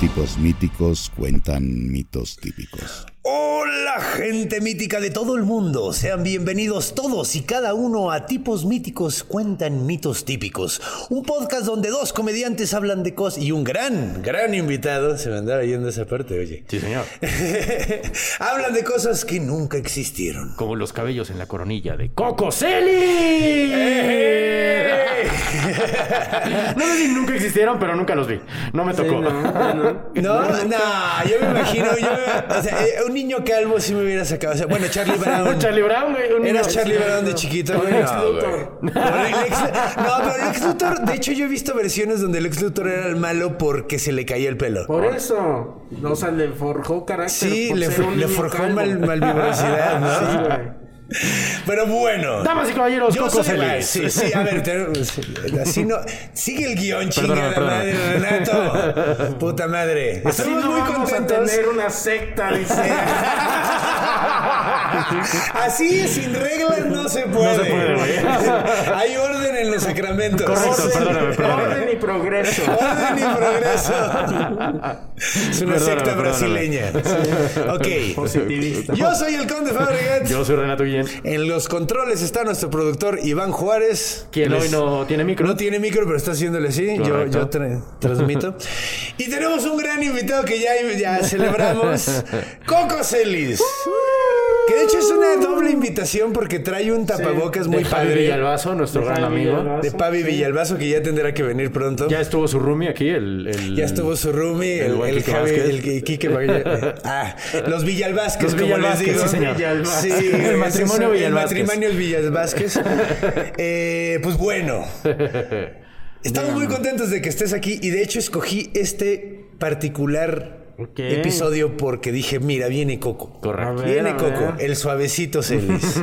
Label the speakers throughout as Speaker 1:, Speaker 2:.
Speaker 1: Tipos míticos cuentan mitos típicos.
Speaker 2: Hola gente mítica de todo el mundo, sean bienvenidos todos y cada uno a Tipos Míticos Cuentan Mitos Típicos, un podcast donde dos comediantes hablan de cosas y un gran, gran invitado, se me andaba yendo esa parte, oye,
Speaker 3: Sí, señor.
Speaker 2: hablan de cosas que nunca existieron.
Speaker 3: Como los cabellos en la coronilla de Cocoseli. No sé si nunca existieron, pero nunca los vi. No me tocó.
Speaker 2: No, no, yo me imagino, yo me- o sea, eh, un niño calvo sí me hubiera sacado, o sea, bueno, Charlie Brown.
Speaker 3: Charlie Brown, güey. un
Speaker 2: Eras
Speaker 3: niño-
Speaker 2: Charlie Brown de chiquito, güey.
Speaker 3: Lex
Speaker 2: No, güey.
Speaker 3: Luthor.
Speaker 2: No, Lex- no, pero Lex Luthor, de hecho yo he visto versiones donde Lex Luthor era el malo porque se le caía el pelo.
Speaker 4: Por eso. O sea, le forjó carácter.
Speaker 2: Sí,
Speaker 4: por
Speaker 2: le,
Speaker 4: ser
Speaker 2: for-
Speaker 4: un
Speaker 2: le
Speaker 4: niño
Speaker 2: forjó
Speaker 4: calvo.
Speaker 2: mal, malvibrosidad,
Speaker 4: Sí,
Speaker 2: ¿no?
Speaker 4: güey.
Speaker 2: Pero bueno.
Speaker 3: Damas y caballeros,
Speaker 2: Yo soy
Speaker 3: Cocoseli.
Speaker 2: Sí, sí, a ver, te- así no. Sigue el guión, chingada
Speaker 3: Perdóname, perdóname.
Speaker 2: madre, Renato. Puta madre.
Speaker 4: Así
Speaker 2: Estamos
Speaker 4: no
Speaker 2: muy
Speaker 4: vamos a
Speaker 2: contentos.
Speaker 4: tener una secta, dice.
Speaker 2: Así sin reglas no se puede.
Speaker 3: se puede, güey.
Speaker 2: Hay orden en los sacramentos.
Speaker 3: Correcto,
Speaker 2: orden,
Speaker 3: perdóname, perdóname.
Speaker 4: Orden y progreso.
Speaker 2: orden y progreso. Es una
Speaker 3: Perdóname,
Speaker 2: secta
Speaker 3: perdóname.
Speaker 2: brasileña. Ok.
Speaker 4: Positivista.
Speaker 2: Yo soy el Conde Fabregat.
Speaker 3: Yo soy Renato Guillén,
Speaker 2: En los controles está nuestro productor Iván Juárez.
Speaker 3: quien
Speaker 2: Les-
Speaker 3: hoy no tiene micro.
Speaker 2: no tiene micro, pero está haciéndole así. Yo,
Speaker 3: Correcto.
Speaker 2: yo tra- transmito. y tenemos un gran invitado que ya, ya celebramos: Coco Celis. Que de hecho es una doble invitación porque trae un tapabocas
Speaker 3: De
Speaker 2: muy
Speaker 3: Javi
Speaker 2: padre.
Speaker 3: Villalbazo, nuestro gran
Speaker 4: Javi
Speaker 3: amigo.
Speaker 4: Villalbazo.
Speaker 2: De Pavi Villalbazo, que ya tendrá que venir pronto.
Speaker 3: Ya
Speaker 2: Ya,
Speaker 3: estuvo su roomie aquí, el. el-
Speaker 2: estuvo su roomie, el,
Speaker 3: buen
Speaker 2: el
Speaker 3: Quique
Speaker 2: Javi,
Speaker 3: Vázquez.
Speaker 2: el Qui- Quique Vázquez. Ah, los Villalvázquez,
Speaker 3: Los
Speaker 2: como
Speaker 3: Villalvázquez,
Speaker 2: les digo.
Speaker 3: sí, señor.
Speaker 2: Sí,
Speaker 3: El matrimonio
Speaker 2: es-
Speaker 3: Villalvázquez.
Speaker 2: El matrimonio Villalvázquez. Eh, pues bueno. Estamos muy contentos de que estés aquí y de hecho escogí este particular
Speaker 4: Ok.
Speaker 2: episodio porque dije, mira, viene Coco.
Speaker 4: A
Speaker 3: Correcto.
Speaker 4: ver,
Speaker 2: Viene
Speaker 4: a
Speaker 2: Coco,
Speaker 4: ver.
Speaker 2: el suavecito Celis.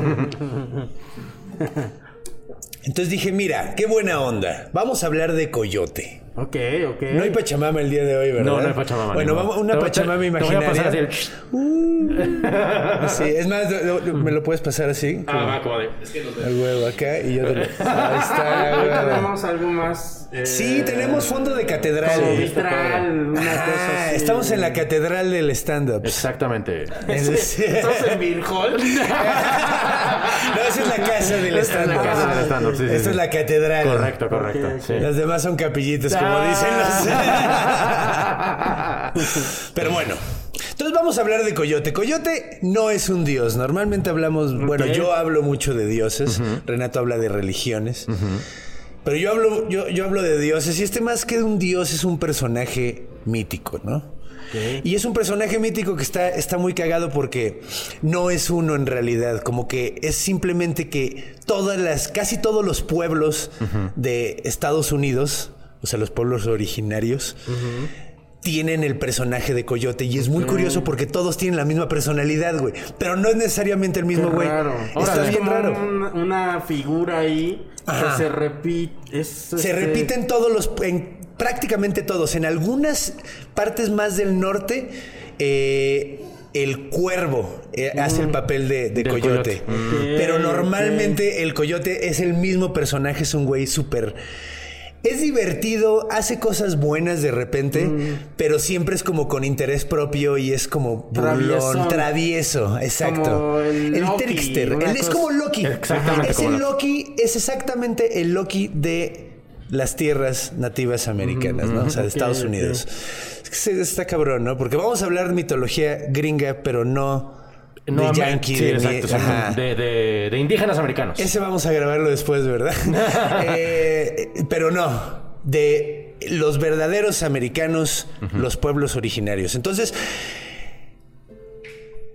Speaker 2: Entonces dije, mira, qué buena onda. Vamos a hablar de coyote.
Speaker 4: Ok, ok.
Speaker 2: No hay pachamama el día de hoy, ¿verdad?
Speaker 3: No, no hay Pachamama.
Speaker 2: Bueno,
Speaker 3: ni modo.
Speaker 2: vamos, una
Speaker 3: Te-
Speaker 2: pachamama
Speaker 3: te- te voy a
Speaker 2: imaginaria. Uh.
Speaker 3: pasar así el-
Speaker 2: Sí, es más, lo- lo- me lo puedes pasar así.
Speaker 3: Ah, va, como de-
Speaker 2: El huevo acá y yo te lo...
Speaker 4: Ah,
Speaker 2: Ahí está,
Speaker 4: Hoy
Speaker 2: huevo.
Speaker 4: tenemos algo más. eh,
Speaker 2: Sí, tenemos fondo de catedral.
Speaker 4: como vitral, una
Speaker 2: Ah,
Speaker 4: cosa así.
Speaker 2: estamos en la catedral del stand-up.
Speaker 3: Exactamente.
Speaker 2: Es-
Speaker 4: Estamos en Virgol.
Speaker 2: no, esa es la casa del
Speaker 3: Esta es la
Speaker 2: stand-up.
Speaker 3: casa del stand-up, sí, sí,
Speaker 2: Esta
Speaker 3: sí.
Speaker 2: es la catedral.
Speaker 3: Correcto, correcto.
Speaker 4: Ok, ok.
Speaker 3: sí.
Speaker 2: Las demás son capillitas, como dicen los. Pero bueno. Entonces vamos a hablar de Coyote. Coyote no es un dios. Normalmente hablamos, bueno, yo hablo mucho de dioses. Renato habla de religiones. Pero yo hablo, yo, yo hablo de dioses. Y este más que de un dios es un personaje mítico, ¿no? Y es un personaje mítico que está, está muy cagado porque no es uno en realidad, como que es simplemente que todas las, casi todos los pueblos de Estados Unidos, o sea, los pueblos originarios, tienen el personaje de Coyote y es muy curioso porque todos tienen la misma personalidad, güey, pero no es necesariamente el mismo, güey.
Speaker 4: Raro.
Speaker 2: Está
Speaker 4: Órale.
Speaker 2: bien
Speaker 4: Como
Speaker 2: raro.
Speaker 4: un- Una, figura ahí que se repite. es,
Speaker 2: Se
Speaker 4: este,
Speaker 2: repiten todos los. En, prácticamente todos. En algunas partes más del norte, eh, el cuervo eh, hace el papel de, de coyote.
Speaker 3: coyote.
Speaker 2: Pero normalmente el coyote es el mismo personaje, es un güey súper. Es divertido, hace cosas buenas de repente, pero siempre es como con interés propio y es como burlón,
Speaker 4: Traviesón.
Speaker 2: travieso, exacto.
Speaker 4: Como el Loki,
Speaker 2: trickster,
Speaker 4: una
Speaker 2: él es
Speaker 4: cosa-
Speaker 2: como Loki.
Speaker 3: Exactamente
Speaker 2: Es
Speaker 3: como
Speaker 2: el
Speaker 3: Loki.
Speaker 2: Loki, es exactamente el Loki de las tierras nativas americanas, ¿no? O sea, de Estados Unidos. Es que se- está cabrón, ¿no? Porque vamos a hablar mitología gringa, pero no,
Speaker 3: No,
Speaker 2: de
Speaker 3: me-
Speaker 2: yankee.
Speaker 3: sí,
Speaker 2: de,
Speaker 3: exacto,
Speaker 2: mi-
Speaker 3: exacto.
Speaker 2: Ajá.
Speaker 3: De, de- de indígenas americanos.
Speaker 2: Ese vamos a grabarlo después, ¿verdad? Eh, pero no, de los verdaderos americanos, los pueblos originarios. Entonces,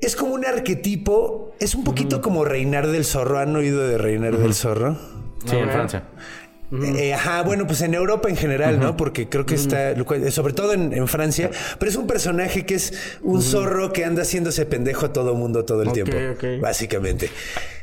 Speaker 2: es como un arquetipo, es un poquito como Reinar del Zorro. ¿Han oído de Reinar del Zorro?
Speaker 3: Sí, en Francia.
Speaker 2: Eh, ajá, bueno, pues en Europa en general, ¿no? Porque creo que está, lo cual- eh, sobre todo en, en Francia, pero es un personaje que es un zorro que anda haciéndose pendejo a todo mundo todo el
Speaker 4: Ok,
Speaker 2: tiempo,
Speaker 4: ok.
Speaker 2: básicamente.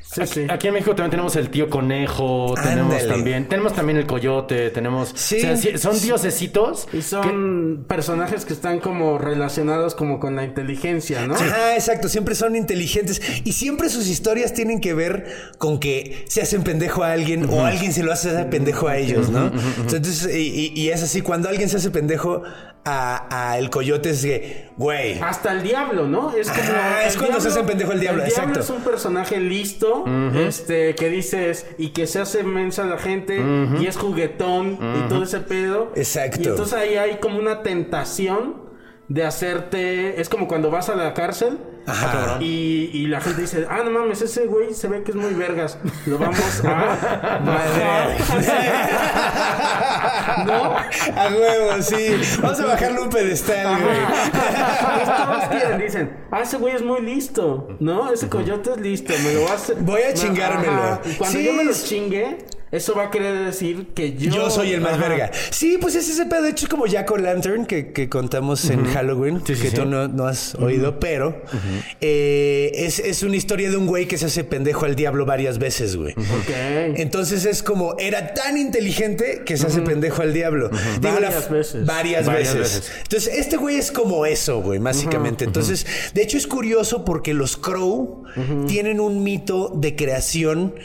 Speaker 4: Sí, sí.
Speaker 3: Aquí en México también tenemos el tío conejo, tenemos
Speaker 2: Ándale.
Speaker 3: también, tenemos también el coyote, tenemos,
Speaker 2: Sí.
Speaker 3: o sea, sí, son diosecitos
Speaker 4: Y
Speaker 3: que-
Speaker 4: son personajes que están como relacionados como con la inteligencia, ¿no?
Speaker 2: Ajá, exacto. Siempre son inteligentes y siempre sus historias tienen que ver con que se hacen pendejo a alguien o alguien se lo hace hacer pendejo a ellos, ¿no? Entonces, y, y- y es así, cuando alguien se hace pendejo a, a el coyote es que, güey,
Speaker 4: Hasta el diablo, ¿no? Es como.
Speaker 2: Ah,
Speaker 4: el
Speaker 2: es cuando se hace pendejo el diablo, exacto.
Speaker 4: es un personaje listo, este, que dices, y que se hace mensa a la gente, y es juguetón, y todo ese pedo.
Speaker 2: Exacto.
Speaker 4: Y entonces ahí hay como una tentación de hacerte. Es como cuando vas a la cárcel.
Speaker 2: Ajá.
Speaker 4: Y, y la gente dice, ah, no mames, ese güey se ve que es muy vergas. Lo vamos a.
Speaker 2: madre. A huevo, sí. Vamos a bajarle un pedestal, güey.
Speaker 4: Todos quieren, dicen, ah, ese güey es muy listo, ¿no? Ese coyote es listo, me lo vas a...
Speaker 2: Voy a
Speaker 4: Ajá,
Speaker 2: chingármelo.
Speaker 4: y Cuando
Speaker 2: Sí,
Speaker 4: yo me lo
Speaker 2: es-
Speaker 4: chingue, eso va a querer decir que yo...
Speaker 2: Yo soy el más
Speaker 4: Ajá.
Speaker 2: verga. Sí, pues es ese pedo. De hecho, es como Jack o Lantern que, que contamos en Halloween,
Speaker 3: Sí, sí,
Speaker 2: que
Speaker 3: sí.
Speaker 2: tú no, no has oído, pero eh, es, es una historia de un güey que se hace pendejo al diablo varias veces, güey.
Speaker 4: Ok.
Speaker 2: Entonces es como, era tan inteligente que se hace pendejo al diablo. Digo, la-
Speaker 4: Varias veces.
Speaker 2: Varias,
Speaker 3: Varias
Speaker 2: veces.
Speaker 3: veces.
Speaker 2: Entonces, este güey es como eso, güey, básicamente. Entonces, de hecho es curioso porque los Crow tienen un mito de creación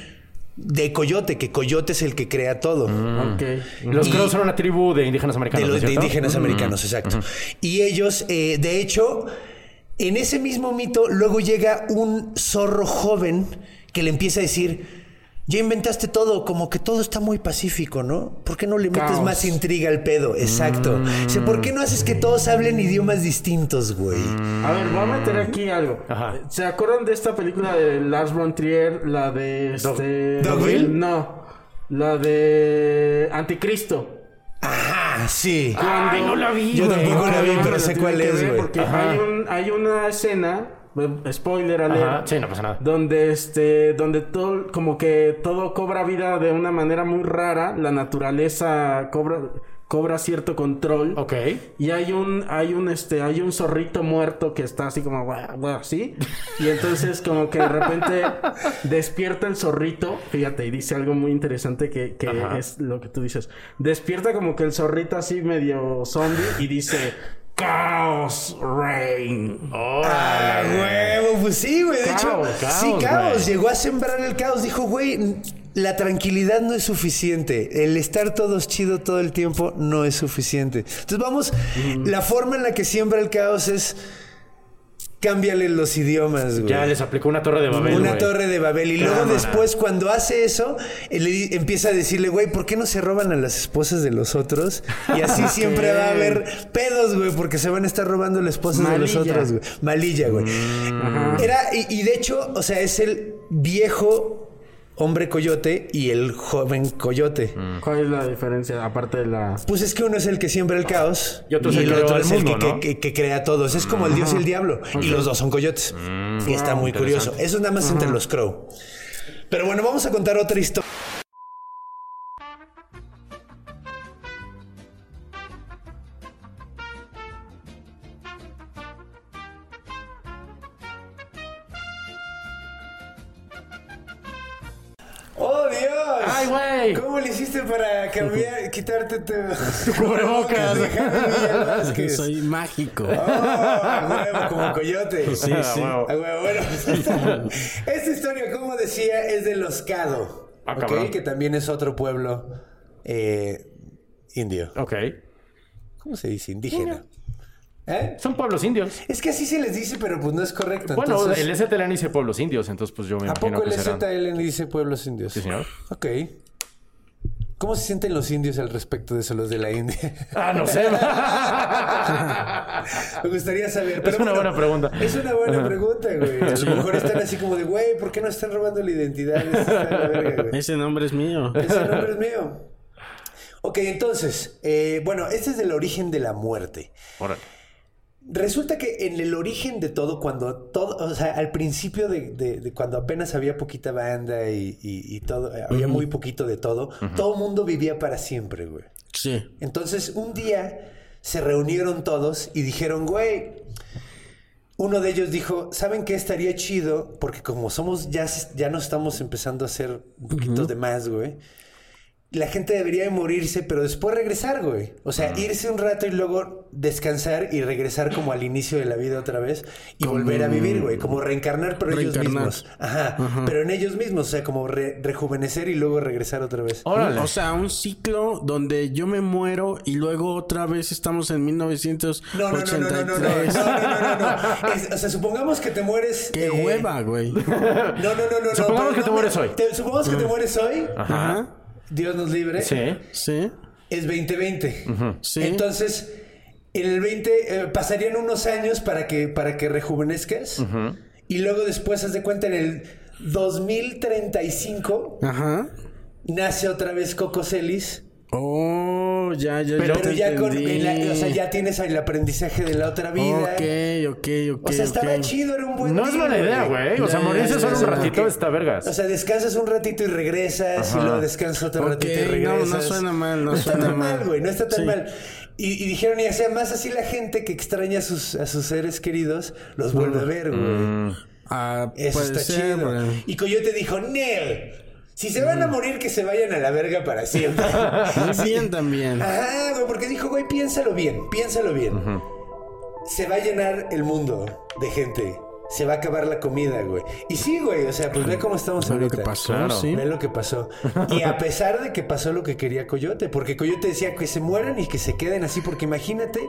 Speaker 2: de Coyote, que Coyote es el que crea todo.
Speaker 4: Ok.
Speaker 3: los
Speaker 2: Y-
Speaker 3: crows son una tribu de indígenas
Speaker 2: De
Speaker 3: americanos.
Speaker 2: los
Speaker 3: ¿no
Speaker 2: de
Speaker 3: es cierto?
Speaker 2: indígenas americanos, exacto. Y ellos, eh, de hecho, en ese mismo mito, luego llega un zorro joven que le empieza a decir. Ya inventaste todo, como que todo está muy pacífico, ¿no? ¿Por qué no le metes
Speaker 4: Caos.
Speaker 2: más intriga al pedo? Exacto. O sea, ¿por qué no haces que todos hablen idiomas distintos, güey?
Speaker 3: Mm.
Speaker 4: A ver, voy a meter
Speaker 2: Mm.
Speaker 4: aquí algo.
Speaker 3: Ajá.
Speaker 4: ¿Se acuerdan de esta película de Lars von Trier? La de este...
Speaker 2: ¿Dogville?
Speaker 4: No. La de... Anticristo.
Speaker 2: Ajá, sí.
Speaker 4: Ay, no la vi,
Speaker 2: Yo güey. tampoco la vi, pero sé cuál es, güey.
Speaker 4: Porque
Speaker 3: Ajá.
Speaker 4: hay, un- hay una escena, eh, spoiler alert,
Speaker 3: Ajá, sí, no pasa nada.
Speaker 4: donde este, donde todo, como que todo cobra vida de una manera muy rara, la naturaleza cobra, cobra cierto control.
Speaker 3: Ok.
Speaker 4: Y hay un, hay un, este, hay un zorrito muerto que está así como, guau, guau, así. Y entonces como que de repente despierta el zorrito, fíjate, y dice algo muy interesante que, que es lo que tú dices. Despierta como que el zorrito así medio zombie y dice, Chaos Rain.
Speaker 2: Ah, huevo, pues sí, güey. De
Speaker 4: Caos,
Speaker 2: hecho,
Speaker 3: caos,
Speaker 2: sí, caos.
Speaker 3: güey.
Speaker 2: Llegó a sembrar el caos. Dijo, güey, n- la tranquilidad no es suficiente. El estar todos chido todo el tiempo no es suficiente. Entonces, vamos, la forma en la que siembra el caos es. Cámbiale los idiomas, güey.
Speaker 3: Ya les aplicó una torre de Babel.
Speaker 2: Una
Speaker 3: güey.
Speaker 2: torre de Babel. Y luego después, cuando hace eso, eh, le di- empieza a decirle, güey, ¿por qué no se roban a las esposas de los otros? Y así siempre va a haber pedos, güey, porque se van a estar robando las esposas de
Speaker 4: Malilla.
Speaker 2: los otros, güey. Malilla, güey.
Speaker 3: Mm,
Speaker 2: Era, y, y de hecho, o sea, es el viejo hombre coyote y el joven coyote.
Speaker 3: Mm.
Speaker 4: Mm. ¿Cuál es la diferencia? Aparte de la...
Speaker 2: Pues es que uno es el que siembra el caos
Speaker 3: Y otro es el que creó
Speaker 2: otro
Speaker 3: al
Speaker 2: es el
Speaker 3: mundo,
Speaker 2: que,
Speaker 3: ¿no?
Speaker 2: que- que crea a todos. Es como el dios y el diablo. Y los dos son coyotes.
Speaker 3: Mm.
Speaker 2: y está muy curioso. Eso es nada más entre los crow. Pero bueno, vamos a contar otra historia. ¡Oh, Dios!
Speaker 3: ¡Ay, güey!
Speaker 2: ¿Cómo le hiciste para cambiar, quitarte tu, tu
Speaker 3: cubrebocas?
Speaker 4: Soy mágico.
Speaker 2: Oh, a huevo, como coyote.
Speaker 3: sí, sí.
Speaker 2: A huevo, bueno. Esta historia, como decía, es de Los Cado.
Speaker 3: Ah,
Speaker 2: ¿ok?
Speaker 3: cabrón.
Speaker 2: Que también es otro pueblo eh, indio.
Speaker 3: Ok.
Speaker 2: ¿Cómo se dice? Indígena. ¿Eh?
Speaker 3: Son pueblos indios.
Speaker 2: Es que así se les dice, pero pues no es correcto.
Speaker 3: Bueno,
Speaker 2: entonces,
Speaker 3: el STLN dice pueblos indios, entonces pues yo me
Speaker 2: ¿A
Speaker 3: imagino
Speaker 2: poco el
Speaker 3: que serán.
Speaker 2: STLN dice pueblos indios?
Speaker 3: Sí, señor.
Speaker 2: Ok. ¿Cómo se sienten los indios al respecto de eso, los de la India?
Speaker 3: Ah, no sé.
Speaker 2: Me gustaría saber.
Speaker 3: Es una buena pregunta.
Speaker 2: Es una buena pregunta, güey. A lo mejor están así como de, güey, ¿por qué no están robando la identidad? Eso está de la verga, güey.
Speaker 4: Ese nombre es mío.
Speaker 2: Ese nombre es mío. Ok, entonces, eh, bueno, este es el origen de la muerte.
Speaker 5: Órale.
Speaker 2: Resulta que en el origen de todo, cuando todo, o sea, al principio de, de- de cuando apenas había poquita banda y, y- y todo, eh, había muy poquito de todo, todo el mundo vivía para siempre, güey.
Speaker 4: Sí.
Speaker 2: Entonces, un día se reunieron todos y dijeron, güey, uno de ellos dijo, ¿saben qué estaría chido? Porque como somos, ya, ya nos estamos empezando a hacer un poquito de más, güey. La gente debería de morirse, pero después regresar, güey. O sea, irse un rato y luego descansar y regresar como al inicio de la vida otra vez y volver a vivir, güey. Como reencarnar, pero ellos
Speaker 4: Reencarnar.
Speaker 2: mismos. Ajá. Pero en ellos mismos, o sea, como re- rejuvenecer y luego regresar otra vez.
Speaker 3: Órale.
Speaker 4: O sea, un ciclo donde yo me muero y luego otra vez estamos en
Speaker 2: No, Este, no, no, no, no, no, no, no,
Speaker 4: 1983.
Speaker 2: no, no, no. Es- o sea, supongamos que te mueres.
Speaker 4: Qué
Speaker 2: eh,
Speaker 4: hueva, güey.
Speaker 2: No, no, no, no. no,
Speaker 3: Supongamos
Speaker 2: pero
Speaker 3: que te
Speaker 2: no,
Speaker 3: mueres
Speaker 2: no,
Speaker 3: hoy.
Speaker 2: te- supongamos que te mueres hoy.
Speaker 4: Ajá.
Speaker 2: Dios nos libre.
Speaker 3: Sí.
Speaker 4: Sí.
Speaker 2: Es 2020.
Speaker 4: Sí.
Speaker 2: Entonces, en el 20 eh, pasarían unos años para que, para que rejuvenezcas. Y luego después, haz de cuenta, en el 2035
Speaker 4: Ajá.
Speaker 2: nace otra vez Coco Celis.
Speaker 4: Oh, ya, ya,
Speaker 2: Pero,
Speaker 4: ya. te
Speaker 2: ya con.
Speaker 4: entendí.
Speaker 2: el- o sea, ya tienes el aprendizaje de la otra vida.
Speaker 4: Ok, ok, ok.
Speaker 2: O sea, estaba
Speaker 4: ok.
Speaker 2: chido, era un buen
Speaker 3: No es
Speaker 2: deal,
Speaker 3: mala idea, güey. O sea,
Speaker 4: Ya, ya,
Speaker 3: morirse
Speaker 4: ya,
Speaker 3: solo
Speaker 4: ya,
Speaker 3: un
Speaker 4: ya.
Speaker 3: ratito está vergas.
Speaker 2: O sea, descansas un ratito y regresas y luego descansas otro
Speaker 4: Ok,
Speaker 2: ratito y
Speaker 4: no,
Speaker 2: regresas.
Speaker 4: no suena mal, no
Speaker 2: está
Speaker 4: suena
Speaker 2: tan
Speaker 4: mal.
Speaker 2: mal, güey, no está tan
Speaker 4: Sí.
Speaker 2: mal. Y, y dijeron, y sea más así la gente que extraña a sus, a sus seres queridos, los vuelve a ver, güey.
Speaker 4: Ah,
Speaker 2: Eso
Speaker 4: puede
Speaker 2: está
Speaker 4: ser,
Speaker 2: chido.
Speaker 4: güey. Mm.
Speaker 2: Y Coyote dijo, Nel, si se van a morir, que se vayan a la verga para siempre.
Speaker 4: Bien también.
Speaker 2: Ajá, Ah, güey, porque dijo, güey, piénsalo bien, piénsalo bien. Se va a llenar el mundo de gente. Se va a acabar la comida, güey. Y sí, güey, o sea, pues ve cómo estamos
Speaker 4: Fue lo
Speaker 2: ahorita.
Speaker 4: que pasó,
Speaker 3: Claro.
Speaker 4: sí.
Speaker 2: Ve lo que pasó. Y a pesar de que pasó lo que quería Coyote, porque Coyote decía que se mueran y que se queden así, porque imagínate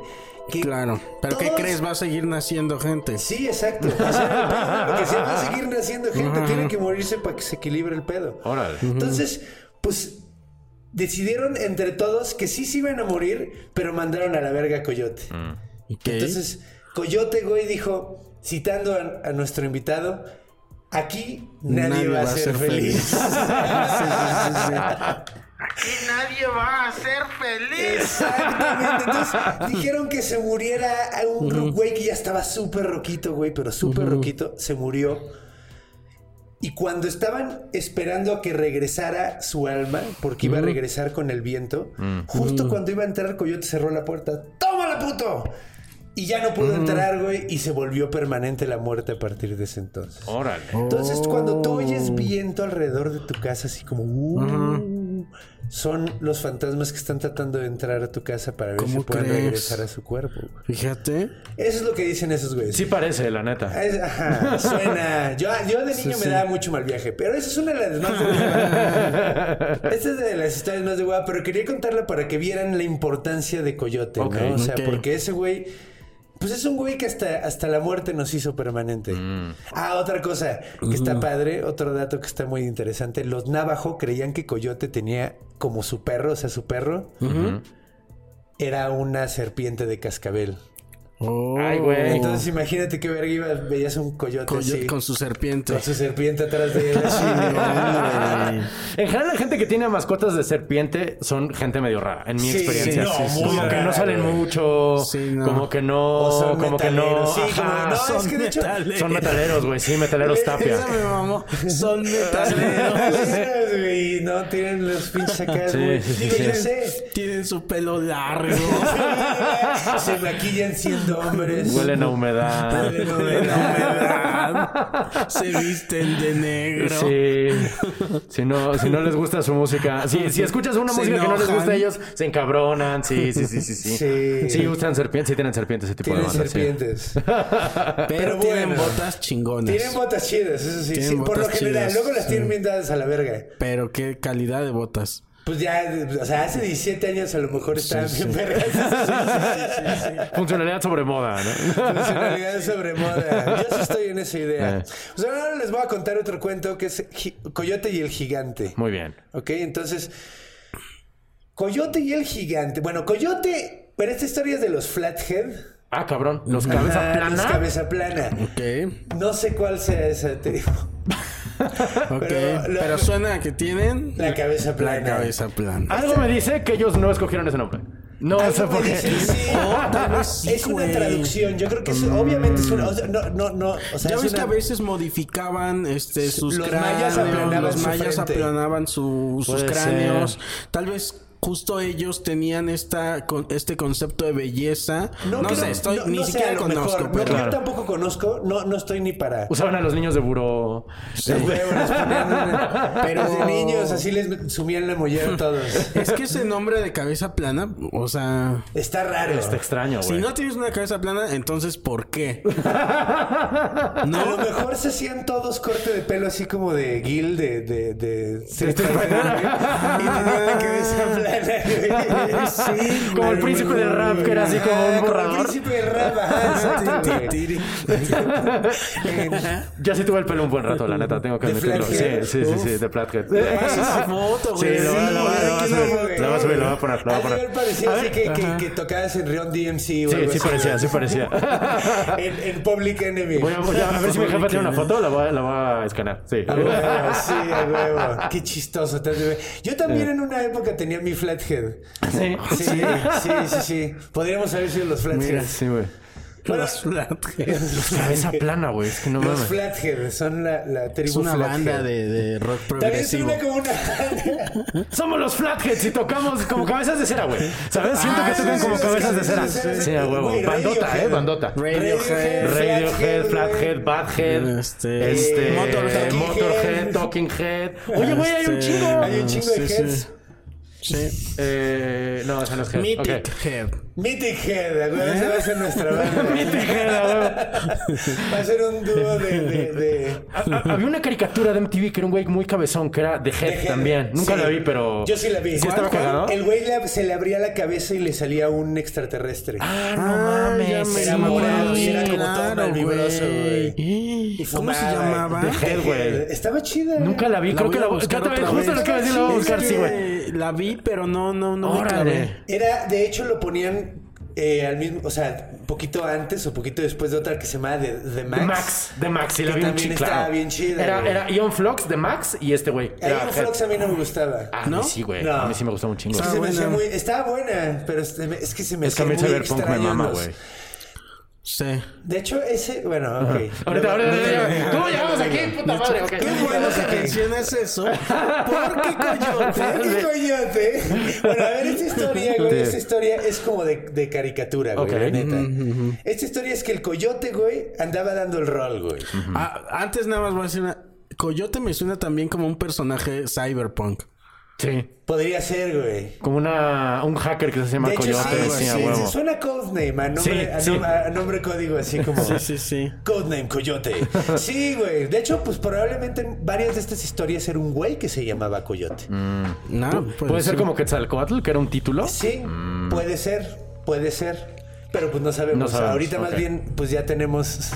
Speaker 2: que.
Speaker 4: Claro. ¿Pero qué
Speaker 2: todos-
Speaker 4: crees? Va a seguir naciendo gente.
Speaker 2: Sí, exacto. O sea, porque se va a seguir naciendo gente, tiene que morirse para que se equilibre el pedo.
Speaker 3: Órale.
Speaker 2: Entonces, pues decidieron entre todos que sí se iban a morir, pero mandaron a la verga a Coyote.
Speaker 4: Ok.
Speaker 2: Entonces, Coyote, güey, dijo, citando a, a nuestro invitado, aquí nadie, va, a ser, feliz.
Speaker 4: Sí, sí, sí, sí.
Speaker 2: Exactamente. Entonces, dijeron que se muriera a un ru- güey que ya estaba súper roquito, güey, pero súper roquito, se murió. Y cuando estaban esperando a que regresara su alma, porque
Speaker 4: Mm.
Speaker 2: iba a regresar con el viento, justo cuando iba a entrar, Coyote cerró la puerta. ¡Tómala, puto! Y ya no pudo
Speaker 4: Mm.
Speaker 2: entrar, güey, y se volvió permanente la muerte a partir de ese entonces.
Speaker 4: Oh.
Speaker 3: Órale.
Speaker 2: Entonces, cuando tú oyes viento alrededor de tu casa, así como "Uh", son los fantasmas que están tratando de entrar a tu casa para ver si
Speaker 4: ¿Cómo
Speaker 2: pueden
Speaker 4: crees?
Speaker 2: regresar a su cuerpo. güey.
Speaker 4: Fíjate.
Speaker 2: Eso es lo que dicen esos güeyes.
Speaker 3: Sí parece, la neta.
Speaker 2: Es- ajá, suena. Yo, yo de niño me daba mucho mal viaje, pero esa es una de las más de hueva. Esta es de las historias más de hueva, pero quería contarla para que vieran la importancia de Coyote,
Speaker 3: Ok,
Speaker 2: ¿no? O sea,
Speaker 4: ok.
Speaker 2: porque ese güey. Pues es un güey que hasta, hasta la muerte nos hizo permanente. Ah, otra cosa que está padre, otro dato que está muy interesante. Los Navajo creían que Coyote tenía como su perro, o sea, su perro era una serpiente de cascabel.
Speaker 4: Oh.
Speaker 3: Ay, güey.
Speaker 2: Entonces imagínate qué verga iba, veías un coyote
Speaker 4: Coyote
Speaker 2: así,
Speaker 4: con su serpiente.
Speaker 2: con su serpiente atrás de él. así, güey.
Speaker 3: En general, la gente que tiene mascotas de serpiente son gente medio rara, en mi
Speaker 2: Sí,
Speaker 3: experiencia.
Speaker 2: sí, no, muy
Speaker 3: como que
Speaker 2: rara,
Speaker 3: no salen
Speaker 2: güey.
Speaker 3: mucho,
Speaker 4: Sí, no.
Speaker 3: como que no,
Speaker 2: O son
Speaker 3: Oh, como que no.
Speaker 2: metaleros, sí, como-
Speaker 3: Ajá,
Speaker 2: no,
Speaker 3: son,
Speaker 2: es que de hecho-
Speaker 3: metaleros. Son metaleros, güey, sí, metaleros tapia.
Speaker 4: Esa me mamó. Son metaleros.
Speaker 2: Y no tienen los pinches acá.
Speaker 3: Sí,
Speaker 2: güey.
Speaker 3: sí, sí,
Speaker 2: Digo,
Speaker 3: sí.
Speaker 2: yo sé.
Speaker 4: Tienen su pelo largo.
Speaker 2: Se maquillan siendo hombres.
Speaker 3: Huelen a humedad.
Speaker 2: Huelen a
Speaker 4: humedad. Se visten de negro.
Speaker 3: Sí. Si no, si no les gusta su música. Si, si escuchas una
Speaker 4: Se
Speaker 3: música que no les gusta
Speaker 4: enojan.
Speaker 3: a ellos, se encabronan. Sí, sí, sí, sí. Sí,
Speaker 2: Sí.
Speaker 3: sí. usan serpientes. Sí, tienen serpientes, ese tipo
Speaker 2: Tienen
Speaker 3: de bandas. sí.
Speaker 2: serpientes.
Speaker 4: Pero,
Speaker 2: Pero
Speaker 4: tienen
Speaker 2: bueno.
Speaker 4: botas chingonas.
Speaker 2: Tienen botas chidas, eso sí.
Speaker 4: Tienen
Speaker 2: sí, por lo
Speaker 4: botas
Speaker 2: general,
Speaker 4: chidas,
Speaker 2: luego las
Speaker 4: sí.
Speaker 2: tienen bien dadas a la verga.
Speaker 4: Pero qué calidad de botas.
Speaker 2: Pues ya, o sea, hace 17 años a lo mejor estaban
Speaker 4: sí.
Speaker 2: bien vergas.
Speaker 3: Funcionalidad sobre moda, ¿no?
Speaker 2: Funcionalidad sobre moda. Yo sí estoy en esa idea. O sea, ahora les voy a contar otro cuento que es Gi- Coyote y el Gigante.
Speaker 3: Muy bien.
Speaker 2: ¿Ok? Entonces, Coyote y el gigante. Bueno, Coyote, pero esta historia es de los Flathead.
Speaker 6: Ah, cabrón. Los
Speaker 2: Ajá,
Speaker 6: cabeza plana.
Speaker 2: Los cabeza plana.
Speaker 4: Ok.
Speaker 2: No sé cuál sea esa, te digo.
Speaker 4: Ok.
Speaker 2: Pero
Speaker 4: Pero,
Speaker 2: la-
Speaker 4: suena que tienen
Speaker 2: La cabeza plana.
Speaker 4: la cabeza plana.
Speaker 6: Algo me dice que ellos no escogieron ese nombre. No sé por qué.
Speaker 2: Sí, sí. es una traducción. Yo creo que es, obviamente es una. o sea, no, no, no. O sea,
Speaker 4: ya
Speaker 2: es
Speaker 4: ves que
Speaker 2: una-
Speaker 4: a veces modificaban este, sus
Speaker 2: los mayas
Speaker 4: cráneos,
Speaker 2: aplanaban
Speaker 4: los
Speaker 2: su
Speaker 4: mayas
Speaker 2: frente.
Speaker 4: aplanaban su- sus
Speaker 6: Puede
Speaker 4: cráneos.
Speaker 6: ser.
Speaker 4: Tal vez justo ellos tenían esta con- este concepto de belleza. No,
Speaker 2: creo-
Speaker 4: sé, estoy,
Speaker 2: no-
Speaker 4: ni
Speaker 2: no sé,
Speaker 4: siquiera
Speaker 2: a lo
Speaker 4: conozco,
Speaker 2: mejor. No,
Speaker 4: pero
Speaker 2: Yo tampoco conozco. No, no estoy ni para.
Speaker 6: Usaban a los niños de buró.
Speaker 2: Los huevos, los ponían en-
Speaker 4: Pero-
Speaker 2: Desde niños, así les sumían la mollera a todos.
Speaker 4: es que ese nombre de cabeza plana, o sea,
Speaker 2: Está raro.
Speaker 6: Está extraño,
Speaker 4: si
Speaker 6: güey.
Speaker 4: no tienes una cabeza plana, entonces ¿por qué?
Speaker 2: A lo mejor se hacían todos corte de pelo así como de Gil de, de, de Street Fighter, güey. Y tenían la cabeza plana, güey. Sí,
Speaker 6: Como el
Speaker 2: güey,
Speaker 6: príncipe
Speaker 2: güey,
Speaker 6: del rap,
Speaker 2: güey.
Speaker 6: que era así como
Speaker 2: Ah,
Speaker 6: un
Speaker 2: Como el
Speaker 6: borrador.
Speaker 2: príncipe del rap, ajá, exacto, güey. En-
Speaker 6: Ya sí tuve el pelo un buen rato, la neta, tengo que
Speaker 2: ¿De
Speaker 6: admitirlo.
Speaker 2: Flathead?
Speaker 6: Sí, sí, sí,
Speaker 2: Uf.
Speaker 6: sí, de Flathead.
Speaker 4: Esa es su foto,
Speaker 6: Sí,
Speaker 4: güey.
Speaker 6: lo va- lo va-
Speaker 2: güey,
Speaker 6: lo va a
Speaker 2: ¿quién
Speaker 6: subir,
Speaker 2: güey?
Speaker 6: lo va a subir, lo va a poner, lo va a
Speaker 2: Al
Speaker 6: poner.
Speaker 2: nivel parecía así que, que, que tocabas en Rion DMC, güey.
Speaker 6: Sí,
Speaker 2: algo
Speaker 6: sí
Speaker 2: así,
Speaker 6: parecía,
Speaker 2: güey.
Speaker 6: sí parecía.
Speaker 2: En, en Public Enemy.
Speaker 6: Voy a, voy a- a ver si mi jefa tiene una foto, la voy a, la voy a escanear. Sí.
Speaker 2: A huevo, sí, a huevo. Qué chistoso. te has de ver. Yo también en una época tenía mi flathead.
Speaker 6: Sí.
Speaker 2: Sí, sí, sí, sí. Podríamos haber sido los flatheads.
Speaker 6: Sí, güey.
Speaker 2: Bueno,
Speaker 4: Los Flatheads.
Speaker 2: los
Speaker 6: Cabeza plana, güey. Es que no
Speaker 2: Los
Speaker 6: mames.
Speaker 2: flatheads son la, la tribu
Speaker 4: Es una
Speaker 2: flathead.
Speaker 4: banda de, de rock
Speaker 2: También
Speaker 4: progresivo.
Speaker 2: suena como una...
Speaker 6: Somos los flatheads y tocamos como cabezas de cera, güey. ¿Sabes? Siento
Speaker 2: Ah,
Speaker 6: que tocan
Speaker 2: sí,
Speaker 6: como
Speaker 2: sí,
Speaker 6: cabezas
Speaker 2: sí,
Speaker 6: de cera.
Speaker 2: sí, sí, sí.
Speaker 6: Sí, a huevo.
Speaker 2: Güey,
Speaker 6: Bandota,
Speaker 2: Radiohead.
Speaker 6: eh, bandota.
Speaker 4: Radiohead,
Speaker 6: Radiohead,
Speaker 2: güey.
Speaker 6: Flathead, Badhead,
Speaker 4: Este,
Speaker 6: este,
Speaker 2: Motorhead.
Speaker 6: Motorhead,
Speaker 2: Talking Head.
Speaker 6: Talking Head. Oye, güey, hay un
Speaker 4: Este,
Speaker 6: chingo.
Speaker 2: Hay un chingo de
Speaker 4: Sí,
Speaker 2: heads.
Speaker 4: sí. Sí.
Speaker 6: Eh, no, esa no es Head.
Speaker 4: Mythic
Speaker 6: Ok.
Speaker 4: Head.
Speaker 2: Mythic Head, a huevo, esa va a ser nuestra banda.
Speaker 6: Mythic Head, a huevo.
Speaker 2: Va a ser un dúo de... de, de...
Speaker 6: Ha- ha- Había una caricatura de MTV que era un güey muy cabezón, que era The Head también. Nunca
Speaker 2: Sí.
Speaker 6: la vi, pero.
Speaker 2: Yo sí la vi.
Speaker 6: ¿Sí estaba
Speaker 2: ¿Cuál?
Speaker 6: cagado?
Speaker 2: El güey le- se le abría la cabeza y le salía un extraterrestre.
Speaker 6: Ah, no
Speaker 4: Ah, ya
Speaker 6: mames.
Speaker 4: me
Speaker 6: sí,
Speaker 2: Era morado y
Speaker 6: güey.
Speaker 2: era como todo
Speaker 4: claro,
Speaker 2: malvibroso,
Speaker 4: güey.
Speaker 2: güey. Y
Speaker 4: ¿Cómo se
Speaker 2: fumaba.
Speaker 4: llamaba?
Speaker 6: The Head, güey.
Speaker 2: Estaba chida.
Speaker 6: Nunca la vi, creo que la voy
Speaker 4: buscar
Speaker 6: otra vez.
Speaker 4: otra
Speaker 6: Justo
Speaker 4: vez.
Speaker 6: lo que iba a decir, la voy a
Speaker 4: Es
Speaker 6: buscar, sí,
Speaker 4: que
Speaker 6: güey.
Speaker 4: La vi, pero no, no, no me
Speaker 6: Órale.
Speaker 4: clavé.
Speaker 2: Era, de hecho, lo ponían eh, al mismo, o sea, poquito antes o poquito después de otra que se llamaba The, The Max.
Speaker 6: De Max, de Max, sí la
Speaker 2: Que
Speaker 6: vi un
Speaker 2: también
Speaker 6: chi-
Speaker 2: estaba
Speaker 6: claro.
Speaker 2: bien chida,
Speaker 6: Era,
Speaker 2: güey.
Speaker 6: era Ion Flux de Max y este güey.
Speaker 2: Ahí
Speaker 6: Era
Speaker 2: en
Speaker 6: Head.
Speaker 2: Flux a mí no me gustaba.
Speaker 6: Ah,
Speaker 4: ¿No?
Speaker 6: ¿no? sí, güey.
Speaker 2: No.
Speaker 6: A mí sí me gustaba un chingo.
Speaker 2: Es que
Speaker 4: Ah,
Speaker 2: se me hacía
Speaker 4: buena.
Speaker 2: muy, estaba buena, pero se me- es que se me
Speaker 6: Es que
Speaker 2: hacía
Speaker 6: a mí
Speaker 2: muy
Speaker 6: Cyberpunk me
Speaker 2: extraños
Speaker 6: mama,
Speaker 2: los-
Speaker 6: güey.
Speaker 4: Sí.
Speaker 2: De hecho, ese, bueno, ok.
Speaker 6: Ahorita,
Speaker 2: Luego-
Speaker 6: ahorita,
Speaker 2: luego-
Speaker 6: ahorita. ¿Cómo llegamos aquí? Puta madre, ok.
Speaker 2: qué
Speaker 4: Qué bueno que
Speaker 2: Ok.
Speaker 4: mencionas eso. Porque Coyote
Speaker 2: ¿Qué coyote? Bueno, a ver, esta historia, güey,
Speaker 6: Sí.
Speaker 2: esta historia es como de, de caricatura, güey,
Speaker 6: Ok. Mm,
Speaker 2: la neta. Esta historia es que el coyote, güey, andaba dando el rol, güey.
Speaker 6: Mm.
Speaker 4: Ah, antes nada más voy a decir una. Coyote me suena también como un personaje cyberpunk.
Speaker 6: Sí.
Speaker 2: Podría ser, güey.
Speaker 6: Como una, un hacker que se llama
Speaker 2: De hecho,
Speaker 6: Coyote.
Speaker 2: sí,
Speaker 6: Sí,
Speaker 2: sí,
Speaker 6: a
Speaker 2: sí,
Speaker 6: huevo.
Speaker 2: sí, suena codename, a nombre,
Speaker 6: Sí,
Speaker 2: a
Speaker 6: sí.
Speaker 2: nom- a nombre código, así como...
Speaker 4: Sí, sí, sí.
Speaker 2: Codename Coyote. Sí, güey. De hecho, pues probablemente en varias de estas historias era un güey que se llamaba Coyote.
Speaker 6: Mm.
Speaker 4: No, pues
Speaker 6: Puede ser
Speaker 4: sí.
Speaker 6: como Quetzalcoatl, que era un título.
Speaker 2: Sí, puede ser, puede ser. Pero pues no sabemos.
Speaker 6: Mm. No sabemos,
Speaker 2: Ahorita más
Speaker 6: ok.
Speaker 2: bien, pues ya tenemos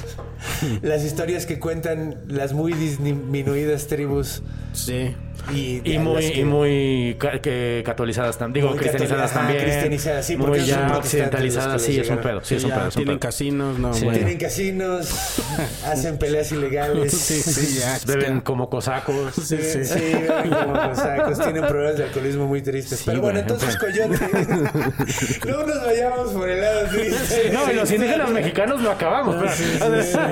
Speaker 2: las historias que cuentan las muy disminuidas tribus
Speaker 4: Sí.
Speaker 2: y,
Speaker 6: Y
Speaker 2: a
Speaker 6: muy,
Speaker 2: las que-
Speaker 6: y muy ca- que catolizadas también. Digo,
Speaker 2: Muy
Speaker 6: cristianizadas
Speaker 2: catoli- ajá,
Speaker 6: también.
Speaker 2: cristianizadas, sí, porque
Speaker 6: Muy
Speaker 2: esos son
Speaker 6: ya
Speaker 2: protestantes los
Speaker 6: occidentalizadas,
Speaker 2: que
Speaker 6: sí, es un
Speaker 2: llegaron.
Speaker 6: pedo. Sí, es un
Speaker 4: Ya
Speaker 6: pedo. es un
Speaker 4: tienen
Speaker 6: pedo.
Speaker 4: casinos, no,
Speaker 6: Sí.
Speaker 4: bueno.
Speaker 2: tienen casinos, hacen peleas ilegales.
Speaker 4: Sí, sí, ya.
Speaker 6: Beben como cosacos.
Speaker 4: Sí, sí.
Speaker 2: Sí, beben como cosacos, tienen problemas de alcoholismo muy tristes. Pero bueno,
Speaker 6: güey,
Speaker 2: entonces Coyote. no nos vayamos por el lado triste.
Speaker 6: No, y los indígenas mexicanos lo acabamos.
Speaker 2: Ah,
Speaker 6: espera.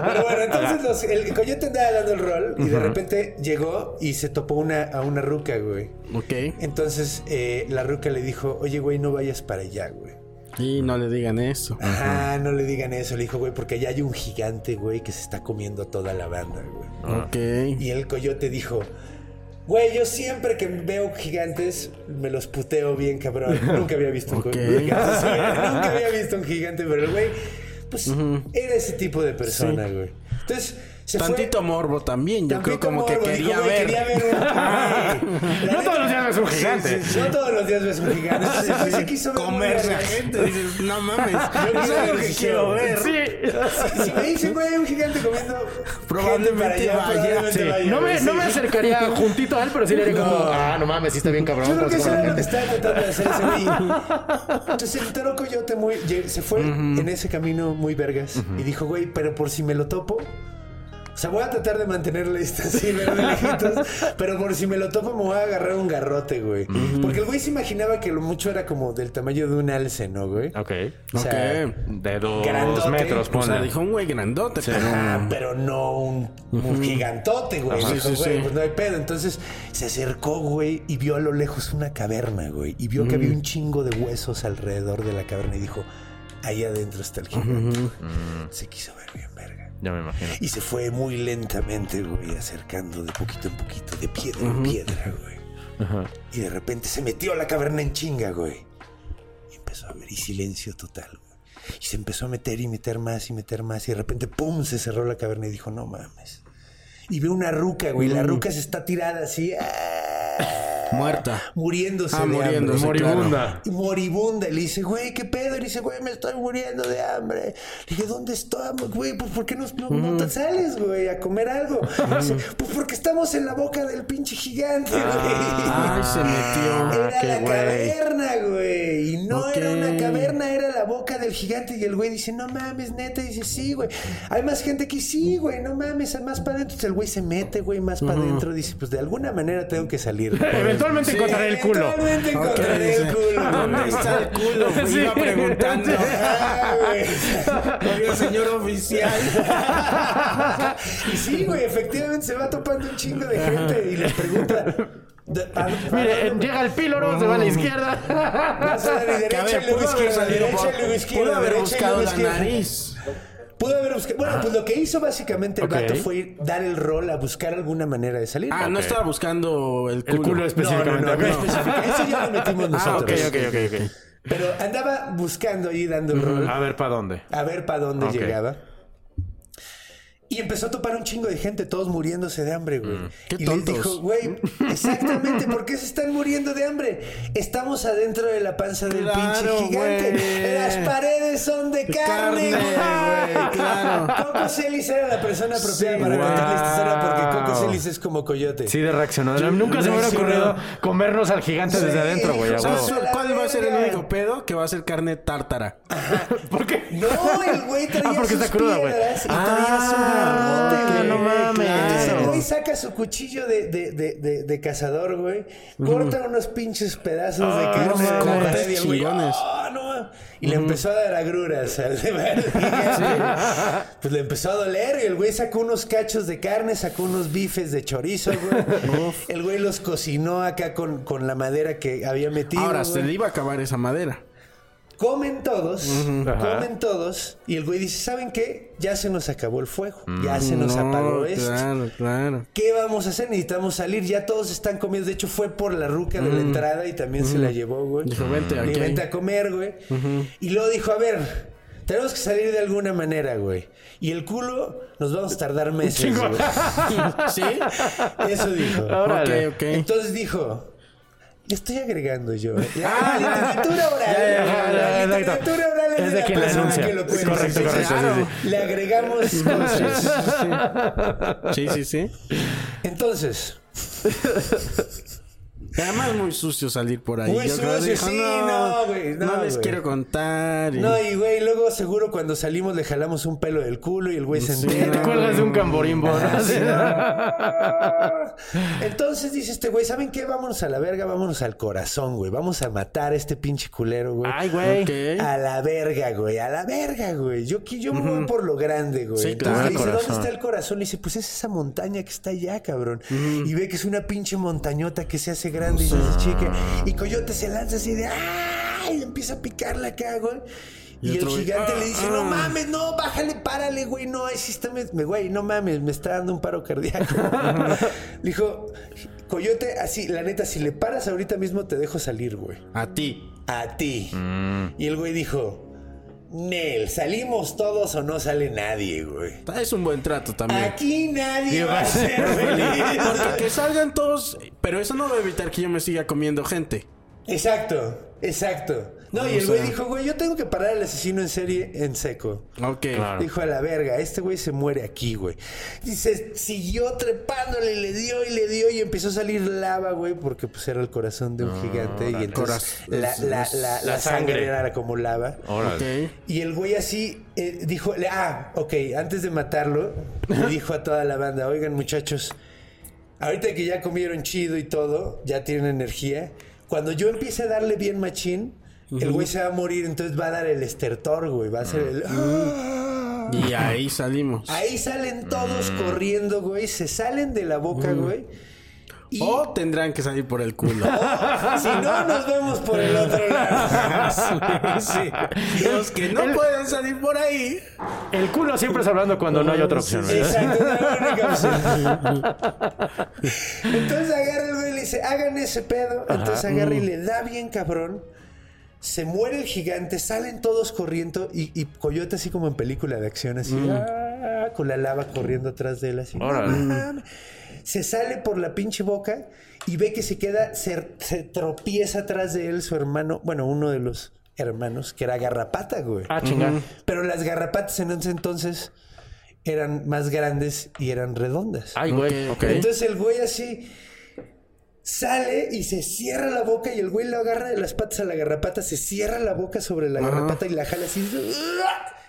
Speaker 2: Pero bueno, entonces los- el coyote andaba dando el rol y de repente llegó y se topó una, a una ruca, güey.
Speaker 4: Ok.
Speaker 2: Entonces eh, la ruca le dijo, oye, güey, no vayas para allá, güey.
Speaker 4: Y no le digan eso.
Speaker 2: Ajá, no le digan eso. Le dijo, güey, porque allá hay un gigante, güey, que se está comiendo a toda la banda, güey.
Speaker 4: Ok.
Speaker 2: Y el coyote dijo, güey, yo siempre que veo gigantes me los puteo bien, cabrón. Nunca había visto un co-
Speaker 4: Ok.
Speaker 2: gigante. Sí, nunca había visto un gigante, pero el güey, pues era ese tipo de persona, güey. Entonces, Se fue-
Speaker 4: Tantito morbo también. Yo creo
Speaker 2: Tantito
Speaker 4: como que
Speaker 2: morbo,
Speaker 4: quería
Speaker 2: dijo, güey,
Speaker 4: ver.
Speaker 2: quería un- Sí. La
Speaker 3: No
Speaker 2: neta-
Speaker 3: todos los días ves un gigante.
Speaker 2: Sí, sí, No todos los días ves un gigante. Entonces, después se quiso ver
Speaker 4: Comerse
Speaker 2: muy
Speaker 4: a
Speaker 2: bien.
Speaker 4: gente. Dices, no mames. Yo
Speaker 2: quiero
Speaker 4: es lo
Speaker 2: ver
Speaker 4: que
Speaker 2: si
Speaker 4: quiero
Speaker 2: quiero.
Speaker 4: ver.
Speaker 3: Sí.
Speaker 2: Si me dicen, güey, hay un gigante comiendo.
Speaker 4: Probablemente
Speaker 2: gente para allá,
Speaker 4: vaya,
Speaker 2: probablemente
Speaker 4: sí.
Speaker 2: vaya,
Speaker 3: No
Speaker 2: güey,
Speaker 3: me, no
Speaker 2: sí.
Speaker 3: me acercaría juntito a él, pero sí le haría como,
Speaker 2: No.
Speaker 3: ah, no mames, sí está bien cabrón.
Speaker 2: Yo creo
Speaker 3: pero
Speaker 2: que
Speaker 3: se
Speaker 2: eso
Speaker 3: pone
Speaker 2: era lo que
Speaker 3: gente".
Speaker 2: estaba tratando de hacer ese güey. Entonces el toro coyote muy, lleg- se fue en ese camino muy vergas y dijo, güey, pero por si me lo topo. O sea, voy a tratar de mantener la distancia y ver de lejitos, pero por si me lo topo me voy a agarrar un garrote, güey. Porque el güey se imaginaba que lo mucho era como del tamaño de un alce, ¿no, güey?
Speaker 7: Ok.
Speaker 2: O sea,
Speaker 4: Ok. Pues
Speaker 7: De dos
Speaker 2: Grandote,
Speaker 7: metros,
Speaker 4: O sea,
Speaker 7: ponle.
Speaker 4: dijo un güey grandote, pero. ah,
Speaker 2: Ajá, pero no un, un gigantote, güey.
Speaker 4: Ajá.
Speaker 2: Dijo,
Speaker 4: Sí, sí,
Speaker 2: güey,
Speaker 4: sí.
Speaker 2: pues no hay pedo. Entonces se acercó, güey, y vio a lo lejos una caverna, güey. Y vio que
Speaker 4: Mm.
Speaker 2: había un chingo de huesos alrededor de la caverna y dijo, ahí adentro está el gigante. güey". Se quiso ver bien, verga.
Speaker 7: Ya me imagino.
Speaker 2: Y se fue muy lentamente, güey, acercando de poquito en poquito, de piedra en piedra, güey. Y de repente se metió a la caverna en chinga, güey. Y empezó a ver, y silencio total, güey. Y se empezó a meter y meter más y meter más. Y de repente, ¡pum! se cerró la caverna y dijo, no mames. Y ve una ruca, güey.
Speaker 4: Mm.
Speaker 2: La ruca se está tirada así. ¡ah!
Speaker 4: Muerta.
Speaker 2: Muriéndose.
Speaker 4: Ah,
Speaker 2: de hambre.
Speaker 4: muriéndose,
Speaker 3: Moribunda.
Speaker 2: Y moribunda. Y le dice, güey, ¿qué pedo? Y le dice, güey, me estoy muriendo de hambre. Le dije, ¿dónde estamos, güey? Pues, ¿por qué no, no- no
Speaker 4: Mm.
Speaker 2: te sales, güey, a comer algo? Dice, pues, porque estamos en la boca del pinche gigante, güey.
Speaker 4: Ah, Ay, se metió.
Speaker 2: Era la
Speaker 4: Qué güey.
Speaker 2: caverna, güey. Y no era una
Speaker 4: Ok.
Speaker 2: caverna, era la boca del gigante. Y el güey dice, no mames, neta. Y dice, sí, güey. Hay más gente aquí, sí, güey. No mames, más para adentro. Entonces el güey se mete, güey, más para adentro. Dice, pues de alguna manera tengo que salir. güey".
Speaker 3: Eventualmente encontraré el culo.
Speaker 2: Eventualmente encontraré el culo.
Speaker 4: ¿Dónde está el culo? Me
Speaker 3: Sí.
Speaker 4: iba preguntando.
Speaker 2: Ah, güey.
Speaker 4: Oiga, señor oficial.
Speaker 2: Y sí, güey, efectivamente se va topando un chingo de gente y les pregunta. de- a-
Speaker 3: Mire, eh, llega el píloro, se va a la izquierda.
Speaker 2: Vas a la
Speaker 4: Que a
Speaker 2: derecha,
Speaker 4: ver,
Speaker 2: luego
Speaker 4: pudo haber
Speaker 2: izquierda,
Speaker 4: salido
Speaker 2: derecha,
Speaker 4: por-
Speaker 2: luego izquierda,
Speaker 4: Pudo haber
Speaker 2: derecha,
Speaker 4: buscado
Speaker 2: luego
Speaker 4: la
Speaker 2: izquierda.
Speaker 4: nariz.
Speaker 2: Pudo haber buscado. Bueno, pues lo que hizo básicamente el
Speaker 3: Ok.
Speaker 2: vato fue ir- dar el rol a buscar alguna manera de salir.
Speaker 4: Ah, no estaba buscando el culo.
Speaker 3: El culo específicamente.
Speaker 2: No,
Speaker 3: ok.
Speaker 2: específica. Eso ya lo metimos
Speaker 4: Ah,
Speaker 2: nosotros.
Speaker 4: ok, ok, ok, ok.
Speaker 2: Pero andaba buscando ahí dando el rol
Speaker 7: A ver, ¿para dónde?
Speaker 2: a ver para dónde
Speaker 7: Ok.
Speaker 2: llegaba. Y empezó a topar un chingo de gente, todos muriéndose de hambre, güey.
Speaker 7: Mm.
Speaker 4: Qué
Speaker 2: y
Speaker 4: tontos.
Speaker 2: les dijo, güey, exactamente, ¿por qué se están muriendo de hambre? Estamos adentro de la panza del
Speaker 4: Claro,
Speaker 2: pinche gigante.
Speaker 4: güey.
Speaker 2: Las paredes son de carne,
Speaker 4: carne, güey,
Speaker 2: güey.
Speaker 4: claro.
Speaker 2: Coco Celis era la persona apropiada
Speaker 4: Sí,
Speaker 2: para contar
Speaker 7: wow.
Speaker 2: esta historia porque Coco Celis es como coyote.
Speaker 7: Sí, de reaccionar.
Speaker 3: Nunca se me hubiera
Speaker 2: Sí,
Speaker 3: ocurrido comernos al gigante
Speaker 2: Sí,
Speaker 3: desde adentro, güey. a
Speaker 2: sí,
Speaker 3: huevo.
Speaker 4: ¿Sabes
Speaker 2: Wow.
Speaker 4: cuál va a ser el único pedo? Que va a ser carne tártara.
Speaker 3: ¿Por qué?
Speaker 2: No, el güey traía
Speaker 3: Ah, porque
Speaker 2: sus
Speaker 3: está cruda, güey.
Speaker 2: piedras y
Speaker 4: Ah,
Speaker 2: traía su garrote,
Speaker 3: ok,
Speaker 2: güey.
Speaker 3: no mames.
Speaker 2: Entonces el
Speaker 3: Claro.
Speaker 2: güey saca su cuchillo de, de, de, de, de cazador, güey. Corta unos pinches pedazos
Speaker 3: Ah,
Speaker 2: de carne.
Speaker 4: no
Speaker 2: de
Speaker 4: mames.
Speaker 2: corte y el güey,
Speaker 4: Chingones.
Speaker 2: "Ah, no mames". Y le empezó a dar agruras al de Valdivia. Pues le empezó a doler y el güey sacó unos cachos de carne, sacó unos bifes de chorizo, güey. El güey los cocinó acá con, con la madera que había metido.
Speaker 4: Ahora, se
Speaker 2: güey.
Speaker 4: le iba a acabar esa madera.
Speaker 2: Comen todos,
Speaker 7: Ajá.
Speaker 2: comen todos, y el güey dice, ¿saben qué? Ya se nos acabó el fuego, ya se nos
Speaker 4: Mm, No,
Speaker 2: apagó esto.
Speaker 4: Claro, claro.
Speaker 2: ¿Qué vamos a hacer? Necesitamos salir, ya todos están comiendo. De hecho, fue por la ruca de la entrada y también se la llevó, güey.
Speaker 4: Mm. Dijo, "Vente,
Speaker 2: Y
Speaker 4: aquí hay".
Speaker 2: vente a comer, güey. Y luego dijo, a ver, tenemos que salir de alguna manera, güey. Y el culo nos vamos a tardar meses, güey.
Speaker 4: ¿Sí?
Speaker 2: Eso dijo.
Speaker 3: Órale.
Speaker 4: Ok, ok.
Speaker 2: Entonces dijo, le estoy agregando yo. La,
Speaker 4: Ah,
Speaker 2: la
Speaker 4: ya.
Speaker 2: literatura oral.
Speaker 4: Ya, ya,
Speaker 3: ya,
Speaker 2: la
Speaker 3: ya,
Speaker 2: literatura oral es, de la
Speaker 3: quien la
Speaker 2: persona
Speaker 3: anuncia.
Speaker 2: que lo cuenta.
Speaker 3: Correcto,
Speaker 2: Sí,
Speaker 3: correcto,
Speaker 2: claro.
Speaker 3: sí,
Speaker 2: Le agregamos cosas.
Speaker 4: Sí, sí, sí.
Speaker 2: Entonces,
Speaker 4: Y Además, muy sucio salir por ahí.
Speaker 2: Muy
Speaker 4: Yo creo que
Speaker 2: sucio, sí, no, güey, no,
Speaker 4: no les
Speaker 2: güey.
Speaker 4: quiero contar. y-
Speaker 2: no, y güey, luego seguro cuando salimos le jalamos un pelo del culo y el güey se entera.
Speaker 3: Te cuelgas de un camborimbo.
Speaker 2: Ah,
Speaker 3: ¿no? Sí.
Speaker 2: Entonces dice este güey, ¿saben qué? Vámonos a la verga, vámonos al corazón, güey. Vamos a matar a este pinche culero, güey.
Speaker 3: Ay, güey.
Speaker 4: Ok.
Speaker 2: A la verga, güey, a la verga, güey. Yo, qui- yo me voy por lo grande, güey.
Speaker 4: Sí,
Speaker 2: Entonces
Speaker 4: claro.
Speaker 2: le dice,
Speaker 4: Corazón.
Speaker 2: ¿dónde está el corazón? Le dice, pues es esa montaña que está allá, cabrón. Y ve que es una pinche montañota que se hace grande y se hace chica. Y Coyote se lanza así de ¡ah! Y empieza a picarla acá, güey. Y, el
Speaker 4: otro güey,
Speaker 2: gigante le dice,
Speaker 4: "Ah,
Speaker 2: no
Speaker 4: ah".
Speaker 2: mames, no, bájale, párale, güey, no, ahí sí está, me, me- güey, no mames, me está dando un paro cardíaco. le dijo, Coyote, así, la neta, si le paras ahorita mismo te dejo salir, güey.
Speaker 4: A ti.
Speaker 2: Mm. A ti. Y el güey dijo, Nel, ¿salimos todos o no sale nadie, güey?
Speaker 7: Es un buen trato también.
Speaker 2: Aquí nadie
Speaker 7: Digo,
Speaker 2: va a ser
Speaker 7: Porque que
Speaker 2: feliz.
Speaker 7: salgan todos, pero eso no va a evitar que yo me siga comiendo gente.
Speaker 2: exacto, exacto. No, y el güey dijo, güey, yo tengo que parar al asesino en serie en seco.
Speaker 7: Ok.
Speaker 2: Dijo a la verga, este güey se muere aquí, güey. Dice, siguió trepándole, y le dio y le dio y empezó a salir lava, güey, porque pues era el corazón de un gigante y entonces
Speaker 7: Coraz-
Speaker 2: la, la- la- la
Speaker 6: La
Speaker 2: sangre.
Speaker 6: sangre.
Speaker 2: era como lava.
Speaker 6: Órale.
Speaker 7: Ok.
Speaker 2: Y el güey así eh, dijo, le- ah, ok, antes de matarlo, le dijo a toda la banda, oigan muchachos, ahorita que ya comieron chido y todo, ya tienen energía, cuando yo empiece a darle bien machín, el güey se va a morir, entonces va a dar el estertor, güey, va a ser el...
Speaker 7: Y ahí salimos.
Speaker 2: Ah. Ahí salen todos corriendo, güey, se salen de la boca, güey. Y
Speaker 7: O tendrán que salir por el culo.
Speaker 2: si no, nos vemos por el otro lado.
Speaker 7: sí. Los que no puedan salir por ahí.
Speaker 3: El culo siempre es hablando cuando no hay otra opción, ¿verdad?
Speaker 2: Exacto, es la única opción. Entonces agarra el güey y le dice, hagan ese pedo. Entonces agarra y le da bien cabrón. Se muere el gigante, salen todos corriendo y, y Coyote así como en película de acción, así, ah, con la lava corriendo atrás de él, así. "No
Speaker 6: Órale.
Speaker 2: mames". Se sale por la pinche boca y ve que se queda, se, se tropieza atrás de él su hermano, bueno, uno de los hermanos, que era Garrapata, güey.
Speaker 3: Ah, chingar.
Speaker 2: Pero las garrapatas en ese entonces eran más grandes y eran redondas.
Speaker 6: Ay, güey.
Speaker 7: Ok.
Speaker 2: Entonces el güey así sale y se cierra la boca y el güey lo agarra de las patas a la garrapata, se cierra la boca sobre la garrapata y la jala así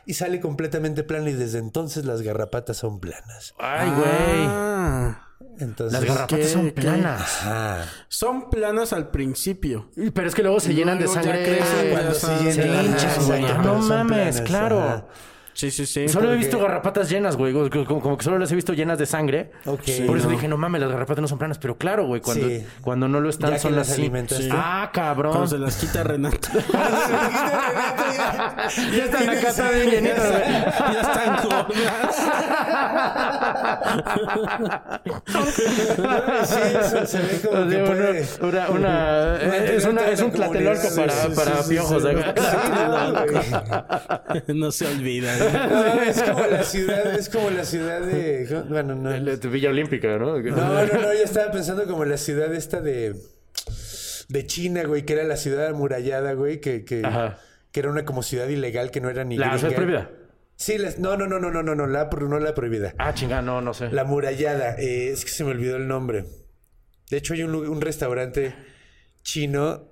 Speaker 2: y sale completamente plano y desde entonces las garrapatas son planas.
Speaker 6: Ay, güey.
Speaker 7: Ah.
Speaker 2: Entonces
Speaker 6: Las garrapatas
Speaker 7: ¿qué-
Speaker 6: son
Speaker 7: qué?
Speaker 6: planas.
Speaker 2: Ah.
Speaker 7: Son planas al principio.
Speaker 3: Y- Pero es que luego se llenan de
Speaker 7: Luego ya
Speaker 3: sangre.
Speaker 7: crecen,
Speaker 3: güey.
Speaker 7: cuando
Speaker 2: se
Speaker 7: se
Speaker 2: llenan
Speaker 7: hinchan,
Speaker 2: las
Speaker 7: güey.
Speaker 2: garrapatas,
Speaker 6: No
Speaker 2: pero son
Speaker 6: mames,
Speaker 2: planas,
Speaker 6: claro.
Speaker 2: ajá.
Speaker 7: Sí, sí, sí.
Speaker 6: Solo he visto garrapatas llenas, güey. Como, como que solo las he visto llenas de sangre.
Speaker 2: Ok.
Speaker 6: Por eso
Speaker 2: No.
Speaker 6: dije, no mames, las garrapatas no son planas. Pero claro, güey, cuando,
Speaker 2: Sí.
Speaker 6: cuando no lo están,
Speaker 2: Ya que
Speaker 6: son
Speaker 2: las
Speaker 6: así.
Speaker 2: alimentaste.
Speaker 6: Sí. Ah,
Speaker 7: Cuando
Speaker 6: cabrón.
Speaker 7: se las quita Renato.
Speaker 3: Ya está en la casa de Llenito, güey.
Speaker 7: ya están gordas.
Speaker 2: Sí, eso se ve como que
Speaker 6: Digo, una-
Speaker 2: puede...
Speaker 6: una- una- eh, es, una- es un
Speaker 2: Como
Speaker 6: tlatelolco
Speaker 2: unidad,
Speaker 6: para,
Speaker 2: sí, sí,
Speaker 6: para
Speaker 2: sí, sí,
Speaker 6: piojos. ¿eh?
Speaker 2: sí,
Speaker 6: acá.
Speaker 2: sí, güey.
Speaker 7: no se olvida.
Speaker 2: No, es como la ciudad, es como la ciudad de. Bueno, no.
Speaker 6: El
Speaker 2: No,
Speaker 6: de Villa Olímpica,
Speaker 2: no,
Speaker 6: ¿no?
Speaker 2: no, yo estaba pensando como la ciudad esta de. de China, güey, que era la ciudad amurallada, güey, que. que
Speaker 6: Ajá.
Speaker 2: que era una como ciudad ilegal que no era ni
Speaker 6: La
Speaker 2: gringa.
Speaker 6: ciudad prohibida.
Speaker 2: Sí, las- no, no, no, no, no, no, no, la, pro- no la prohibida.
Speaker 6: Ah, chinga, no, no sé.
Speaker 2: La murallada. eh, es que se me olvidó el nombre. De hecho, hay un, lu- un restaurante chino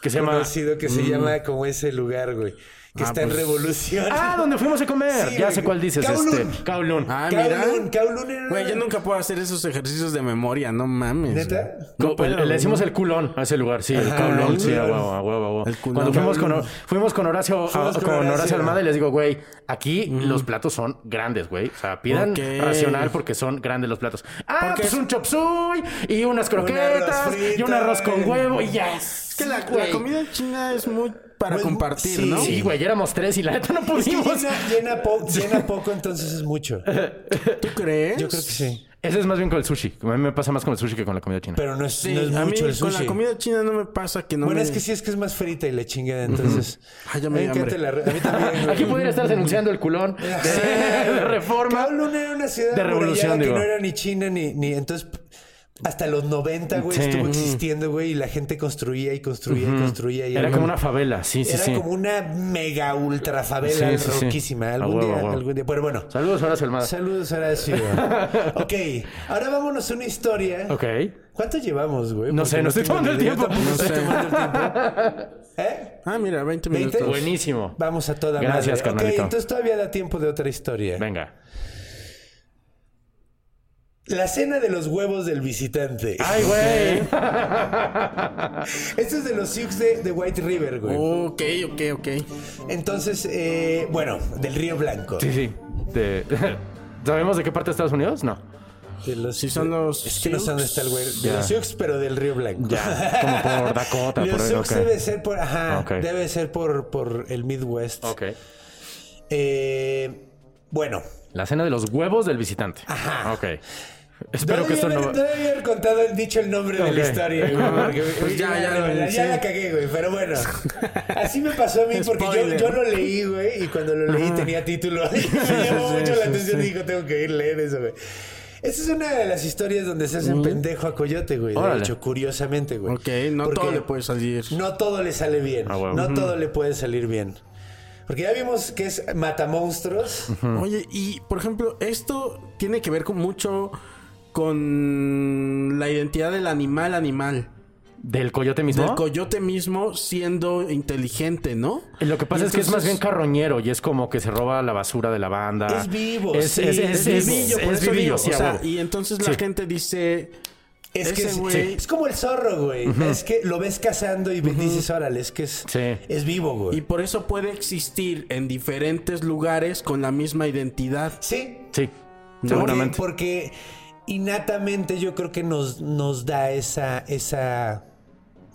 Speaker 6: que se llama.
Speaker 2: conocido que se llama como ese lugar, güey. Que está en revolución.
Speaker 6: Ah, donde fuimos a comer.
Speaker 2: Sí,
Speaker 6: ya
Speaker 2: güey.
Speaker 6: sé cuál dices,
Speaker 2: Kowloon.
Speaker 6: este. Kowloon.
Speaker 7: Ah, mira.
Speaker 2: Kowloon, Kowloon era-
Speaker 7: Güey, yo nunca puedo hacer esos ejercicios de memoria, no mames.
Speaker 2: ¿Neta? pues,
Speaker 6: Co- pues, le-
Speaker 7: pues,
Speaker 6: le decimos el culón a ese lugar, sí, el culón, sí, a huevo, a huevo, a huevo.
Speaker 7: El culón.
Speaker 6: Cuando fuimos con,
Speaker 7: Culón.
Speaker 6: fuimos con Horacio, a-
Speaker 2: Fuimos con
Speaker 6: con Horacio
Speaker 2: Horacio.
Speaker 6: Almada y les digo, güey, aquí los platos son grandes, güey. O sea, pidan
Speaker 7: Mm. Ok.
Speaker 6: racional porque son grandes los platos. Ah,
Speaker 7: Porque
Speaker 6: pues
Speaker 7: es-
Speaker 6: un chop suey y unas croquetas
Speaker 2: arroz frito,
Speaker 6: y un arroz con
Speaker 2: güey.
Speaker 6: huevo y ya. Es
Speaker 7: Es que la, la comida china es muy para
Speaker 2: Pues,
Speaker 7: compartir,
Speaker 2: sí.
Speaker 7: ¿no?
Speaker 6: Sí, güey, éramos tres y la neta no
Speaker 2: Es que
Speaker 6: pudimos.
Speaker 2: llena, llena po- llena poco, entonces es mucho. Yo
Speaker 7: ¿Tú crees?
Speaker 2: creo que sí.
Speaker 6: Ese es más bien con el sushi. A mí me pasa más con el sushi que con la comida china.
Speaker 2: Pero no es,
Speaker 7: Sí,
Speaker 2: no es
Speaker 7: a mí
Speaker 2: mucho el
Speaker 7: con
Speaker 2: sushi.
Speaker 7: la comida china no me pasa que no
Speaker 2: bueno,
Speaker 7: me...
Speaker 2: es que sí, es que es más frita y la chingada, entonces.
Speaker 7: Ay, ya me dio
Speaker 2: A mí me encanta
Speaker 7: hambre.
Speaker 2: la- a mí también. güey.
Speaker 6: Aquí pudiera estar denunciando el culón de, de reforma.
Speaker 2: Kowloon era una ciudad
Speaker 6: De revolución,
Speaker 2: amurallada que
Speaker 6: digo.
Speaker 2: no era ni China ni, ni entonces hasta los 90, güey,
Speaker 6: Sí.
Speaker 2: estuvo existiendo, güey, y la gente construía y construía y construía. Y
Speaker 6: Era
Speaker 2: algún-
Speaker 6: como una favela, sí, sí,
Speaker 2: era
Speaker 6: sí.
Speaker 2: como una mega ultra favela
Speaker 6: Sí, sí, sí.
Speaker 2: roquísima.
Speaker 6: A
Speaker 2: Algún
Speaker 6: huevo,
Speaker 2: día,
Speaker 6: a huevo.
Speaker 2: algún día. Pero bueno,
Speaker 6: Saludos, Horacio Almada.
Speaker 2: saludos Horacio. ok, ahora vámonos a una historia.
Speaker 6: Ok.
Speaker 2: ¿Cuánto llevamos, güey?
Speaker 6: No
Speaker 2: Porque
Speaker 6: sé, no estoy
Speaker 2: tengo
Speaker 6: tomando el
Speaker 2: idea,
Speaker 6: tiempo.
Speaker 2: tampoco
Speaker 7: No
Speaker 2: estoy
Speaker 7: sé.
Speaker 2: tomando el tiempo. ¿Eh?
Speaker 7: Ah, mira, 20
Speaker 2: ¿Veinte?
Speaker 7: minutos.
Speaker 6: Buenísimo.
Speaker 2: Vamos a toda
Speaker 6: Gracias,
Speaker 2: madre.
Speaker 6: carnalito.
Speaker 2: Ok, entonces todavía da tiempo de otra historia.
Speaker 6: Venga.
Speaker 2: La cena de los huevos del visitante.
Speaker 6: Ay, güey.
Speaker 2: Esto es de los Sioux de, de White River, güey.
Speaker 6: Oh.
Speaker 7: Ok, ok, ok.
Speaker 2: Entonces, eh, bueno, del Río Blanco.
Speaker 6: Sí, sí. De- ¿Sabemos de qué parte de Estados Unidos? No.
Speaker 2: De los,
Speaker 7: Si son los...
Speaker 2: Es que no sé dónde está el güey. De
Speaker 6: Ya.
Speaker 2: los Sioux, pero del Río Blanco.
Speaker 6: Ya, como por Dakota, por
Speaker 2: Los
Speaker 6: ahí,
Speaker 2: Sioux
Speaker 6: ok.
Speaker 2: debe ser por. Ajá.
Speaker 6: Ok.
Speaker 2: Debe ser por, por el Midwest.
Speaker 6: Ok.
Speaker 2: Eh, bueno,
Speaker 6: La cena de los huevos del visitante.
Speaker 2: Ajá.
Speaker 6: Ok. Espero que esto
Speaker 2: haber,
Speaker 6: no...
Speaker 2: debí haber contado, dicho el nombre de la
Speaker 6: Ok.
Speaker 2: historia, güey, porque-
Speaker 4: Pues ya, ya,
Speaker 2: la- ya,
Speaker 4: sí.
Speaker 2: la cagué, güey. Pero bueno, así me pasó a mí porque yo,
Speaker 4: Spoiler.
Speaker 2: yo lo leí, güey, y cuando lo leí tenía título. Y me llamó mucho la atención y dijo, tengo que ir a leer eso, güey. Esa es una de las historias donde se hacen pendejo a Coyote, güey. De
Speaker 6: Órale.
Speaker 2: hecho, curiosamente, güey.
Speaker 4: Ok, no
Speaker 2: Porque
Speaker 4: todo le puede salir.
Speaker 2: No todo le sale bien.
Speaker 6: Ah, huevo.
Speaker 2: No todo le puede salir bien. Porque ya vimos que es mata monstruos.
Speaker 6: Hmm.
Speaker 4: Oye, y por ejemplo, esto tiene que ver con mucho con la identidad del animal animal.
Speaker 6: Del coyote mismo.
Speaker 4: Del coyote mismo siendo inteligente, ¿no?
Speaker 6: Y Eh, Lo que pasa
Speaker 4: Y
Speaker 6: es que es más bien
Speaker 4: entonces-
Speaker 6: carroñero y es como que se roba la basura de la banda.
Speaker 2: Es vivo,
Speaker 6: Es,
Speaker 2: sí, es
Speaker 6: es, es,
Speaker 4: Es
Speaker 6: es-
Speaker 4: vivillo, por
Speaker 6: es
Speaker 4: eso
Speaker 6: vivillo,
Speaker 4: digo,
Speaker 6: sí,
Speaker 4: o
Speaker 6: a
Speaker 4: sea,
Speaker 6: huevo.
Speaker 4: y entonces la
Speaker 6: Sí.
Speaker 4: gente dice,
Speaker 2: Es que
Speaker 4: Ese
Speaker 2: es,
Speaker 4: güey-
Speaker 2: es como el zorro, güey. Es que lo ves cazando y dices, órale, es que es,
Speaker 6: Sí.
Speaker 2: es vivo, güey.
Speaker 4: y por eso puede existir en diferentes lugares con la misma identidad.
Speaker 2: Sí,
Speaker 6: Sí,
Speaker 2: porque-
Speaker 6: seguramente.
Speaker 2: Porque innatamente yo creo que nos, nos da esa, esa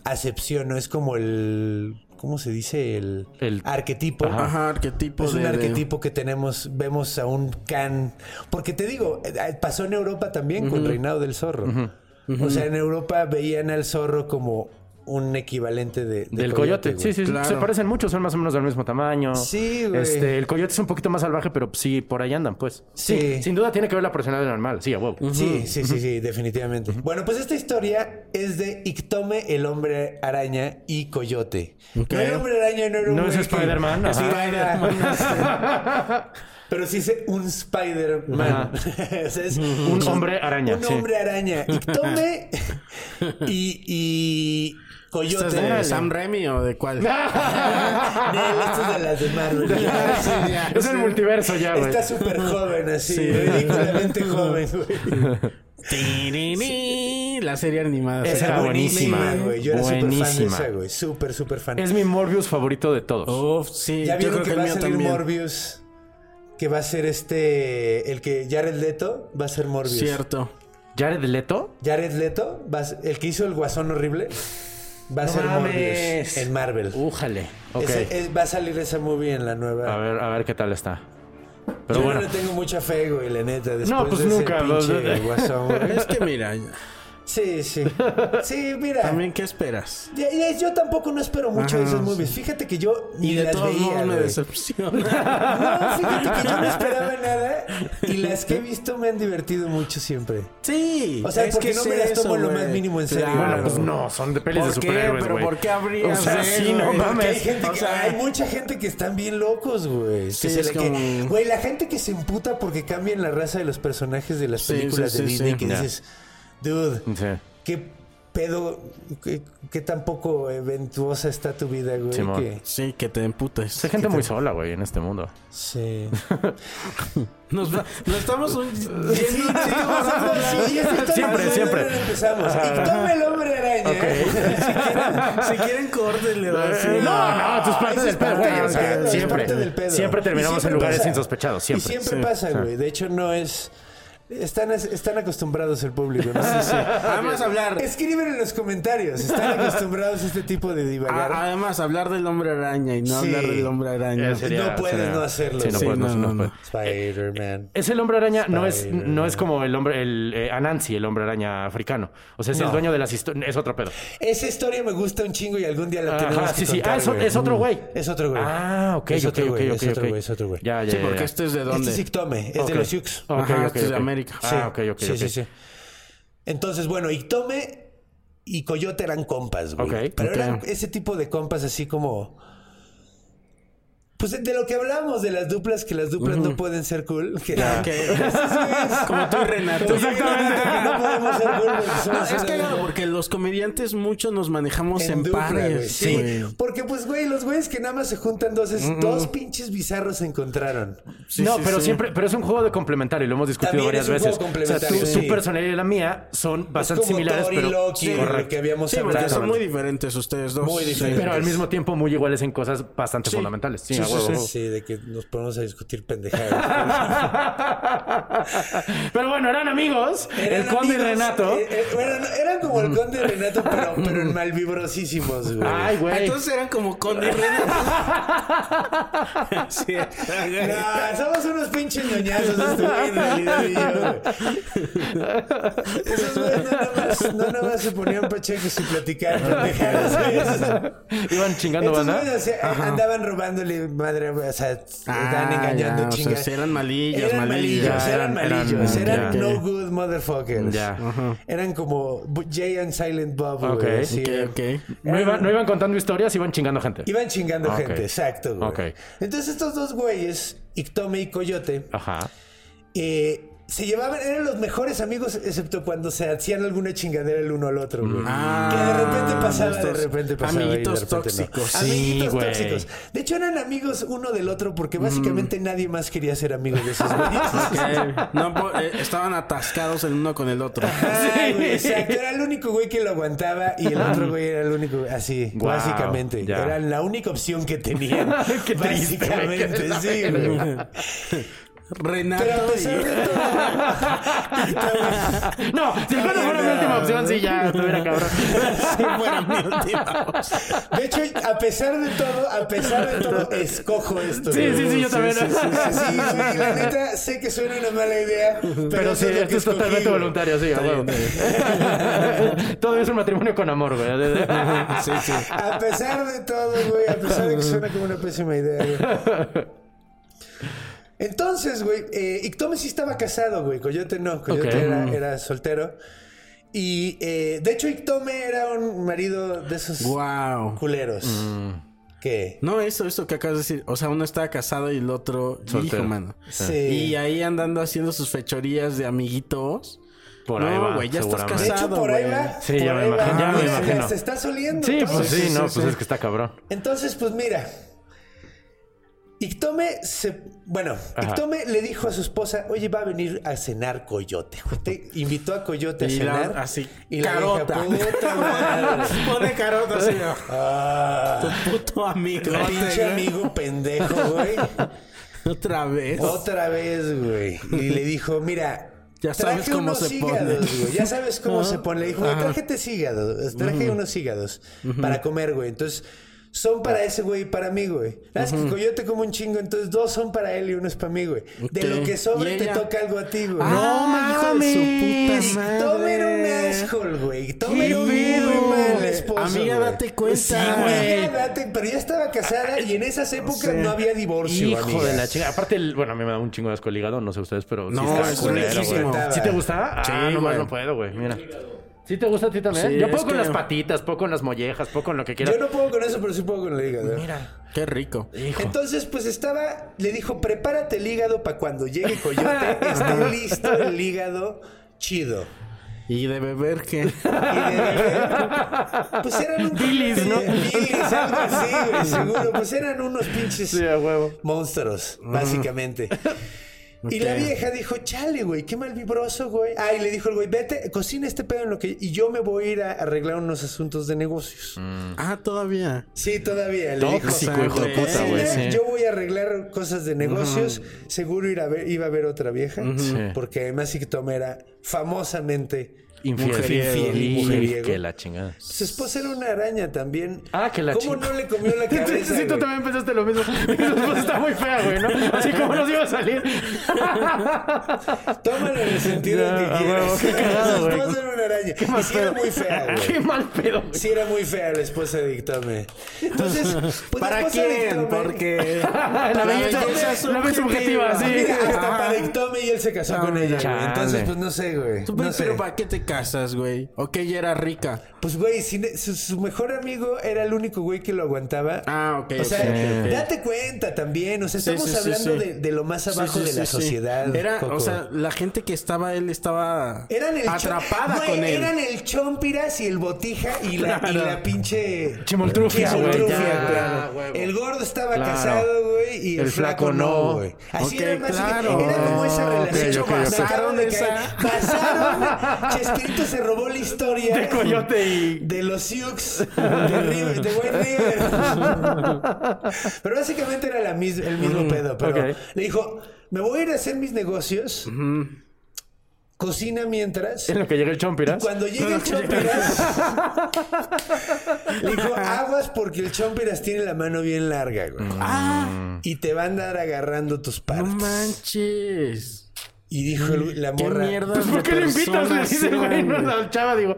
Speaker 2: acepción, ¿no? Es como el. ¿Cómo se dice? El,
Speaker 6: El-
Speaker 2: arquetipo.
Speaker 6: Ajá.
Speaker 4: pues, Ajá, arquetipo
Speaker 2: Es
Speaker 4: de,
Speaker 2: un
Speaker 4: de-
Speaker 2: arquetipo que tenemos, vemos a un can. Porque te digo, eh, pasó en Europa también con Reinado del Zorro. O sea, en Europa veían al zorro como un equivalente de, de
Speaker 6: Del coyote.
Speaker 2: güey.
Speaker 6: Sí, sí, sí.
Speaker 4: Claro.
Speaker 6: se parecen mucho, son más o menos del mismo tamaño.
Speaker 2: Sí, güey.
Speaker 6: Este, el coyote es un poquito más salvaje, pero sí, por ahí andan, pues.
Speaker 2: Sí.
Speaker 6: Sin duda tiene que ver la personalidad del animal, sí, a huevo.
Speaker 2: Sí, sí, sí, sí, definitivamente. Bueno, pues esta historia es de Ictome, el hombre araña y coyote. No el hombre araña no era un
Speaker 6: No es
Speaker 2: güey que-
Speaker 6: Spider-Man,
Speaker 2: Es
Speaker 6: ajá.
Speaker 2: Spider-Man, sí. Pero sí es un Spider-Man. O sea, es
Speaker 6: Un hombre araña,
Speaker 2: Un
Speaker 6: sí.
Speaker 2: hombre araña. Ictome y, y coyote.
Speaker 4: ¿Estás de Sam Remy o de cuál?
Speaker 2: No, esto es de las de Marvel.
Speaker 6: Es el multiverso ya, güey.
Speaker 2: Está súper joven así, ridículamente joven, güey.
Speaker 4: Tiriri, La serie animada.
Speaker 6: Esa era buenísima.
Speaker 2: Ah, güey. Yo era súper fan de
Speaker 6: Buenísima.
Speaker 2: esa, güey. Súper, súper fan.
Speaker 6: Es mi Morbius favorito de todos.
Speaker 4: Uf, sí,
Speaker 2: ya
Speaker 4: yo creo
Speaker 2: vieron que,
Speaker 4: que el
Speaker 2: va a
Speaker 4: mío
Speaker 2: salir
Speaker 4: también.
Speaker 2: Morbius. Que va a ser este. El que. Jared Leto va a ser Morbius.
Speaker 4: Cierto.
Speaker 6: Jared Leto.
Speaker 2: Jared Leto, va a ser- el que hizo el guasón horrible, va a ser Morbius en Marvel.
Speaker 4: Uh,
Speaker 6: Újale. Ok.
Speaker 2: Ese- eh. es- va a salir esa movie en la nueva.
Speaker 6: A ver, a ver qué tal está. Pero
Speaker 2: Yo
Speaker 6: bueno.
Speaker 2: no le tengo mucha fe, güey, la neta. Después
Speaker 6: No, pues
Speaker 2: de ese
Speaker 6: nunca, los-
Speaker 2: pinche guasón, güey.
Speaker 4: Es que mira, ya.
Speaker 2: Sí, sí. Sí, mira.
Speaker 4: también qué esperas.
Speaker 2: Ya- ya- yo tampoco no espero mucho de esas movies. Fíjate que yo ni
Speaker 4: Y de
Speaker 2: las
Speaker 4: todos
Speaker 2: veía.
Speaker 4: modos me
Speaker 2: güey.
Speaker 4: decepciona.
Speaker 2: No, fíjate que yo no esperaba nada y las que he visto me han divertido mucho siempre.
Speaker 4: Sí.
Speaker 2: O sea, porque no me las
Speaker 4: eso,
Speaker 2: tomo lo
Speaker 4: güey.
Speaker 2: más mínimo en serio.
Speaker 6: Bueno, pues no, son de pelis
Speaker 4: ¿Por
Speaker 6: de
Speaker 4: qué?
Speaker 6: superhéroes,
Speaker 4: ¿Pero
Speaker 6: güey.
Speaker 4: por qué habrías
Speaker 6: O sea,
Speaker 4: de
Speaker 6: sí,
Speaker 4: eso,
Speaker 6: no
Speaker 4: güey?
Speaker 2: Porque hay
Speaker 6: mames.
Speaker 2: gente
Speaker 4: O
Speaker 2: que-
Speaker 4: sea-
Speaker 2: hay mucha gente que están bien locos, güey. Que
Speaker 4: Sí,
Speaker 2: se
Speaker 4: es
Speaker 2: le- que-
Speaker 4: como-
Speaker 2: Güey, la gente que se emputa porque cambian la raza de los personajes de las
Speaker 4: Sí,
Speaker 2: películas
Speaker 4: sí,
Speaker 2: de
Speaker 4: sí,
Speaker 2: Disney
Speaker 4: sí.
Speaker 2: que
Speaker 6: Ya.
Speaker 2: dices, dude,
Speaker 6: Sí.
Speaker 2: qué pedo, qué, qué tan poco eventuosa está tu vida, güey.
Speaker 6: Simón.
Speaker 2: que-
Speaker 4: Sí, que te emputes.
Speaker 6: Hay gente muy sola, güey, en este mundo.
Speaker 2: sí.
Speaker 4: Nos, va- nos estamos un-
Speaker 2: Sí,
Speaker 4: yendo-
Speaker 2: sí, vamos a hablar. Sí, ya se está
Speaker 6: Siempre,
Speaker 2: pasando,
Speaker 6: siempre.
Speaker 2: ya Empezamos. Y toma el hombre araña. ¿eh?
Speaker 4: Si quieren, córdenle. va, sí.
Speaker 6: Eh, no, no, esto es parte
Speaker 2: eso
Speaker 6: del pedo, güey, o sea,
Speaker 2: pedo, es
Speaker 6: siempre.
Speaker 2: parte del pedo.
Speaker 6: Siempre
Speaker 2: Y
Speaker 6: terminamos en lugares
Speaker 2: pasa.
Speaker 6: insospechados, siempre.
Speaker 2: Y siempre
Speaker 6: Sí.
Speaker 2: pasa,
Speaker 6: Sí.
Speaker 2: güey. De hecho, no es. Están, están acostumbrados el público, ¿no?
Speaker 4: Además, hablar.
Speaker 2: Escriben en los comentarios. Están acostumbrados a este tipo de divagar.
Speaker 6: Ah,
Speaker 4: a- además, hablar del hombre araña y no
Speaker 2: Sí.
Speaker 4: hablar del hombre araña.
Speaker 6: Eh, sería-
Speaker 2: no puedes
Speaker 6: sería-
Speaker 2: no hacerlo.
Speaker 6: Sí, no
Speaker 2: Sí,
Speaker 6: puedes, no,
Speaker 4: no,
Speaker 6: no pues.
Speaker 4: no,
Speaker 6: puedes.
Speaker 2: Spider-Man.
Speaker 6: Es el hombre araña, no es,
Speaker 2: Spider-Man.
Speaker 6: no es como el hombre, el eh, Anansi, el hombre araña africano. O sea, es el dueño de las historias. Es otro pedo.
Speaker 2: Esa historia me gusta un chingo y algún día la tenemos
Speaker 6: Ajá,
Speaker 2: que
Speaker 6: sí, sí.
Speaker 2: contar,
Speaker 6: Ah, es, o-
Speaker 2: güey. Mm.
Speaker 6: es otro güey.
Speaker 2: Es otro güey.
Speaker 6: Ah, ok,
Speaker 2: Es
Speaker 6: ok,
Speaker 2: otro
Speaker 6: ok,
Speaker 2: güey,
Speaker 6: ok.
Speaker 2: es otro
Speaker 6: ok.
Speaker 2: güey, es otro güey.
Speaker 6: Ya, ya.
Speaker 4: Sí,
Speaker 6: ya,
Speaker 4: porque
Speaker 6: ya.
Speaker 4: este es de dónde.
Speaker 2: Este es Ictome, es de
Speaker 6: Ok.
Speaker 2: los Yux.
Speaker 6: Ok,
Speaker 4: Ajá,
Speaker 6: ok,
Speaker 4: este es de
Speaker 6: ok.
Speaker 4: América.
Speaker 6: Ah, ok, ok,
Speaker 2: sí,
Speaker 6: ok.
Speaker 2: sí, sí. Entonces, bueno, Ictome y Coyote eran compas, güey.
Speaker 6: Ok,
Speaker 2: Pero
Speaker 6: ok.
Speaker 2: eran ese tipo de compas así como... Pues de- de lo que hablamos de las duplas, que las duplas no pueden ser cool. Que, que-
Speaker 4: este Como tú y Renato.
Speaker 2: Como yo y Renato, que no podemos ser cool. porque
Speaker 4: No,
Speaker 2: somos
Speaker 4: es
Speaker 2: una
Speaker 4: cagado
Speaker 2: dupla.
Speaker 4: porque los comediantes muchos nos manejamos en,
Speaker 2: En dupla, güey.
Speaker 4: pares.
Speaker 2: Sí,
Speaker 4: güey.
Speaker 2: porque pues, güey, los güeyes que nada más se juntan dos, es- dos pinches bizarros se encontraron.
Speaker 4: Sí,
Speaker 6: no,
Speaker 4: sí,
Speaker 6: pero
Speaker 4: sí.
Speaker 6: siempre, pero es un juego de complementario, lo hemos discutido
Speaker 2: También
Speaker 6: varias
Speaker 2: es un
Speaker 6: veces.
Speaker 2: juego
Speaker 6: o sea, tu,
Speaker 2: complementario, sí.
Speaker 6: tu personalidad y la mía son bastante
Speaker 2: es como
Speaker 6: similares,
Speaker 2: Thor y
Speaker 6: pero,
Speaker 2: Loki,
Speaker 6: Sí,
Speaker 2: de lo que habíamos
Speaker 4: Sí, porque
Speaker 2: hablado.
Speaker 4: son muy diferentes ustedes dos.
Speaker 2: Muy
Speaker 4: Sí.
Speaker 2: diferentes.
Speaker 6: pero al mismo tiempo muy iguales en cosas bastante
Speaker 4: Sí.
Speaker 6: fundamentales. Sí,
Speaker 4: Sí,
Speaker 6: a
Speaker 4: sí,
Speaker 6: huevo.
Speaker 2: Sí, de que nos ponemos a discutir pendejadas.
Speaker 6: Pero bueno, eran amigos. el
Speaker 2: Eran
Speaker 6: conde y
Speaker 2: amigos,
Speaker 6: Renato.
Speaker 2: eh, eh, eran, eran como el conde y Renato, pero, pero en malvibrosísimos, güey.
Speaker 6: Ay, güey.
Speaker 4: Entonces eran como Conde y Renato. sí,
Speaker 2: Nah, somos unos pinches ñoñazos este güey, en realidad y yo. güey. Esos güeyes no nada más, no nada más se ponían pachecos y platicaban pendejadas. güey. Esos-
Speaker 6: Iban chingando
Speaker 2: Estos
Speaker 6: banda.
Speaker 2: güeyes hacía- andaban robándole madre, o sea, estaban
Speaker 4: Ah,
Speaker 2: engañando
Speaker 4: ya, o sea,
Speaker 2: chingas.
Speaker 4: sí eran malillos,
Speaker 2: eran
Speaker 4: malillos.
Speaker 2: malillos,
Speaker 6: Ya,
Speaker 2: eran
Speaker 6: eran- eran-
Speaker 2: malillos, eran,
Speaker 6: ya.
Speaker 2: no good motherfuckers.
Speaker 6: Ya.
Speaker 2: Eran como Bu- Jay and Silent Bob, güey.
Speaker 6: Ok.
Speaker 2: así.
Speaker 4: ok, ok.
Speaker 6: No iban, no iban contando historias, iban chingando gente.
Speaker 2: Iban chingando
Speaker 6: Ok.
Speaker 2: gente, exacto, güey.
Speaker 6: Ok.
Speaker 2: Entonces estos dos güeyes, Ictome y Coyote,
Speaker 6: Ajá.
Speaker 2: eh, se llevaban, eran los mejores amigos, excepto cuando se hacían alguna chingadera el uno al otro, güey.
Speaker 6: Mm.
Speaker 2: que de repente pasaba, de repente pasaba. y de
Speaker 4: Ah, amiguitos
Speaker 2: repente no.
Speaker 4: tóxicos.
Speaker 2: Amiguitos
Speaker 6: Sí, güey. Mm.
Speaker 2: tóxicos. De hecho, eran amigos uno del otro porque básicamente nadie más quería ser amigo de esos güeyes.
Speaker 4: Ok. No, po- eh, estaban atascados el uno con el otro.
Speaker 2: Ah, güey, exacto. Era el único güey que lo aguantaba y el otro güey era el único, así,
Speaker 6: Guau,
Speaker 2: básicamente.
Speaker 6: ya.
Speaker 2: Era la única opción que tenían.
Speaker 6: Qué triste, güey, qué
Speaker 2: básicamente,
Speaker 6: de la
Speaker 2: sí,
Speaker 6: verga.
Speaker 2: güey.
Speaker 4: Renato
Speaker 2: Pero a pesar
Speaker 4: y...
Speaker 2: de todo.
Speaker 6: No, si el conde fuera mi última opción, sí, ya estuviera cabrón.
Speaker 4: Sí, fuera mi última opción.
Speaker 2: De hecho, a pesar de todo, a pesar de todo, escojo esto.
Speaker 6: Sí, sí, sí, yo también.
Speaker 2: Sí, sí, sí, sí, sí, la neta, sé que suena una mala idea, pero,
Speaker 6: Pero sí,
Speaker 2: es lo que
Speaker 6: esto es
Speaker 2: escogí,
Speaker 6: totalmente
Speaker 2: güey.
Speaker 6: voluntario, sí, a huevo. Todo es un matrimonio con amor, güey.
Speaker 4: Sí, sí.
Speaker 2: A pesar de todo, güey, a pesar de que suena como una pésima idea, güey. Entonces, güey, eh, Ictome sí estaba casado, güey. Coyote no, Coyote
Speaker 6: Ok.
Speaker 2: era, era soltero. Y eh, de hecho, Ictome era un marido de esos
Speaker 4: Wow.
Speaker 2: culeros.
Speaker 6: Mm.
Speaker 2: Que
Speaker 4: No, eso, eso que acabas de decir. O sea, uno estaba casado y el otro
Speaker 6: Soltero.
Speaker 4: hijo, mano.
Speaker 2: Sí.
Speaker 4: Y ahí andando haciendo sus fechorías de amiguitos.
Speaker 6: Por
Speaker 4: no,
Speaker 6: ahí va,
Speaker 4: güey, ya estás
Speaker 6: seguramente.
Speaker 2: De
Speaker 4: casado,
Speaker 2: hecho, por ahí
Speaker 4: güey.
Speaker 2: va.
Speaker 6: Sí, ya
Speaker 2: por
Speaker 6: me
Speaker 2: ahí va.
Speaker 6: imagino, ya me
Speaker 2: Se-
Speaker 6: imagino.
Speaker 2: Se está soliendo.
Speaker 6: Sí,
Speaker 2: todo.
Speaker 6: pues sí, no, pues
Speaker 4: sí, sí.
Speaker 6: es que está cabrón.
Speaker 2: Entonces, pues mira. Ictome se. Bueno, Ictome le dijo a su esposa: Oye, va a venir a cenar Coyote. güey". Te invitó a Coyote a
Speaker 4: Y la-
Speaker 2: cenar.
Speaker 4: así,
Speaker 2: Y la
Speaker 4: carota.
Speaker 2: vieja, puta madre.
Speaker 4: Pone carota así. ah,
Speaker 2: Ah,
Speaker 4: Puto amigo.
Speaker 2: pinche amigo pendejo, güey.
Speaker 4: Otra vez.
Speaker 2: Otra vez, güey. Y le dijo: Mira.
Speaker 4: Ya sabes
Speaker 2: traje
Speaker 4: cómo
Speaker 2: unos
Speaker 4: se
Speaker 2: hígados,
Speaker 4: pone".
Speaker 2: güey. Ya sabes cómo se pone. Le dijo, güey, trájete ese hígado. Traje unos hígados para comer, güey. Entonces, son para ese güey y para mí, güey. Sabes que coyote como un chingo, entonces dos son para él y uno es para mí, güey. De lo que sobre
Speaker 4: ¿Y
Speaker 2: te
Speaker 4: ella?
Speaker 2: toca algo a ti, güey.
Speaker 4: Ah, hijo de su puta madre.
Speaker 2: Tome era un asshole, güey. Tome era un
Speaker 4: pedo?
Speaker 2: muy mal esposo.
Speaker 4: Amiga,
Speaker 2: güey.
Speaker 4: date cuenta,
Speaker 2: Sí,
Speaker 4: güey.
Speaker 2: amiga, date. Pero ya estaba casada y en esas épocas no había divorcio,
Speaker 6: Hijo
Speaker 2: amiga.
Speaker 6: de la chinga. Aparte, el- bueno, a mí me da un chingo de asco el hígado, no sé ustedes, pero sí
Speaker 4: No,
Speaker 6: está
Speaker 4: es
Speaker 6: culero,
Speaker 4: riquísimo.
Speaker 6: güey. ¿Sí te gusta? Ah,
Speaker 4: Sí,
Speaker 6: nomás
Speaker 4: güey.
Speaker 6: no puedo, güey. Mira. ¿Sí te gusta a ti también?
Speaker 4: Sí,
Speaker 6: Yo puedo
Speaker 4: es
Speaker 6: con
Speaker 4: que-
Speaker 6: las patitas, puedo con las mollejas, puedo con lo que quieras.
Speaker 2: Yo no puedo con eso, pero sí puedo con el hígado.
Speaker 6: Mira.
Speaker 4: Qué rico.
Speaker 6: Hijo.
Speaker 2: Entonces, pues estaba, le dijo, prepárate el hígado para cuando llegue Coyote, esté listo el hígado chido.
Speaker 4: Y de beber que.
Speaker 2: Y de verdad, pues eran un
Speaker 6: Bilis, ¿no?
Speaker 2: Bilis, algo así, güey, seguro. Pues eran unos pinches
Speaker 6: Sí, Mm. a huevo.
Speaker 2: monstruos, básicamente. Y la vieja dijo, chale, güey, qué mal vibroso, güey. Ah, y le dijo el güey, vete, cocina este pedo en lo que... Y yo me voy a ir a arreglar unos asuntos de negocios.
Speaker 4: Ah, todavía.
Speaker 2: Sí, todavía. Le
Speaker 6: Tóxico,
Speaker 2: dijo,
Speaker 6: pues, hijo de
Speaker 2: "Cocina,
Speaker 6: puta, güey, sí.
Speaker 2: Yo voy a arreglar cosas de negocios. Seguro ir a ver- iba a ver otra vieja.
Speaker 6: Sí.
Speaker 2: Porque además Ictome era famosamente
Speaker 6: Infiel.
Speaker 2: mujeriego,
Speaker 6: Infiel.
Speaker 2: y mujeriego.
Speaker 6: Que la chingada.
Speaker 2: Su esposa era una araña también.
Speaker 6: Ah, que la
Speaker 2: ¿Cómo
Speaker 6: chinga.
Speaker 2: no le comió la
Speaker 6: Sí,
Speaker 2: cabeza?
Speaker 6: sí, tú
Speaker 2: güey?
Speaker 6: también pensaste lo mismo. Mi esposa está muy fea, güey, ¿no? Así como nos iba a salir.
Speaker 2: Tómalo en el sentido
Speaker 6: Ya,
Speaker 2: que
Speaker 6: a huevo,
Speaker 2: quieras.
Speaker 6: qué cagado,
Speaker 2: Su
Speaker 6: güey.
Speaker 2: esposa era una araña. Y
Speaker 6: mal
Speaker 2: sí era
Speaker 6: pedo.
Speaker 2: muy fea, güey.
Speaker 6: Qué mal pedo, güey.
Speaker 2: Sí era muy fea la esposa de Ictome. Entonces, pues, la
Speaker 4: ¿Para
Speaker 2: esposa de
Speaker 4: quién?
Speaker 2: Ictome-
Speaker 4: Porque.
Speaker 6: Ah, La
Speaker 4: belleza
Speaker 6: belleza, la belleza subjetiva,
Speaker 4: subjetiva.
Speaker 6: sí.
Speaker 2: Mira, hasta para Ictome y él se casó con ella, güey.
Speaker 6: chale.
Speaker 2: Entonces, pues no sé, güey.
Speaker 4: Tú,
Speaker 2: No
Speaker 4: pero
Speaker 2: sé.
Speaker 4: ¿para qué te casas, güey? ¿O que ella era rica?
Speaker 2: Pues, güey, si ne- su, su mejor amigo era el único güey que lo aguantaba.
Speaker 4: Ah, ok.
Speaker 2: O sea,
Speaker 4: ok, ok.
Speaker 2: date cuenta también. O sea,
Speaker 4: Sí,
Speaker 2: estamos
Speaker 4: sí, sí,
Speaker 2: hablando
Speaker 4: sí.
Speaker 2: De, de lo más
Speaker 4: Sí,
Speaker 2: abajo
Speaker 4: sí,
Speaker 2: de
Speaker 4: sí,
Speaker 2: la
Speaker 4: sí.
Speaker 2: sociedad.
Speaker 4: Era,
Speaker 2: Coco.
Speaker 4: o sea, la gente que estaba él estaba
Speaker 2: Eran el cho-
Speaker 4: atrapada
Speaker 2: güey,
Speaker 4: con él.
Speaker 2: Eran el Chompiras y el Botija y la, y
Speaker 4: Claro.
Speaker 2: la pinche...
Speaker 6: Chimoltrufia, güey,
Speaker 2: Chimoltrufia,
Speaker 6: ya,
Speaker 2: claro.
Speaker 6: huevo.
Speaker 2: El gordo estaba
Speaker 6: Claro.
Speaker 2: casado, güey, y el,
Speaker 6: El
Speaker 2: flaco,
Speaker 6: flaco
Speaker 2: no,
Speaker 6: no.
Speaker 2: güey. Así
Speaker 4: Ok,
Speaker 2: era más...
Speaker 4: claro.
Speaker 2: Era como esa
Speaker 6: Oh, ok,
Speaker 2: relación.
Speaker 6: ok, ok.
Speaker 2: Pasaron
Speaker 4: Pasaron
Speaker 2: de
Speaker 4: esa-
Speaker 2: caer- Pasaron... Tito se robó la historia
Speaker 6: De Coyote y-
Speaker 2: de los Sioux de, River- de White River. Pero básicamente era la mis- el mismo pedo. Pero
Speaker 6: ok.
Speaker 2: le dijo: Me voy a ir a hacer mis negocios. Cocina mientras.
Speaker 6: En lo que llega el Chompiras.
Speaker 2: Cuando llegue el Chompiras, le dijo, aguas porque el Chompiras tiene la mano bien larga, güey.
Speaker 4: Mm.
Speaker 2: Y te va a andar agarrando tus
Speaker 4: Ah, No
Speaker 2: partes.
Speaker 4: manches.
Speaker 2: y dijo el- la
Speaker 4: ¿Qué
Speaker 2: morra.
Speaker 4: mierda?
Speaker 6: Pues, ¿Por qué lo invitas? Le dice, güey, no al chava, digo.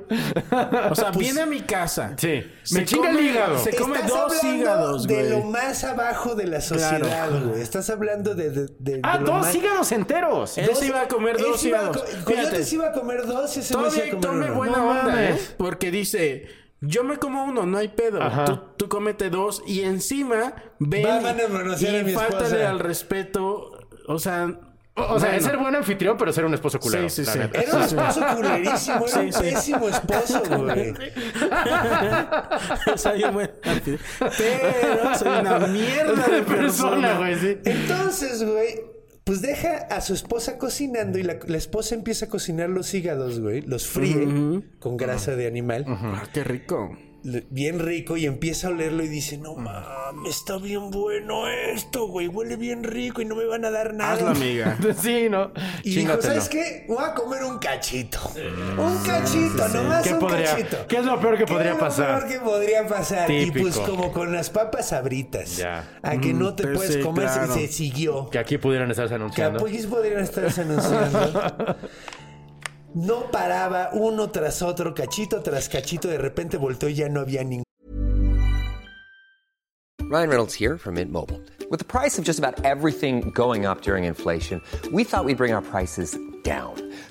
Speaker 4: O sea, viene a mi casa.
Speaker 6: Sí.
Speaker 4: Se
Speaker 6: Me chinga el
Speaker 4: come-
Speaker 6: hígado.
Speaker 4: Se come
Speaker 2: Pues Estás
Speaker 4: dos
Speaker 2: hablando
Speaker 4: hígados,
Speaker 2: de lo
Speaker 4: güey.
Speaker 2: más abajo de la sociedad, güey. Estás hablando de... de- de- de
Speaker 6: Ah,
Speaker 2: lo
Speaker 6: dos
Speaker 2: más-
Speaker 6: hígados enteros.
Speaker 4: Él
Speaker 2: dos-
Speaker 4: se iba a comer
Speaker 2: él
Speaker 4: dos
Speaker 2: se iba a
Speaker 4: hígados.
Speaker 2: co-
Speaker 4: Fíjate.
Speaker 2: Coyote se iba a comer dos y ese güey se iba a
Speaker 4: Todavía
Speaker 2: comer
Speaker 4: tome
Speaker 2: uno.
Speaker 4: buena
Speaker 6: No
Speaker 4: onda,
Speaker 6: mames.
Speaker 4: ¿eh? Porque dice, yo me como uno, no hay pedo.
Speaker 6: Ajá.
Speaker 4: Tú, tú cómete dos y encima ven
Speaker 2: Va, van a renunciar
Speaker 4: y
Speaker 2: a mi
Speaker 4: fáltale
Speaker 2: esposa.
Speaker 4: al respeto. O sea...
Speaker 6: O, o sea,
Speaker 4: bueno.
Speaker 6: es ser buen anfitrión, pero ser un esposo culero.
Speaker 4: Sí, sí,
Speaker 6: la
Speaker 4: sí.
Speaker 6: neta.
Speaker 2: Era un esposo culerísimo, era un
Speaker 4: Sí, sí.
Speaker 2: pésimo esposo, güey.
Speaker 4: soy un buen anfitrión, Pero soy una mierda de persona,
Speaker 6: persona, güey, sí.
Speaker 2: Entonces, güey, pues deja a su esposa cocinando y la, la esposa empieza a cocinar los hígados, güey. Los fríe con grasa de animal.
Speaker 4: Ah, qué rico.
Speaker 2: le- Bien rico y empieza a olerlo y dice, no mames, está bien bueno esto, güey. Huele bien rico y no me van a dar nada.
Speaker 4: Hazlo, amiga.
Speaker 6: Sí, no.
Speaker 2: y dijo,
Speaker 6: Chíngatelo. Mm.
Speaker 2: ¿sabes qué? Voy a comer un cachito. Un cachito, nomás
Speaker 6: ¿Qué
Speaker 2: un
Speaker 6: podría-
Speaker 2: cachito.
Speaker 6: qué es lo peor que podría
Speaker 2: es
Speaker 6: pasar?
Speaker 2: lo peor que podría pasar? Y pues
Speaker 6: Típico.
Speaker 2: como con las papas abritas.
Speaker 6: Ya.
Speaker 2: A que no te
Speaker 4: pues
Speaker 2: puedes
Speaker 4: sí,
Speaker 2: comer, se-
Speaker 4: claro.
Speaker 2: se siguió.
Speaker 6: Que aquí pudieran estarse
Speaker 2: Que
Speaker 6: anunciando.
Speaker 2: apoyes podrían estarse anunciando. No paraba uno tras otro, cachito tras cachito, de repente volteó y ya no había ningún.
Speaker 8: Ryan Reynolds here from Mint Mobile. With the price of just about everything going up during inflation, we thought we'd bring our prices down.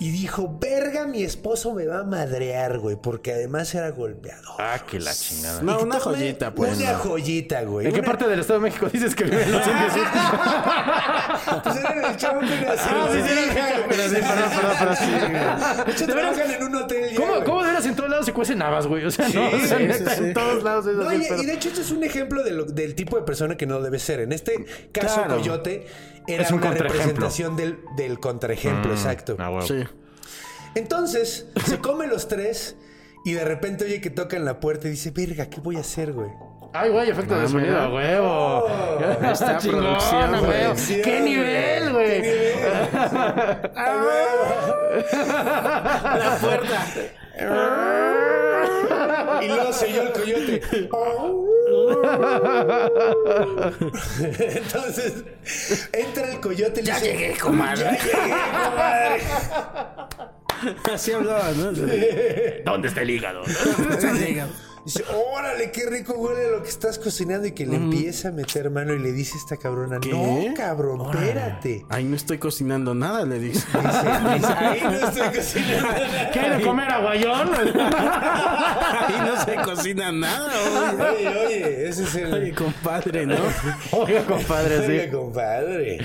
Speaker 2: Y dijo, verga, mi esposo me va a madrear, güey, porque además era golpeado.
Speaker 6: Ah, que la chingada.
Speaker 4: No, una joyita, pues.
Speaker 2: Una joyita, güey.
Speaker 6: ¿En qué
Speaker 2: Una-
Speaker 6: parte del Estado de México dices que viven los indios?
Speaker 2: Pues era el chavo que nació.
Speaker 6: Ah, sí, sí, era el chavo que nació, perdón, perdón, perdón.
Speaker 2: De hecho,
Speaker 6: De veras,
Speaker 2: trabajan en un hotel ya,
Speaker 6: ¿Cómo,
Speaker 2: güey.
Speaker 6: cómo de veras en todos lados se cuecen habas, güey? O sea, no, o sea,
Speaker 4: sí,
Speaker 6: neta,
Speaker 4: sí.
Speaker 6: en todos lados es
Speaker 2: No,
Speaker 6: así,
Speaker 2: y,
Speaker 6: pero-
Speaker 2: y de hecho, este es un ejemplo de lo- del tipo de persona que no debe ser. En este caso,
Speaker 4: Claro.
Speaker 2: Coyote era
Speaker 6: Es un
Speaker 2: una
Speaker 6: contraejemplo.
Speaker 2: representación del, del contraejemplo, exacto.
Speaker 6: Ah, güey.
Speaker 4: Sí.
Speaker 2: Entonces, se come los tres y de repente oye que tocan la puerta y dice, verga, ¿qué voy a hacer, güey?
Speaker 6: Ay, güey, efecto de sonido, a huevo.
Speaker 2: Oh.
Speaker 6: Está
Speaker 4: producción,
Speaker 6: chingón, güey.
Speaker 2: producción,
Speaker 6: ¡Qué
Speaker 2: güey.
Speaker 6: nivel, güey!
Speaker 2: La puerta. y luego se oyó el coyote. Entonces, entra el coyote y le dice,
Speaker 4: comadre.
Speaker 2: "Ya llegué, comadre".
Speaker 4: Así hablaba, ¿no?
Speaker 6: ¿Dónde está el hígado?
Speaker 2: Dice, órale, qué rico huele lo que estás cocinando y que le empieza a meter mano y le dice esta cabrona, no, cabrón, espérate.
Speaker 4: Ahí no estoy cocinando nada, le dice.
Speaker 2: Dice, dice, ahí no estoy cocinando. nada".
Speaker 6: ¿Qué hay de comer aguayón?
Speaker 4: Ahí no se cocina nada, oye.
Speaker 2: Oye, oye, ese es el...
Speaker 4: Oye, compadre, ¿no?
Speaker 6: Oiga, compadre,
Speaker 2: Oiga,
Speaker 6: sí.
Speaker 2: compadre.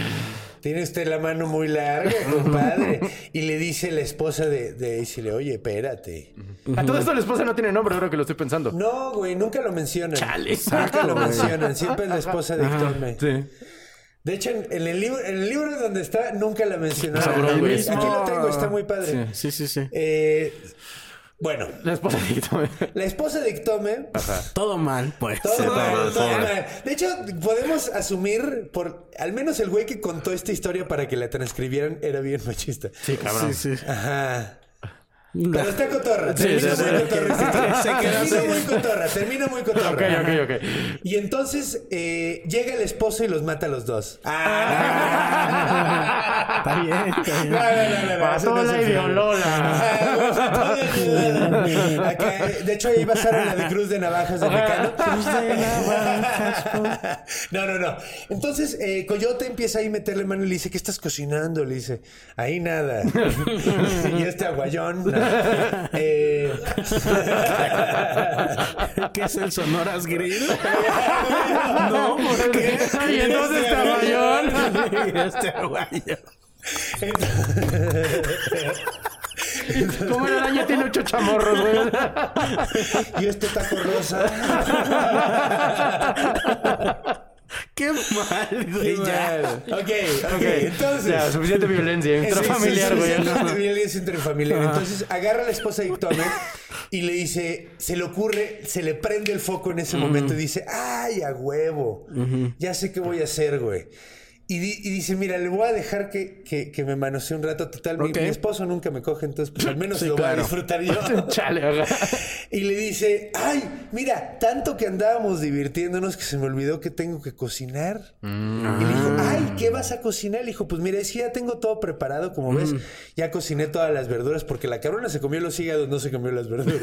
Speaker 2: Tiene usted la mano muy larga, compadre. Y le dice la esposa de, de y le oye, espérate.
Speaker 6: A todo esto la esposa no tiene nombre, ahora que lo estoy pensando.
Speaker 2: No, güey, nunca lo mencionan. nunca lo mencionan. Siempre es la esposa de Héctor
Speaker 4: Ah,
Speaker 2: May.
Speaker 6: Sí.
Speaker 2: De hecho, en, en el libro, en el libro donde está, nunca la mencionaron.
Speaker 6: Sabrón,
Speaker 2: Aquí
Speaker 6: güey. Ah.
Speaker 2: lo tengo, está muy padre.
Speaker 4: Sí, sí, sí.
Speaker 2: Eh, bueno,
Speaker 6: La esposa de Hitomi.
Speaker 2: la esposa de Ictome.
Speaker 4: Todo mal, pues.
Speaker 2: Todo
Speaker 4: Sí,
Speaker 2: mal, todo mal. De hecho, podemos asumir por al menos el güey que contó esta historia para que la transcribieran era bien machista.
Speaker 6: Sí, cabrón.
Speaker 4: Sí, sí.
Speaker 2: Ajá. Pero está cotorra. Termina
Speaker 6: sí,
Speaker 2: muy
Speaker 6: sí.
Speaker 2: cotorra.
Speaker 4: Se quedó
Speaker 2: Termina
Speaker 4: así.
Speaker 2: muy cotorra. Termina muy cotorra.
Speaker 6: Ok, ok, ok.
Speaker 2: Y entonces eh, llega el esposo y los mata a los dos. Ah.
Speaker 4: Está bien, está bien.
Speaker 3: Patola y Violola.
Speaker 2: Acá, De hecho, ahí va a estar en la de Cruz de Navajas de Mecano.
Speaker 4: Cruz de navajas, pues.
Speaker 2: No, no, no. Entonces, eh, Coyote empieza ahí a meterle mano y le dice, ¿qué estás cocinando? Le dice, ahí nada. y este aguayón. nada. Eh,
Speaker 4: ¿Qué es el Sonoras Grill? no, ¿por qué?
Speaker 2: Y entonces
Speaker 4: Este
Speaker 2: Aguayón.
Speaker 4: aguayón. Este aguayón.
Speaker 3: ¿Cómo el araña tiene ocho chamorros, güey?
Speaker 2: y este taco rosa.
Speaker 4: Qué mal,
Speaker 2: Y
Speaker 4: güey.
Speaker 2: ya. Ok, ok. Entonces.
Speaker 6: Ya, suficiente violencia intrafamiliar,
Speaker 2: Sí, sí,
Speaker 6: güey.
Speaker 2: sí, sí, sí, violencia intrafamiliar. Entonces agarra a la esposa de Ictome y le dice, se le ocurre, se le prende el foco en ese momento y dice, ay, a huevo, ya sé qué voy a hacer, güey. Y, di- y dice, mira, le voy a dejar que, que, que me manosee un rato total. Mi-
Speaker 4: Ok.
Speaker 2: Mi, esposo nunca me coge, entonces pues al menos
Speaker 4: Sí,
Speaker 2: lo
Speaker 4: claro.
Speaker 2: voy a disfrutar yo.
Speaker 6: Chale, ajá.
Speaker 2: Y le dice, ay, mira, tanto que andábamos divirtiéndonos que se me olvidó que tengo que cocinar. Y le dijo, ay, ¿qué vas a cocinar? Le dijo, pues mira, es que ya tengo todo preparado, como ves, ya cociné todas las verduras, porque la cabrona se comió los hígados, no se comió las verduras.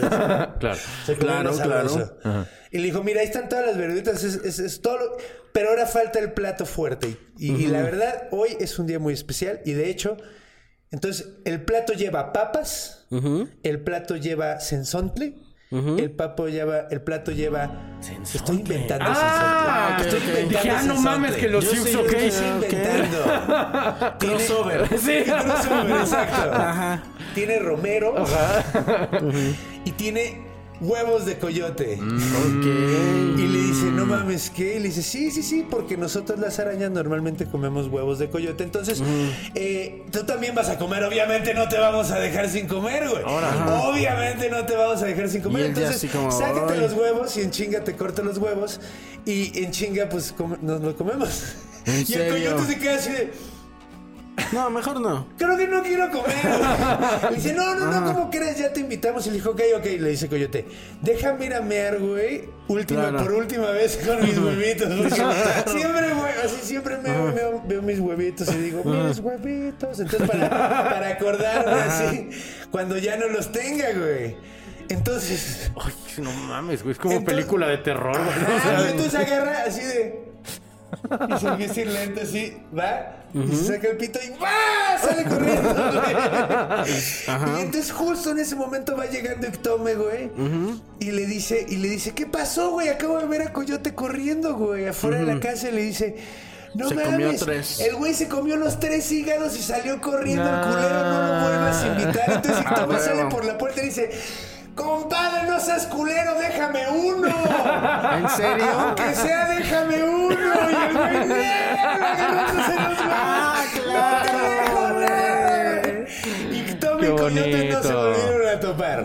Speaker 6: Claro.
Speaker 2: Se comió
Speaker 4: Claro,
Speaker 2: una
Speaker 4: claro.
Speaker 2: sabrosa. Y le dijo, mira, ahí están todas las verduritas, es, es- es todo, lo- pero ahora falta el plato fuerte. Y, y la verdad, hoy es un día muy especial y de hecho... Entonces, el plato lleva papas, el plato lleva sensontle, el, papo lleva, el plato lleva... Estoy inventando
Speaker 6: Ah,
Speaker 2: sensontle.
Speaker 6: ok,
Speaker 2: Estoy
Speaker 6: ok. Dije, ah, no
Speaker 2: sensontle.
Speaker 6: mames, que los
Speaker 2: Yo
Speaker 6: Sioux,
Speaker 2: sé,
Speaker 6: ok.
Speaker 2: yo estoy inventando. Tiene-
Speaker 4: Crossover.
Speaker 6: Sí.
Speaker 2: Crossover, exacto. Tiene romero y tiene huevos de coyote. Y le dice, no mames, ¿qué? Y le dice, sí, sí, sí, porque nosotros las arañas normalmente comemos huevos de coyote. Entonces,
Speaker 4: Mm.
Speaker 2: eh, tú también vas a comer. Obviamente no te vamos a dejar sin comer, güey. Obviamente no te vamos a dejar sin comer.
Speaker 4: Y él ya
Speaker 2: Entonces,
Speaker 4: así como,
Speaker 2: sácate
Speaker 4: "Ay".
Speaker 2: los huevos y en chinga te corta los huevos. Y en chinga, pues, come- nos lo comemos.
Speaker 4: ¿En
Speaker 2: y
Speaker 4: serio?
Speaker 2: el coyote se queda así de...
Speaker 4: No, mejor no.
Speaker 2: Creo que no quiero comer. Le dice, no, no, no, ¿cómo crees? Ya te invitamos. Y le dijo, ok, ok. Le dice Coyote, déjame ir a mear, güey. Última,
Speaker 4: Claro.
Speaker 2: por última vez con mis huevitos. Porque siempre, güey, así siempre meo, y meo- veo mis huevitos y digo, mis huevitos. Entonces, para, para acordarme así, cuando ya no los tenga, güey. Entonces,
Speaker 6: Ay, no mames, güey. Es como
Speaker 2: Entonces-
Speaker 6: película de terror, güey.
Speaker 2: Ah,
Speaker 6: O sea,
Speaker 2: y entonces agarra así de. Y se empieza a ir lento así, va, y se saca el pito y ¡va! Sale corriendo, güey. Y entonces justo en ese momento va llegando Ictome, güey. Y le dice, y le dice, ¿qué pasó, güey? Acabo de ver a Coyote corriendo, güey, afuera de la casa y le dice. No
Speaker 4: Se comió
Speaker 2: mames,
Speaker 4: tres.
Speaker 2: el güey se comió los tres hígados y salió corriendo el culero, no lo vuelvas a invitar. Entonces Ictome sale por la puerta y dice, compadre, no seas culero, déjame uno.
Speaker 4: ¿En serio?
Speaker 6: Ah.
Speaker 2: Aunque sea, déjame uno. Y el güey negro agarrándose los huevos.
Speaker 4: Ah, claro,
Speaker 2: No te dejo nada. Y Tommy y
Speaker 6: Qué
Speaker 2: Coyote no se
Speaker 6: bonito.
Speaker 2: volvieron a topar.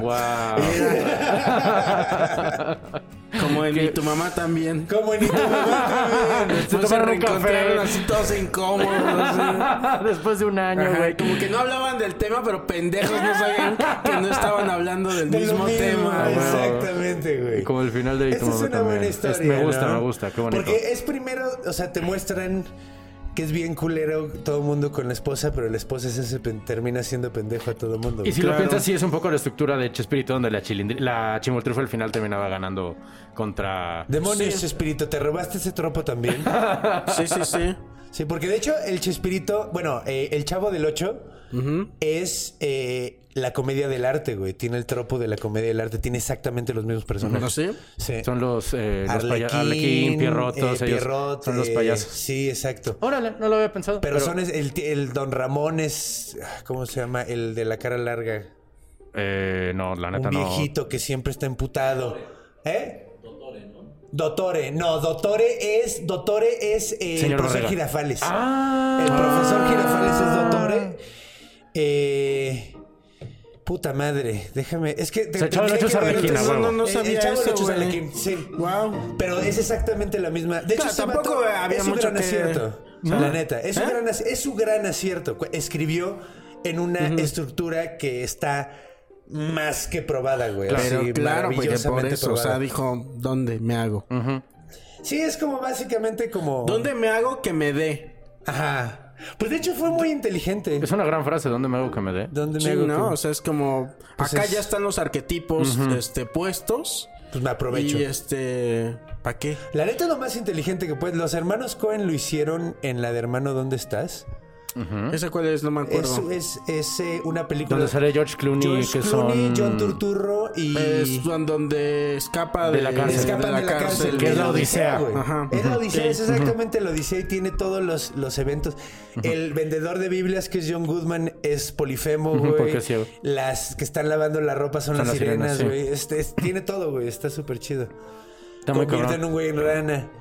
Speaker 4: Como en Y tu mamá también.
Speaker 2: Como en Itamamá también.
Speaker 6: Se tomaron un café.
Speaker 4: reencontraron así todos incómodos. así.
Speaker 6: Wow. Ah, Después de un año,
Speaker 4: Ajá,
Speaker 6: güey.
Speaker 4: como que no hablaban del tema, pero pendejos no sabían que no estaban hablando del
Speaker 2: De lo
Speaker 4: mismo
Speaker 2: mismo,
Speaker 4: tema. güey.
Speaker 2: Exactamente, güey.
Speaker 6: Como el final de
Speaker 2: Esta
Speaker 6: Tu
Speaker 2: es
Speaker 6: Mamá
Speaker 2: una buena
Speaker 6: también.
Speaker 2: historia.
Speaker 6: Es- me gusta,
Speaker 2: ¿no?
Speaker 6: me gusta, qué bonito.
Speaker 2: Porque eh, es primero, o sea, te muestran que es bien culero todo el mundo con la esposa, pero la esposa es ese pen- termina siendo pendejo a todo el mundo.
Speaker 6: Y
Speaker 2: güey.
Speaker 6: si lo piensas, sí es un poco la estructura de Chespirito, donde la, chilindri- la chimoltrufa al final terminaba ganando contra.
Speaker 2: Demonios, espíritu, te robaste ese tropo también.
Speaker 4: Sí, sí, sí.
Speaker 2: Sí, porque de hecho el Chespirito, bueno, eh, el Chavo del Ocho es eh, la comedia del arte, güey. Tiene el tropo de la comedia del arte, tiene exactamente los mismos personajes.
Speaker 4: ¿No sí?
Speaker 2: Sí.
Speaker 6: Son los, eh, los
Speaker 2: Arlequín,
Speaker 6: paya- Arlequín, Pierrot,
Speaker 2: eh,
Speaker 6: todos ellos.
Speaker 2: Pierrot,
Speaker 6: son los
Speaker 2: eh,
Speaker 6: payasos. Oh,
Speaker 2: sí, exacto.
Speaker 6: Órale, no lo había pensado.
Speaker 2: Pero, son es- el, el Don Ramón es, ah, ¿cómo se llama? El de la cara larga.
Speaker 6: Eh, no, la neta
Speaker 2: Un
Speaker 6: no.
Speaker 2: viejito que siempre está emputado. ¿Eh? Dottore, no, Dottore es, Dottore es eh, el
Speaker 6: Señor Ah,
Speaker 2: profesor
Speaker 6: Ortega.
Speaker 2: Girafales. El profesor
Speaker 4: Ah.
Speaker 2: Girafales es Dottore. Eh, puta madre, déjame. Es que te,
Speaker 6: sea, el Chavo del
Speaker 2: tendría
Speaker 6: Ocho es
Speaker 2: que ver
Speaker 6: Arlequín,
Speaker 2: otras-
Speaker 6: a huevo.
Speaker 4: No, no
Speaker 2: El- el
Speaker 4: sabía
Speaker 2: Chavo del
Speaker 4: eso,
Speaker 2: Ocho es
Speaker 4: güey.
Speaker 2: Arlequín, sí.
Speaker 4: Wow.
Speaker 2: Pero es exactamente la misma. De hecho,
Speaker 4: Claro,
Speaker 2: este
Speaker 4: tampoco
Speaker 2: vato
Speaker 4: había
Speaker 2: es un
Speaker 4: mucho
Speaker 2: gran
Speaker 4: que- ¿Eh?
Speaker 2: acierto. La neta, es, un gran, ac- es un gran acierto. Cu- Escribió en una estructura que está más que probada, güey.
Speaker 4: Pero
Speaker 2: Así,
Speaker 4: claro, güey, que por
Speaker 2: maravillosamente
Speaker 4: eso. O sea,
Speaker 2: probada.
Speaker 4: dijo, ¿dónde me hago?
Speaker 2: Sí, es como básicamente como.
Speaker 4: ¿Dónde me hago que me dé?
Speaker 2: Ajá. Pues de hecho fue muy inteligente.
Speaker 6: Es una gran frase. ¿Dónde me hago que me dé?
Speaker 2: ¿Dónde me
Speaker 4: Sí,
Speaker 2: hago
Speaker 4: ¿no?
Speaker 2: que-
Speaker 4: O sea, es como.
Speaker 2: Pues
Speaker 4: acá
Speaker 2: es-
Speaker 4: ya están los arquetipos este, puestos.
Speaker 2: Pues me aprovecho.
Speaker 4: Y este. ¿Para qué?
Speaker 2: La neta lo más inteligente que puede. Los hermanos Cohen lo hicieron en la de hermano ¿Dónde estás?
Speaker 4: ¿Esa cuál es? No me acuerdo.
Speaker 2: Es, es, es, eh, una película.
Speaker 6: Donde sale George Clooney,
Speaker 2: George
Speaker 6: que
Speaker 2: Clooney,
Speaker 6: son...
Speaker 2: John Turturro y.
Speaker 4: Es don- donde escapa de,
Speaker 6: De la cárcel.
Speaker 2: Escapan de la cárcel,
Speaker 6: que es la Odisea.
Speaker 2: güey.
Speaker 4: Ajá.
Speaker 2: Es la Odisea,
Speaker 4: Sí.
Speaker 2: es exactamente la Odisea y tiene todos los, los eventos. El vendedor de Biblias, que es John Goodman, es Polifemo, güey.
Speaker 6: porque es ciego.
Speaker 2: Las que están lavando la ropa son, las,
Speaker 6: las
Speaker 2: sirenas,
Speaker 6: sirenas, sí.
Speaker 2: güey. Este es- tiene todo, güey. Está súper chido.
Speaker 6: Está muy
Speaker 2: Convierten
Speaker 6: cabrón.
Speaker 2: un güey en rana.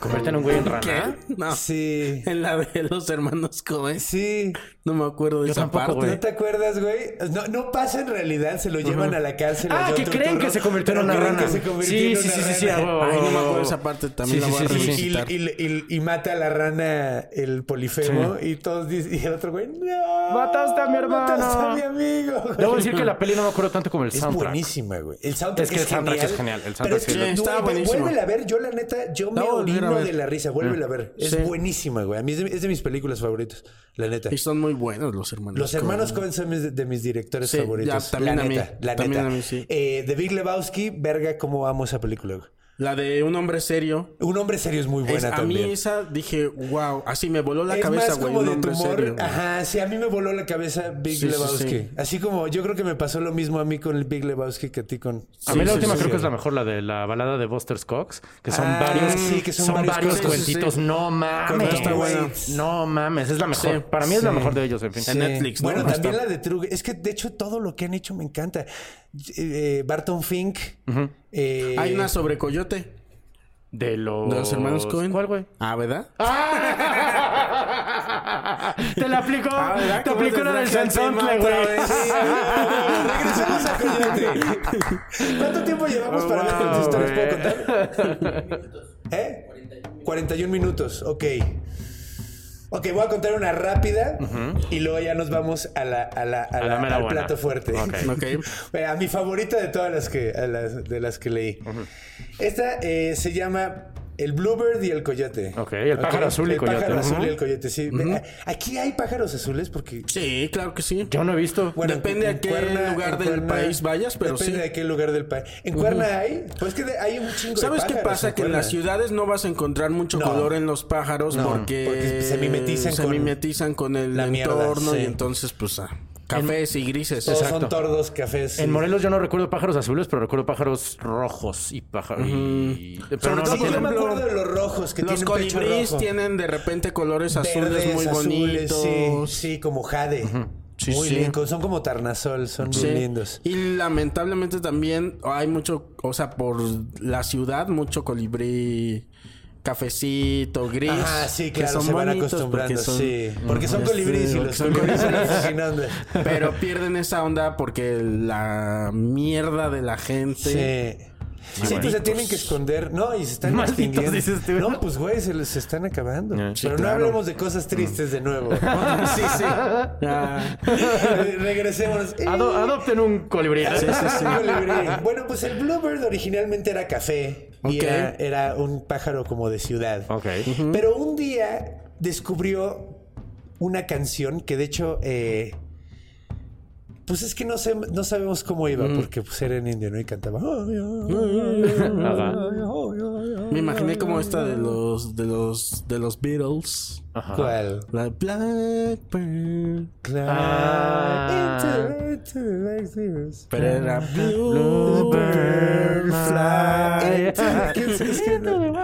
Speaker 6: Convierte en un güey en rana.
Speaker 4: ¿Qué? No.
Speaker 2: Sí.
Speaker 4: En la de los hermanos Cohen.
Speaker 2: Sí.
Speaker 4: No me acuerdo de
Speaker 6: Yo
Speaker 4: esa
Speaker 6: tampoco,
Speaker 4: parte.
Speaker 6: güey.
Speaker 2: ¿No te acuerdas, güey? No, no pasa en realidad, se lo llevan a la cárcel. a
Speaker 6: Ah,
Speaker 2: John
Speaker 6: que creen
Speaker 2: Turturro,
Speaker 6: que se convirtió en
Speaker 2: pero
Speaker 6: una
Speaker 2: creen
Speaker 6: rana.
Speaker 2: que se convirtió
Speaker 6: Sí,
Speaker 2: en
Speaker 6: sí,
Speaker 2: una
Speaker 6: sí, sí,
Speaker 2: rana.
Speaker 6: sí, a huevo.
Speaker 4: Ay, no me acuerdo esa parte. También
Speaker 6: Sí,
Speaker 4: la Ah, voy
Speaker 6: sí,
Speaker 4: a
Speaker 6: sí, sí, sí.
Speaker 2: Oh. Y,
Speaker 4: revisitar.
Speaker 2: y- y- y- y mata a la rana el polifemo y todos dicen, y el otro güey, no.
Speaker 6: Mataste a mi hermano.
Speaker 2: Mataste a mi amigo. güey".
Speaker 6: Debo decir que la peli no me acuerdo tanto como el
Speaker 2: Es
Speaker 6: soundtrack.
Speaker 2: buenísima, güey. El soundtrack
Speaker 6: Es que el soundtrack es genial, el
Speaker 2: pero
Speaker 6: soundtrack
Speaker 2: es que
Speaker 6: sí.
Speaker 2: no,
Speaker 4: Sí, estaba
Speaker 2: güey,
Speaker 4: buenísimo.
Speaker 2: Vuélvela a ver. Yo, la neta, yo me
Speaker 4: La voy a volver a
Speaker 2: orino
Speaker 4: ver.
Speaker 2: de la risa.
Speaker 6: Mm.
Speaker 2: Vuélvela a ver. Es
Speaker 4: Sí.
Speaker 2: buenísima, güey. A mí es de, es de mis películas favoritas, la neta.
Speaker 4: Y son muy buenos los hermanos
Speaker 2: Los hermanos
Speaker 4: Coen.
Speaker 2: Cohen son mis- de, mis directores
Speaker 4: Sí,
Speaker 2: favoritos.
Speaker 4: ya, también
Speaker 2: la
Speaker 4: a mí.
Speaker 2: neta, la
Speaker 4: También
Speaker 2: neta.
Speaker 4: a mí, sí.
Speaker 2: Eh, The Big Lebowski, verga, cómo amo esa película. güey.
Speaker 4: La de un hombre serio.
Speaker 2: Un hombre serio es muy buena
Speaker 4: Es- a mí
Speaker 2: también.
Speaker 4: esa dije, wow, así me voló la
Speaker 2: es
Speaker 4: cabeza,
Speaker 2: más
Speaker 4: güey.
Speaker 2: como
Speaker 4: Un
Speaker 2: de
Speaker 4: hombre
Speaker 2: tumor.
Speaker 4: serio. güey.
Speaker 2: Ajá, sí, a mí me voló la cabeza Big
Speaker 4: Sí, sí,
Speaker 2: Lebowski.
Speaker 4: sí.
Speaker 2: Así como yo creo que me pasó lo mismo a mí con el Big Lebowski que a ti con.
Speaker 6: A mí
Speaker 4: Sí,
Speaker 6: la
Speaker 4: sí,
Speaker 6: última creo
Speaker 4: sí, sí.
Speaker 6: que es la mejor, la de la balada de Buster Cox, que son
Speaker 2: Ah,
Speaker 6: varios,
Speaker 2: sí, que son
Speaker 6: son
Speaker 2: varios
Speaker 6: varios,
Speaker 2: cuentos. Ah,
Speaker 6: cuentitos.
Speaker 4: Sí, sí, sí.
Speaker 6: No mames,
Speaker 2: Pero está
Speaker 6: güey.
Speaker 2: buena.
Speaker 6: no mames, es la mejor.
Speaker 4: Sí,
Speaker 6: Para mí es la
Speaker 2: sí.
Speaker 6: mejor de ellos, en fin.
Speaker 2: Sí.
Speaker 4: En Netflix, ¿no?
Speaker 2: Bueno,
Speaker 4: Ahí
Speaker 2: también
Speaker 4: está.
Speaker 2: la de True. Es que de hecho todo lo que han hecho me encanta. Eh, eh, Barton Fink. eh,
Speaker 4: Hay una sobre Coyote.
Speaker 6: De los,
Speaker 4: De los hermanos Cohen.
Speaker 6: ¿Cuál, güey?
Speaker 4: Ah, ¿verdad?
Speaker 6: Te la aplicó,
Speaker 4: Ah, ¿verdad?
Speaker 6: te
Speaker 4: ¿Cómo
Speaker 6: aplicó
Speaker 4: se
Speaker 6: la del
Speaker 4: saca el tema
Speaker 6: Sensontle,
Speaker 4: otra
Speaker 6: güey.
Speaker 4: vez?
Speaker 2: Regresamos a Coyote. ¿Cuánto tiempo
Speaker 6: Oh,
Speaker 2: llevamos para hablar de tus historias? ¿Puedo contar? ¿Eh? 41 minutos, ok. Ok, voy a contar una rápida y luego ya nos vamos a la, a la, a
Speaker 6: la
Speaker 2: la-
Speaker 6: mera
Speaker 2: al
Speaker 6: buena.
Speaker 2: plato fuerte.
Speaker 6: Ok.
Speaker 4: Ok.
Speaker 2: Bueno, a mi favorita de todas las que, a las- de las que leí. Esta eh, se llama El Bluebird y el Coyote.
Speaker 6: Ok, el pájaro azul y
Speaker 2: el
Speaker 6: coyote.
Speaker 2: pájaro azul
Speaker 6: Ujú.
Speaker 2: y el coyote, sí. Ve, a- Aquí hay pájaros azules porque
Speaker 4: Sí, claro que sí.
Speaker 6: Yo no he visto.
Speaker 2: bueno,
Speaker 4: Depende
Speaker 2: en-
Speaker 4: a
Speaker 2: en
Speaker 4: qué
Speaker 2: Cuerna-
Speaker 4: lugar
Speaker 2: en
Speaker 4: del
Speaker 2: Cuerna-
Speaker 4: país vayas, pero
Speaker 2: Depende
Speaker 4: sí.
Speaker 2: de qué lugar del país. ¿En Cuerna hay? Pues que de- hay un chingo de
Speaker 4: ¿Sabes qué
Speaker 2: pájaros
Speaker 4: pasa? Que en
Speaker 2: Cuerna.
Speaker 4: las ciudades no vas a encontrar mucho
Speaker 2: No.
Speaker 4: color en los pájaros
Speaker 2: No,
Speaker 4: porque,
Speaker 2: porque se mimetizan
Speaker 4: se
Speaker 2: con
Speaker 4: mimetizan con el
Speaker 2: la mierda,
Speaker 4: entorno
Speaker 2: sí.
Speaker 4: y entonces, pues, ah, cafés y grises.
Speaker 2: Todos
Speaker 4: Exacto.
Speaker 2: son tordos, cafés.
Speaker 6: En
Speaker 2: sí.
Speaker 6: Morelos yo no recuerdo pájaros azules, pero recuerdo pájaros rojos y pájaros. Pero
Speaker 4: Sobre
Speaker 6: no, no
Speaker 4: todo,
Speaker 2: Sí, yo
Speaker 6: tienen-
Speaker 2: me
Speaker 4: ejemplo,
Speaker 2: acuerdo de los rojos que tienen
Speaker 4: Los
Speaker 2: pecho
Speaker 4: colibríes
Speaker 2: rojo.
Speaker 4: tienen de repente colores azules
Speaker 2: Verdes,
Speaker 4: muy
Speaker 2: azules,
Speaker 4: bonitos.
Speaker 2: Sí, sí, como jade.
Speaker 4: Sí,
Speaker 2: muy
Speaker 4: sí.
Speaker 2: bien, con- son como tarnasol, son
Speaker 4: Sí.
Speaker 2: bien lindos.
Speaker 4: Y lamentablemente también hay mucho, o sea, por la ciudad, mucho colibrí cafecito, gris.
Speaker 2: Ah, sí,
Speaker 4: que
Speaker 2: claro,
Speaker 4: son
Speaker 2: se van
Speaker 4: bonitos
Speaker 2: acostumbrando,
Speaker 4: porque son-
Speaker 2: sí. Porque son
Speaker 4: Ya
Speaker 2: colibríes y
Speaker 4: sé, porque
Speaker 2: los
Speaker 4: son
Speaker 2: colibríes son
Speaker 4: colibríes.
Speaker 2: fascinantes.
Speaker 4: Pero pierden esa onda porque la mierda de la gente.
Speaker 2: Sí. Sí, pues se tienen que esconder, ¿no? Y se están extinguiendo.
Speaker 6: dices tú.
Speaker 2: No, pues güey, se les están acabando.
Speaker 6: Sí,
Speaker 2: Pero no
Speaker 6: claro.
Speaker 2: hablemos de cosas tristes de nuevo. sí, sí.
Speaker 4: Ah,
Speaker 2: Re- Regresemos. Eh,
Speaker 6: Ado- adopten un colibrí.
Speaker 2: Sí, sí, sí. Colibrí. Bueno, pues el Bluebird originalmente era café y
Speaker 4: Ok.
Speaker 2: era, era un pájaro como de ciudad.
Speaker 6: Ok.
Speaker 2: Pero un día descubrió una canción que de hecho, eh, pues es que no, sé, no sabemos cómo iba, porque pues era en indio, ¿no? Y cantaba.
Speaker 6: Ajá.
Speaker 4: me imaginé como esta de los de los de los Beatles.
Speaker 2: ¿Cuál?
Speaker 4: La de Blackbird.
Speaker 6: Ah.
Speaker 2: Into- into the
Speaker 4: Pero era
Speaker 6: Bluebird
Speaker 4: Bluebird
Speaker 6: fly.
Speaker 2: fly. Es que- es que no.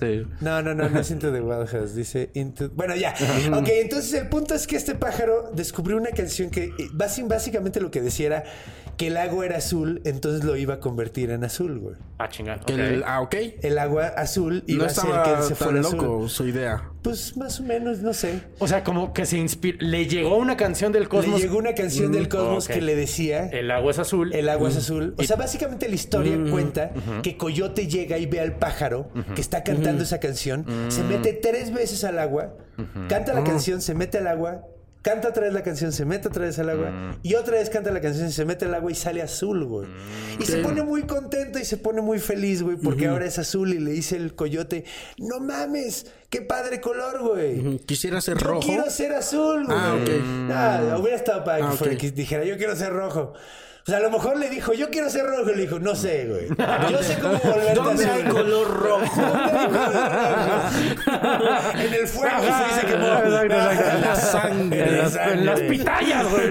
Speaker 6: Sí.
Speaker 2: No, no, no, no es Into the Wild House, dice Into... Bueno, ya. Ok, entonces el punto es que este pájaro descubrió una canción que eh, basi- básicamente lo que decía era que el agua era azul, entonces lo iba a convertir en azul, güey.
Speaker 6: Ah, chingada.
Speaker 4: Que el- ah, ok.
Speaker 2: El agua azul iba
Speaker 4: no
Speaker 2: a hacer
Speaker 4: estaba
Speaker 2: que se fuera
Speaker 4: tan
Speaker 2: azul.
Speaker 4: loco su idea.
Speaker 2: Pues más o menos, no sé.
Speaker 6: O sea, como que se inspira. Le llegó una canción del cosmos.
Speaker 2: Le
Speaker 6: Mm,
Speaker 2: llegó una canción del cosmos
Speaker 6: ok.
Speaker 2: que le decía...
Speaker 6: El agua es azul.
Speaker 2: El agua es azul. O sea, básicamente la historia cuenta que Coyote llega y ve al pájaro que está cantando esa canción, se mete tres veces al agua, canta la canción, se mete al agua, Canta otra vez la canción, se mete otra vez al agua. Y otra vez canta la canción, se mete al agua y sale azul, güey. Y se pone muy contento y se pone muy feliz, güey, porque ahora es azul. Y le dice el coyote, no mames, qué padre color, güey.
Speaker 4: Quisiera ser
Speaker 2: Yo
Speaker 4: rojo.
Speaker 2: quiero ser azul, güey.
Speaker 4: Ah, ok.
Speaker 2: No, hubiera estado para que,
Speaker 4: Ah,
Speaker 2: fuera
Speaker 4: ok.
Speaker 2: que dijera, yo quiero ser rojo. O sea, a lo mejor le dijo, yo quiero ser rojo. Y le dijo, no sé, güey. Yo sé cómo volver
Speaker 4: ¿Dónde hay color rojo?
Speaker 2: en el fuego se dice que no.
Speaker 4: En la sangre.
Speaker 2: En la
Speaker 6: las- en las
Speaker 2: sangre.
Speaker 6: pitayas, güey.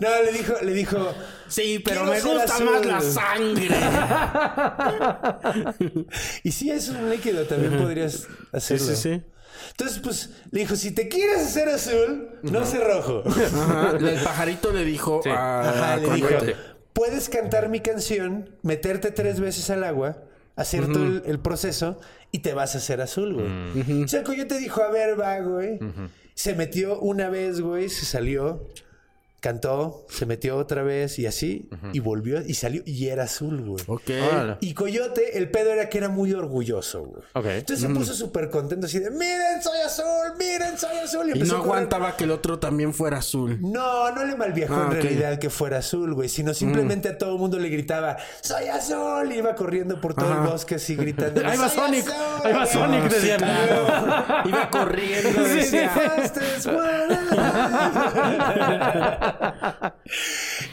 Speaker 2: No, le dijo, le dijo.
Speaker 4: Sí, pero
Speaker 2: Quiero
Speaker 4: me
Speaker 2: ser
Speaker 4: gusta
Speaker 2: azul.
Speaker 4: más la sangre.
Speaker 2: Y si es un líquido, también podrías hacerlo.
Speaker 4: sí, sí.
Speaker 2: Entonces, pues, le dijo, si te quieres hacer azul, no sé rojo.
Speaker 4: Ajá, El pajarito le dijo
Speaker 6: Sí.
Speaker 4: a
Speaker 2: Ajá, le dijo,
Speaker 6: coyote.
Speaker 2: puedes cantar mi canción, meterte tres veces al agua, hacer todo el, el proceso y te vas a hacer azul, güey. O sea, el coyote dijo, a ver, va, güey. Se metió una vez, güey, se salió, cantó, se metió otra vez y así, y volvió y salió y era azul, güey.
Speaker 4: Ok.
Speaker 6: Órale.
Speaker 2: Y Coyote, el pedo era que era muy orgulloso, güey.
Speaker 6: Ok.
Speaker 2: Entonces
Speaker 4: Mm.
Speaker 2: se puso súper contento así de, miren, soy azul, miren, soy azul.
Speaker 4: Y
Speaker 2: empezó
Speaker 4: no
Speaker 2: a correr.
Speaker 4: aguantaba que el otro también fuera azul.
Speaker 2: No, no le malviajó
Speaker 4: Ah,
Speaker 2: en
Speaker 4: ok.
Speaker 2: realidad que fuera azul, güey,
Speaker 6: Mm.
Speaker 2: sino simplemente a todo el mundo le gritaba, soy azul, y iba corriendo por todo el bosque así gritando.
Speaker 6: Ahí va
Speaker 2: "Soy
Speaker 6: Sonic.
Speaker 2: azul".
Speaker 6: Ahí va Sonic,
Speaker 2: Ah, sí,
Speaker 6: decían.
Speaker 2: claro.
Speaker 4: Iba corriendo.
Speaker 2: Sí, sí, Este
Speaker 4: decía.
Speaker 2: fastest one alive.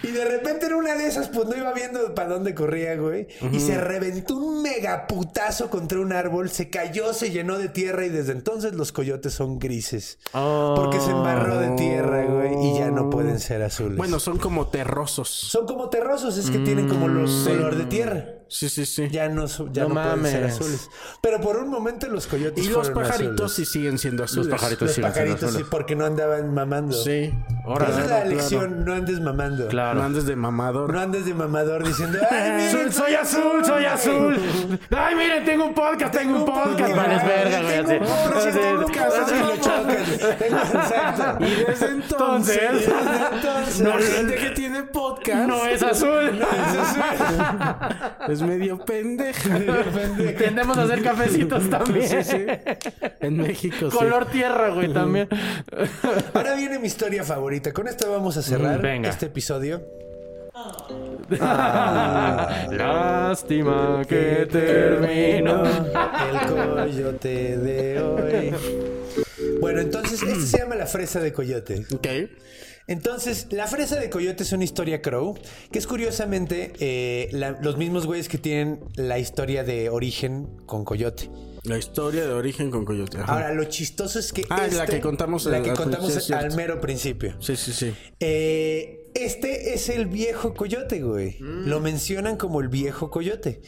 Speaker 2: y de repente en una de esas, pues no iba viendo para dónde corría, güey. Y se reventó un megaputazo contra un árbol, se cayó, se llenó de tierra y desde entonces los coyotes son grises. Porque se embarró de tierra, güey, y ya no pueden ser azules.
Speaker 4: Bueno, son como terrosos.
Speaker 2: son como terrosos, es que tienen como los color de tierra.
Speaker 4: Sí, sí, sí.
Speaker 2: Ya no, so- ya no,
Speaker 6: No
Speaker 2: pueden ser
Speaker 6: mames.
Speaker 2: azules. Pero por un momento los coyotes
Speaker 4: Y los
Speaker 2: pues fueron
Speaker 4: pajaritos
Speaker 2: azules.
Speaker 4: sí siguen siendo azules.
Speaker 6: Los pajaritos
Speaker 2: Los
Speaker 6: sí.
Speaker 2: pajaritos sí,
Speaker 6: sí.
Speaker 2: porque no andaban mamando.
Speaker 4: Sí.
Speaker 6: Órale.
Speaker 2: Esa es la lección, no andes mamando.
Speaker 4: Claro.
Speaker 6: Claro.
Speaker 4: No andes de mamador.
Speaker 2: No andes de mamador diciendo, ay, miren,
Speaker 6: Soy, soy azul, soy azul. Ay, miren, tengo un podcast, tengo un podcast. Vales verga, güey.
Speaker 2: tengo
Speaker 6: así.
Speaker 2: un podcast,
Speaker 6: Así.
Speaker 2: tengo un podcast, y lo chocas. Tengo- exacto.
Speaker 4: Y desde entonces,
Speaker 6: Entonces-
Speaker 2: Entonces,
Speaker 4: la gente que tiene podcast
Speaker 6: No es azul.
Speaker 4: es medio pendeja.
Speaker 6: Tendemos a hacer cafecitos también.
Speaker 4: Sí, sí. En México, sí.
Speaker 6: Color tierra, güey, también.
Speaker 2: Ahora viene mi historia favorita. Con esto vamos a cerrar
Speaker 6: Mm, venga.
Speaker 2: este episodio.
Speaker 6: Lástima que terminó.
Speaker 2: El coyote de hoy. Bueno, entonces, este se llama la fresa de coyote.
Speaker 4: Ok.
Speaker 2: Entonces, La Fresa de Coyote es una historia crow, que es curiosamente eh, la- los mismos güeyes que tienen la historia de origen con Coyote.
Speaker 4: La historia de origen con Coyote. Ajá.
Speaker 2: Ahora, lo chistoso es que... este,
Speaker 4: Ah, la que contamos
Speaker 2: la
Speaker 4: al-
Speaker 2: que
Speaker 4: al-
Speaker 2: contamos
Speaker 4: sí, es cierto.
Speaker 2: al mero principio.
Speaker 4: Sí, sí, sí.
Speaker 2: Eh, este es el viejo coyote, güey. Lo mencionan como el viejo coyote.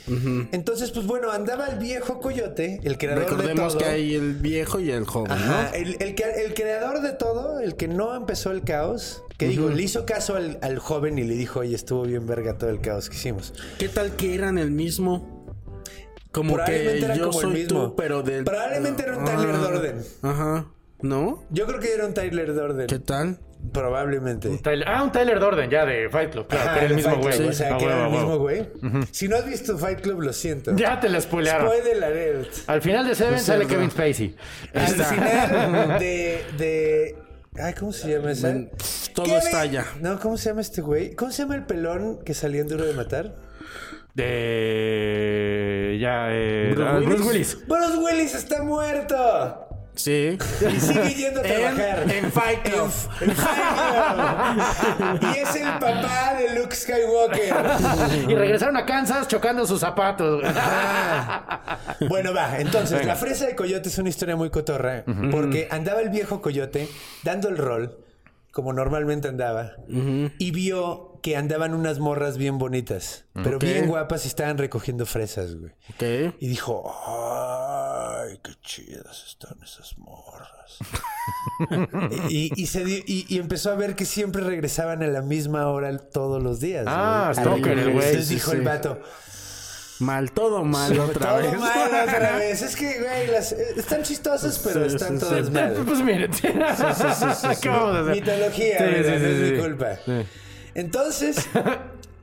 Speaker 2: Entonces, pues bueno, andaba el viejo coyote, el creador
Speaker 4: Recordemos
Speaker 2: de todo.
Speaker 4: que hay el viejo y el joven,
Speaker 2: Ajá, Ah, el, el que- el creador de todo, el que no empezó el caos, que digo, le hizo caso al, al joven y le dijo, oye, estuvo bien verga todo el caos que hicimos.
Speaker 4: ¿no? ¿Qué tal que eran el mismo? Como que
Speaker 2: Probablemente era
Speaker 4: yo
Speaker 2: como el
Speaker 4: soy
Speaker 2: mismo.
Speaker 4: tú, pero del... Ah.
Speaker 2: Probablemente era un Tyler Durden.
Speaker 4: Ajá. ¿No?
Speaker 2: Yo creo que era un Tyler Durden.
Speaker 4: ¿Qué tal?
Speaker 2: ¿Eh? Probablemente.
Speaker 6: Tyler- ah, un Tyler Dorden ya de Fight Club. Claro,
Speaker 2: Ajá,
Speaker 6: que era el
Speaker 2: de
Speaker 6: mismo
Speaker 2: Fight
Speaker 6: güey.
Speaker 2: Club, O sea,
Speaker 6: Ah,
Speaker 2: que
Speaker 6: huevo,
Speaker 2: era el
Speaker 6: huevo.
Speaker 2: mismo güey. Si no has visto Fight Club, lo siento.
Speaker 6: Ya te la spoilearon.
Speaker 2: Spoiler alert.
Speaker 6: Al final de Seven sale
Speaker 4: cerdo.
Speaker 6: Kevin Spacey. Eh,
Speaker 2: Al final de, de... Ay, ¿cómo se llama esa?
Speaker 4: todo
Speaker 2: Kevin-
Speaker 4: estalla.
Speaker 2: No, ¿cómo se llama este güey? ¿Cómo se llama el pelón que salía en Duro de Matar?
Speaker 6: De. Ya, eh.
Speaker 4: Bruce
Speaker 6: ah, Bruce,
Speaker 4: Willis.
Speaker 6: Willis.
Speaker 2: Bruce Willis está muerto.
Speaker 4: Sí.
Speaker 2: Y sigue yendo a trabajar.
Speaker 4: en Fight Club.
Speaker 2: En- en Fight Club. y es el papá de Luke Skywalker.
Speaker 6: Y regresaron a Kansas chocando sus zapatos. güey.
Speaker 2: Bueno, va. Entonces, la fresa de Coyote es una historia muy cotorra. Porque andaba el viejo Coyote dando el rol, como normalmente andaba, y vio que andaban unas morras bien bonitas, pero bien guapas y estaban recogiendo fresas, güey.
Speaker 4: Ok.
Speaker 2: Y dijo, ay, qué chidas están esas morras. y, y se dio- y, y empezó a ver que siempre regresaban a la misma hora todos los días.
Speaker 6: Ah,
Speaker 2: güey.
Speaker 6: stalker, el güey.
Speaker 2: Entonces
Speaker 4: Sí,
Speaker 2: dijo
Speaker 4: sí.
Speaker 2: el vato,
Speaker 4: Mal, todo mal otra
Speaker 2: todo
Speaker 4: vez.
Speaker 2: mal otra vez. Es que, güey, las, eh, están chistosas, pero están todas mal.
Speaker 6: pues miren. ¿Qué vamos a hacer?
Speaker 2: Mitología,
Speaker 6: Sí,
Speaker 2: ¿verdad?
Speaker 6: sí,
Speaker 2: es
Speaker 6: sí,
Speaker 2: mi
Speaker 6: sí.
Speaker 2: culpa. Entonces,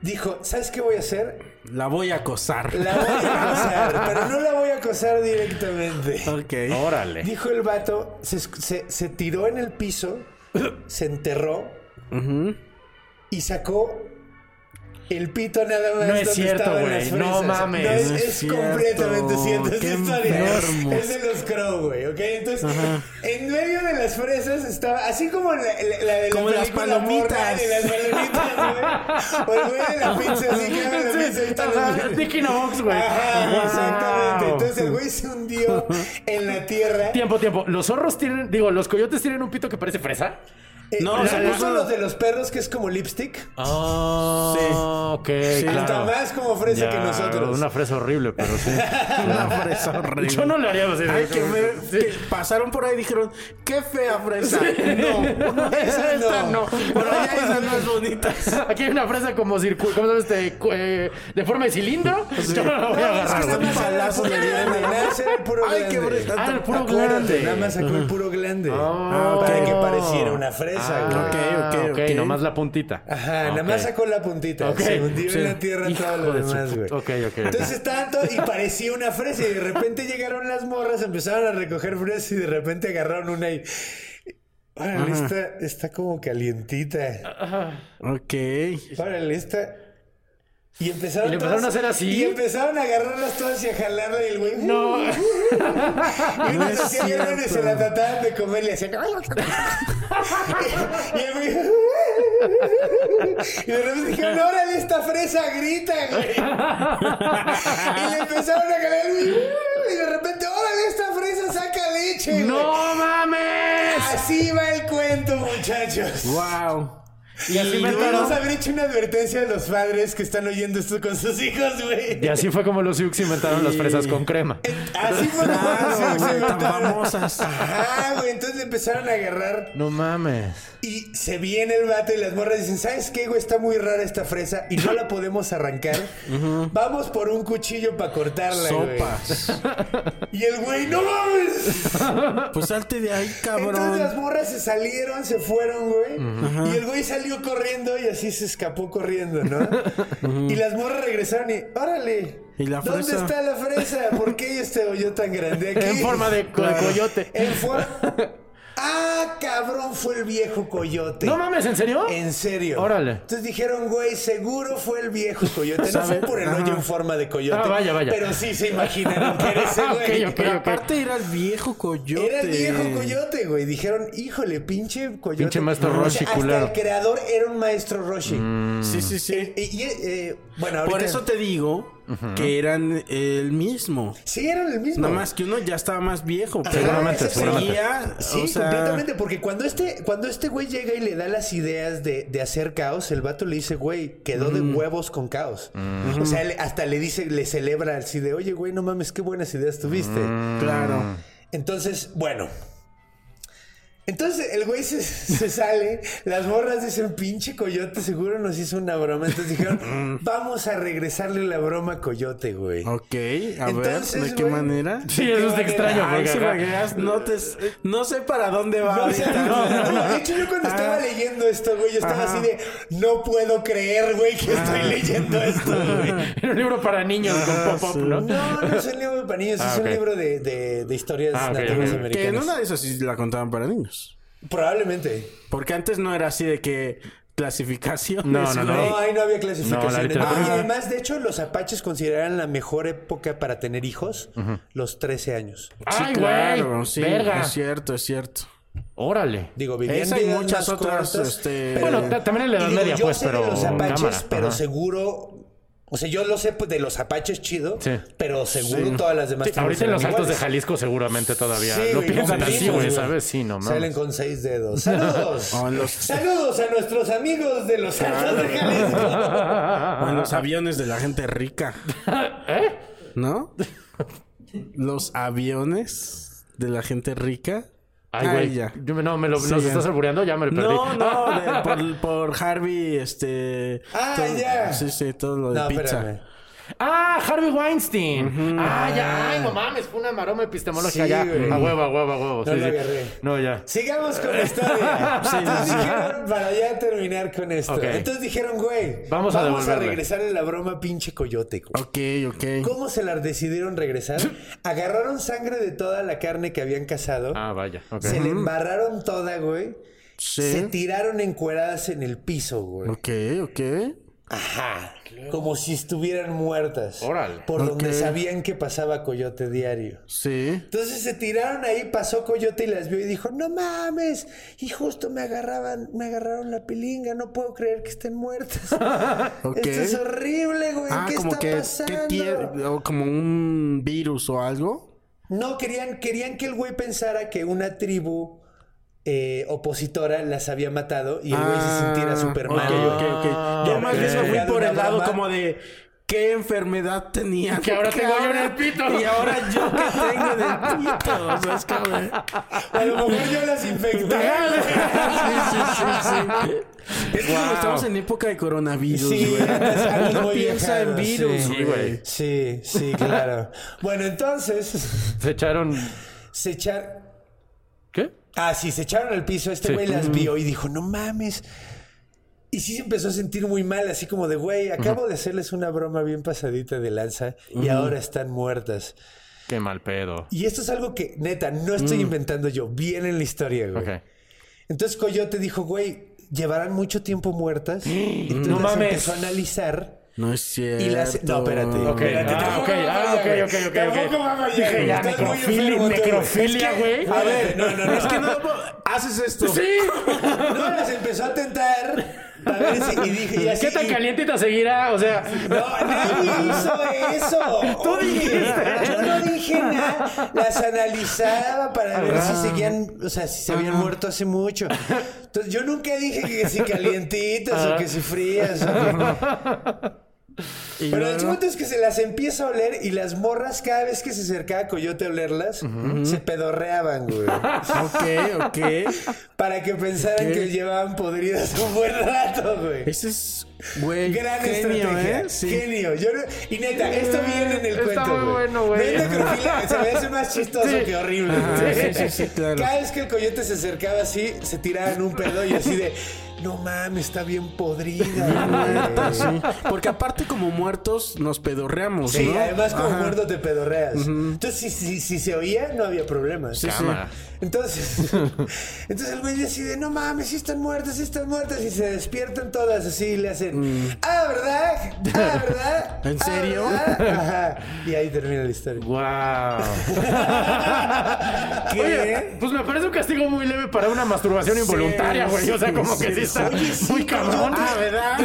Speaker 2: dijo, ¿sabes qué voy a hacer?
Speaker 4: La voy a acosar.
Speaker 2: La voy a acosar, pero no la voy a acosar directamente.
Speaker 4: Ok.
Speaker 6: Órale.
Speaker 2: Dijo el vato, se, se- se tiró en el piso, se enterró y sacó el pito nada más.
Speaker 4: No es
Speaker 2: donde
Speaker 4: cierto,
Speaker 2: estaban
Speaker 4: güey.
Speaker 2: las
Speaker 4: No
Speaker 2: fresas.
Speaker 4: mames.
Speaker 2: No, es
Speaker 4: No es
Speaker 2: es
Speaker 4: cierto.
Speaker 2: completamente cierto.
Speaker 4: Qué
Speaker 2: Esta historia
Speaker 4: enfermo.
Speaker 2: es de los Crow, güey. ¿Ok? Entonces, en medio de las fresas estaba, así como la, la- la de la
Speaker 4: Como las
Speaker 2: película
Speaker 4: palomitas.
Speaker 2: Borra, de las palomitas, güey. O el güey de la pizza, así que abre la pizza y está
Speaker 4: Ajá, Nicky Nox, güey.
Speaker 2: Ajá,
Speaker 4: Wow.
Speaker 2: exactamente. Entonces el güey se hundió en la tierra.
Speaker 6: Tiempo, tiempo. Los zorros tienen, digo, los coyotes tienen un pito que parece fresa.
Speaker 2: Eh,
Speaker 4: No,
Speaker 2: no,
Speaker 4: o sea,
Speaker 2: se puso
Speaker 4: no.
Speaker 2: los de los perros que es como lipstick.
Speaker 6: Ah,
Speaker 4: Sí.
Speaker 6: ok,
Speaker 2: Hasta
Speaker 6: claro.
Speaker 2: más como fresa
Speaker 6: Ya,
Speaker 2: que nosotros.
Speaker 6: Una fresa horrible, pero sí.
Speaker 4: Una fresa horrible.
Speaker 6: Yo no lo haría así.
Speaker 4: Ay, que, me- que pasaron por ahí y dijeron, qué fea fresa. No, no, esa
Speaker 2: Esa
Speaker 4: no.
Speaker 2: no.
Speaker 4: Por allá esas no es bonita.
Speaker 6: Aquí hay una fresa como circu... ¿Cómo se llama este? Cu- eh, de forma de cilindro. Yo no la voy a
Speaker 2: Es que
Speaker 6: agarrar,
Speaker 2: nada
Speaker 6: güey.
Speaker 2: más era
Speaker 4: Palazo
Speaker 2: puro
Speaker 4: de
Speaker 2: glande, nada más era el puro
Speaker 4: Ay, qué
Speaker 2: glande.
Speaker 4: bonita.
Speaker 6: Ah, el puro
Speaker 2: Acuérdate,
Speaker 6: glande.
Speaker 2: Nada más sacó el puro glande.
Speaker 6: Ah, ok.
Speaker 2: Para que pareciera una fresa, güey.
Speaker 6: Ah,
Speaker 4: ok, ok,
Speaker 6: ok.
Speaker 4: ok.
Speaker 6: nomás la puntita. Ah,
Speaker 2: Ajá, nada
Speaker 6: Ok.
Speaker 2: más sacó la puntita.
Speaker 6: Ok,
Speaker 2: Se hundió
Speaker 6: sí.
Speaker 2: en la tierra
Speaker 6: Hijo
Speaker 2: todo lo
Speaker 6: de su
Speaker 2: demás, güey.
Speaker 6: puta- ok, ok, ok.
Speaker 2: Entonces tanto y parecía una fresa. Y de repente llegaron las morras, empezaron a recoger fresas y de repente agarraron una y. Órale, esta está como calientita.
Speaker 4: Ok.
Speaker 2: Órale, esta. Y empezaron,
Speaker 6: ¿Y le empezaron
Speaker 2: todas-
Speaker 6: a hacer así?
Speaker 2: Y empezaron a agarrarlas todas y a jalarla y el güey. No. Y unas hacían viernes se la trataban de comer y le hacían. "Ay, y el güey. Y de repente dijeron, órale, esta fresa grita, güey. Y le empezaron a caer Y de repente, órale, esta fresa saca leche, güey.
Speaker 6: ¡No mames!
Speaker 2: Así va el cuento, muchachos.
Speaker 4: Wow.
Speaker 6: Y así me
Speaker 2: Debemos haber hecho una advertencia a los padres que están oyendo esto con sus hijos, güey.
Speaker 6: Y así fue como los Sioux inventaron las fresas con crema.
Speaker 2: Así fue como
Speaker 4: Claro,
Speaker 2: se
Speaker 4: güey, tan
Speaker 2: inventaron.
Speaker 4: famosas.
Speaker 2: Ajá, güey. Entonces le empezaron a agarrar
Speaker 6: No mames.
Speaker 2: Y se viene el vato y las morras dicen, ¿sabes qué, güey? Está muy rara esta fresa y no la podemos arrancar. Vamos por un cuchillo para cortarla, güey.
Speaker 4: Sopas.
Speaker 2: Y el güey, ¡no mames!
Speaker 4: Pues salte de ahí,
Speaker 2: Entonces las
Speaker 4: cabrón.
Speaker 2: morras se salieron, se fueron, güey. Y el güey salió corriendo y así se escapó corriendo, ¿no? Y las morras regresaron y, órale.
Speaker 4: ¿Y la
Speaker 2: ¿Dónde
Speaker 4: fresa?
Speaker 2: está la fresa? ¿Por qué hay este hoyo tan grande aquí?
Speaker 6: En forma de, co- de coyote.
Speaker 2: En forma... ¡Ah, cabrón! Fue el viejo coyote.
Speaker 6: No mames, ¿en serio?
Speaker 2: En serio.
Speaker 6: Órale.
Speaker 2: Entonces dijeron, güey, seguro fue el viejo coyote. No fue
Speaker 4: ¿Sabe?
Speaker 2: por el hoyo
Speaker 4: Ajá.
Speaker 2: en forma de coyote.
Speaker 6: Ah, vaya, vaya.
Speaker 2: Pero sí se imaginaron que era ese güey.
Speaker 6: Ok, ok.
Speaker 4: Pero aparte era el viejo coyote.
Speaker 2: Era el viejo coyote, güey. Dijeron, híjole, pinche coyote.
Speaker 6: Pinche maestro Roshi,
Speaker 2: Hasta
Speaker 6: culero. Mm.
Speaker 2: el creador era un maestro Roshi.
Speaker 4: Sí, sí, sí.
Speaker 2: Y, y, eh, bueno, ahorita...
Speaker 4: Por eso te digo que eran el mismo.
Speaker 2: Sí, eran el mismo.
Speaker 4: Nada más que uno ya estaba más viejo. Pero
Speaker 6: Seguramente,
Speaker 2: ese sí.
Speaker 6: seguramente.
Speaker 4: seguía,
Speaker 2: Sí,
Speaker 4: o sea,
Speaker 2: completamente, porque cuando este, cuando este güey llega y le da las ideas de, de hacer caos, el vato le dice, güey, quedó de
Speaker 4: Mm.
Speaker 2: huevos con caos. O sea, le- hasta le dice, le celebra así de, oye, güey, no mames, qué buenas ideas tuviste.
Speaker 4: Mm. Claro.
Speaker 2: Mm. Entonces, bueno. Entonces el güey se, se sale, las morras dicen, pinche coyote, seguro nos hizo una broma. Entonces dijeron, vamos a regresarle la broma a coyote, güey.
Speaker 4: Ok, a
Speaker 2: Entonces,
Speaker 4: ver, ¿de qué
Speaker 2: güey,
Speaker 4: manera?
Speaker 6: Sí, eso está extraño.
Speaker 4: Ay,
Speaker 6: Porque
Speaker 4: si
Speaker 6: acá-
Speaker 4: me creas, no, te, no sé para dónde va
Speaker 2: No, o
Speaker 4: ahorita.
Speaker 2: sea, De hecho, yo cuando estaba
Speaker 4: Ah.
Speaker 2: leyendo esto, güey, yo estaba
Speaker 4: Ajá.
Speaker 2: así de no puedo creer, güey, que
Speaker 6: Ah.
Speaker 2: estoy leyendo esto, güey.
Speaker 6: Era un libro para niños con pop-up, ¿no? Ah,
Speaker 2: No, no es un libro para niños, es
Speaker 6: ok.
Speaker 2: un libro de, de, de historias
Speaker 6: Ah, ok,
Speaker 2: nativas
Speaker 6: ok.
Speaker 4: Que en
Speaker 2: americanas.
Speaker 4: una de esas sí la contaban para niños.
Speaker 2: Probablemente.
Speaker 4: Porque antes no era así de que clasificación.
Speaker 6: No, no, no.
Speaker 2: No, ahí no había
Speaker 6: No, la
Speaker 2: clasificación.
Speaker 6: literatura-
Speaker 2: y además, de hecho, los apaches consideran la mejor época para tener hijos los 13 años.
Speaker 6: Ay, güey.
Speaker 4: claro, sí,
Speaker 6: Verga.
Speaker 4: es cierto, es cierto.
Speaker 6: Órale.
Speaker 2: Digo, vivían
Speaker 4: Esa y
Speaker 2: vidas más
Speaker 4: muchas otras,
Speaker 2: cortas,
Speaker 4: este,
Speaker 2: pero-
Speaker 6: Bueno, ta- también en la
Speaker 2: Y
Speaker 6: Edad
Speaker 2: digo,
Speaker 6: Media,
Speaker 2: yo
Speaker 6: pues,
Speaker 2: sé de
Speaker 6: pero.
Speaker 2: los apaches,
Speaker 6: cámara.
Speaker 2: pero
Speaker 6: Ajá.
Speaker 2: seguro. O sea, yo lo sé pues, de los apaches chido,
Speaker 6: Sí.
Speaker 2: pero seguro todas las demás. tribus
Speaker 6: Ahorita en
Speaker 2: eran
Speaker 6: los altos de
Speaker 2: iguales.
Speaker 6: Jalisco seguramente todavía
Speaker 2: Sí,
Speaker 6: lo
Speaker 2: güey,
Speaker 6: piensan
Speaker 2: con
Speaker 6: así,
Speaker 2: dedos,
Speaker 6: güey, ¿sabes? Sí, no
Speaker 2: Salen
Speaker 6: mames.
Speaker 2: con seis dedos. ¡Saludos!
Speaker 4: O en los-
Speaker 2: ¡Saludos a nuestros amigos de los altos de Jalisco!
Speaker 6: Ah,
Speaker 4: O en los aviones de la gente rica.
Speaker 6: ¿Eh?
Speaker 4: ¿No? Los aviones de la gente rica.
Speaker 6: Ay,
Speaker 4: ya.
Speaker 6: güey. Yo me- No, me lo, nos
Speaker 4: ya.
Speaker 6: estás albureando, ya me lo perdí.
Speaker 4: No, no, de- por, por Harvey, este.
Speaker 2: Ah,
Speaker 4: todo-
Speaker 2: ya.
Speaker 4: Sí, sí, todo lo de
Speaker 2: No,
Speaker 4: pizza.
Speaker 2: espérame.
Speaker 6: ¡Ah, Harvey Weinstein! ¡Ah, ya! ¡Ay, no mames! Fue una maroma epistemológica
Speaker 2: Sí,
Speaker 6: ya.
Speaker 2: güey.
Speaker 6: A huevo, a huevo, a huevo.
Speaker 2: No
Speaker 6: sí,
Speaker 2: lo
Speaker 6: sí.
Speaker 2: agarré.
Speaker 6: No, ya.
Speaker 2: Sigamos con la historia. Entonces dijeron, para ya terminar con esto.
Speaker 6: Ok.
Speaker 2: Entonces dijeron, güey,
Speaker 6: Vamos a devolverle.
Speaker 2: regresar en la broma pinche coyote. güey.
Speaker 4: Ok, ok.
Speaker 2: ¿Cómo se la decidieron regresar? Agarraron sangre de toda la carne que habían cazado.
Speaker 6: Ah, vaya. ok.
Speaker 2: Se la embarraron toda, güey. Se tiraron encueradas en el piso, güey.
Speaker 4: Ok, ok.
Speaker 2: Ajá. Como si estuvieran muertas.
Speaker 6: Órale.
Speaker 2: Por donde
Speaker 4: Ok.
Speaker 2: sabían que pasaba Coyote diario.
Speaker 4: Sí.
Speaker 2: Entonces se tiraron ahí, pasó Coyote y las vio y dijo, no mames. Y justo me agarraban, me agarraron la pilinga, no puedo creer que estén muertas.
Speaker 4: Ok.
Speaker 2: Esto es horrible, güey.
Speaker 4: Ah,
Speaker 2: ¿Qué
Speaker 4: como
Speaker 2: está
Speaker 4: que ¿qué
Speaker 2: pasando?
Speaker 4: tier- o como un virus o algo.
Speaker 2: No, querían, querían que el güey pensara que una tribu eh, opositora las había matado y el güey se sintiera súper mal.
Speaker 4: Ah,
Speaker 2: Ah,
Speaker 4: Ok, ok, ok. Yo más bien me fui por el lado como de qué enfermedad tenía. Que ahora tengo yo en el pito. Y ahora yo que tengo en el pito. O sea, es como de...
Speaker 2: A lo mejor yo las infecté.
Speaker 4: sí, sí, sí, sí. Es que como estamos en época de coronavirus,
Speaker 2: Sí,
Speaker 4: güey.
Speaker 2: andas algo
Speaker 4: no
Speaker 2: muy
Speaker 4: piensa en
Speaker 2: viajado,
Speaker 4: virus,
Speaker 2: sí.
Speaker 6: Sí, güey.
Speaker 2: Sí, sí, claro. Bueno, entonces
Speaker 6: Se echaron.
Speaker 2: se echaron...
Speaker 6: ¿Qué?
Speaker 2: Ah, sí, se echaron al piso. Este
Speaker 6: Sí.
Speaker 2: güey las vio y dijo, no mames. Y sí se empezó a sentir muy mal, así como de, güey, acabo de hacerles una broma bien pasadita de lanza y ahora están muertas.
Speaker 6: Qué mal pedo.
Speaker 2: Y esto es algo que, neta, no estoy inventando yo. Viene en la historia, güey.
Speaker 6: Mm. Ok.
Speaker 2: Entonces Coyote dijo, güey, llevarán mucho tiempo muertas. Entonces
Speaker 6: No
Speaker 2: las
Speaker 6: mames.
Speaker 2: empezó a analizar.
Speaker 4: No es cierto.
Speaker 2: Y las... No, espérate.
Speaker 6: Ok,
Speaker 2: espérate,
Speaker 6: ah,
Speaker 2: tampoco
Speaker 6: ok,
Speaker 2: vamos
Speaker 6: ah,
Speaker 2: allá,
Speaker 6: ok,
Speaker 2: güey.
Speaker 6: ok, ok,
Speaker 2: Tampoco
Speaker 6: ok.
Speaker 2: vamos allá, güey.
Speaker 6: ya,
Speaker 2: Estás muy
Speaker 6: necrofili-
Speaker 2: enfermo tú, güey.
Speaker 6: necrofilia,
Speaker 2: Es que-
Speaker 6: güey.
Speaker 2: A ver, no, no, no.
Speaker 4: Es que no haces esto.
Speaker 2: No, las empezó a tentar. A ver si... Y dije... Y así,
Speaker 6: ¿Qué tan
Speaker 2: y-
Speaker 6: calientita seguirá? O sea.
Speaker 2: No, nadie hizo eso.
Speaker 6: Tú
Speaker 2: Oye,
Speaker 6: dijiste.
Speaker 2: Yo no dije nada. Las analizaba para ver
Speaker 6: Ah.
Speaker 2: si seguían, o sea, si se habían muerto hace mucho. Entonces, yo nunca dije que si calientitas
Speaker 6: Ah.
Speaker 2: o que si frías. o que- Pero el punto es que se las empieza a oler y las morras, cada vez que se acercaba Coyote a olerlas, se pedorreaban, güey.
Speaker 4: Ok, ok.
Speaker 2: Para que pensaran que llevaban podridas un buen rato, güey.
Speaker 4: Ese es, güey,
Speaker 2: Gran
Speaker 4: genio,
Speaker 2: estrategia.
Speaker 4: ¿eh? Sí.
Speaker 2: Genio. Yo no- y neta, esto viene en el
Speaker 6: está
Speaker 2: cuento.
Speaker 6: muy
Speaker 2: güey.
Speaker 6: bueno, güey.
Speaker 2: No es necrofilia, se me hace más chistoso que horrible. güey.
Speaker 4: sí, sí, sí, claro.
Speaker 2: Cada vez que el coyote se acercaba así, se tiraban un pedo y así de, no mames, está bien podrida. güey".
Speaker 4: Ah, Sí. Porque aparte como muertos nos pedorreamos,
Speaker 2: Sí,
Speaker 4: ¿no?
Speaker 2: además como muerto te pedorreas. Entonces, si, si- si se oía, no había problema.
Speaker 6: Cámara.
Speaker 2: Entonces, entonces el güey decide, no mames, sí están muertas, sí están muertas. Y se despiertan todas así y le hacen, ah, ¿verdad? Ah, ¿verdad?
Speaker 4: ¿En
Speaker 2: Ah,
Speaker 4: serio?
Speaker 2: ¿verdad?". Ajá. Y ahí termina la historia.
Speaker 6: ¡Wow!
Speaker 2: ¿Qué?
Speaker 6: Oye, pues me parece un castigo muy leve para una masturbación involuntaria, güey. o sea, como que sí está muy cabrón.
Speaker 2: Ah, ¿verdad?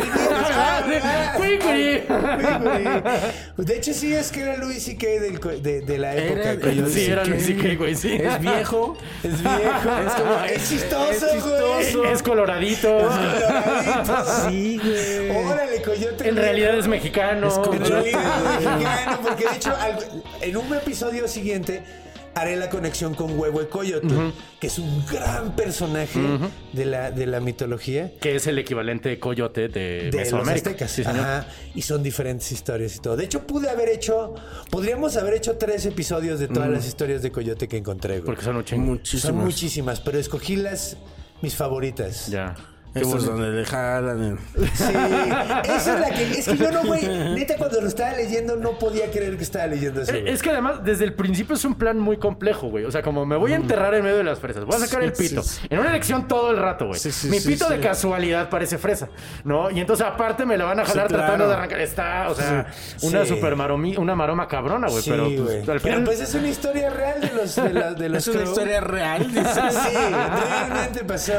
Speaker 6: Ah, ¿verdad? Cui,
Speaker 2: Cui,
Speaker 6: cui.
Speaker 2: cui. De hecho, sí, es que era Luis y del, co- de, de la época.
Speaker 4: Era-
Speaker 2: coyote.
Speaker 6: Sí, era Luis CK, güey, sí.
Speaker 4: Es viejo.
Speaker 2: Es viejo. Es,
Speaker 4: como-
Speaker 2: chistoso,
Speaker 4: es
Speaker 2: güey.
Speaker 4: chistoso.
Speaker 6: Es coloradito.
Speaker 2: Sí, güey. Órale, coyote.
Speaker 6: En realidad es mexicano.
Speaker 2: En realidad es mexicano, porque de hecho, al- en un episodio siguiente haré la conexión con Huevo y Coyote, que es un gran personaje de, la, de la mitología.
Speaker 6: Que es el equivalente coyote de,
Speaker 2: De los
Speaker 6: Mesoamérica.
Speaker 2: aztecas,
Speaker 6: Sí, señor.
Speaker 2: Ajá. y son diferentes historias y todo. De hecho, pude haber hecho, podríamos haber hecho tres episodios de todas las historias de Coyote que encontré. güey.
Speaker 6: Porque son un chingo.
Speaker 2: son muchísimas, pero escogí las mis favoritas.
Speaker 6: Ya. Qué
Speaker 4: Esto es
Speaker 6: bueno.
Speaker 4: donde le jalan el-
Speaker 2: Sí, esa es la que. Es que yo no, güey. Neta, cuando lo estaba leyendo, no podía creer que estaba leyendo eso.
Speaker 6: Eh,
Speaker 2: güey.
Speaker 6: Es que además, desde el principio es un plan muy complejo, güey. O sea, como me
Speaker 2: Mm.
Speaker 6: voy a enterrar en medio de las fresas, voy a sacar el pito. En una elección todo el rato, güey.
Speaker 4: Sí, sí,
Speaker 6: Mi
Speaker 4: sí,
Speaker 6: pito de
Speaker 4: sí.
Speaker 6: casualidad parece fresa, ¿no? Y entonces, aparte, me la van a jalar
Speaker 4: claro.
Speaker 6: tratando de arrancar. Está, o sea, una
Speaker 2: Sí.
Speaker 6: super maromi- una maroma cabrona, güey.
Speaker 2: Sí,
Speaker 6: pero pues,
Speaker 2: güey.
Speaker 6: al final.
Speaker 2: Pero pues es una historia real de los. De la- de los
Speaker 4: Es una
Speaker 2: Crow.
Speaker 4: historia real.
Speaker 2: Sí,
Speaker 4: dice.
Speaker 2: realmente pasó.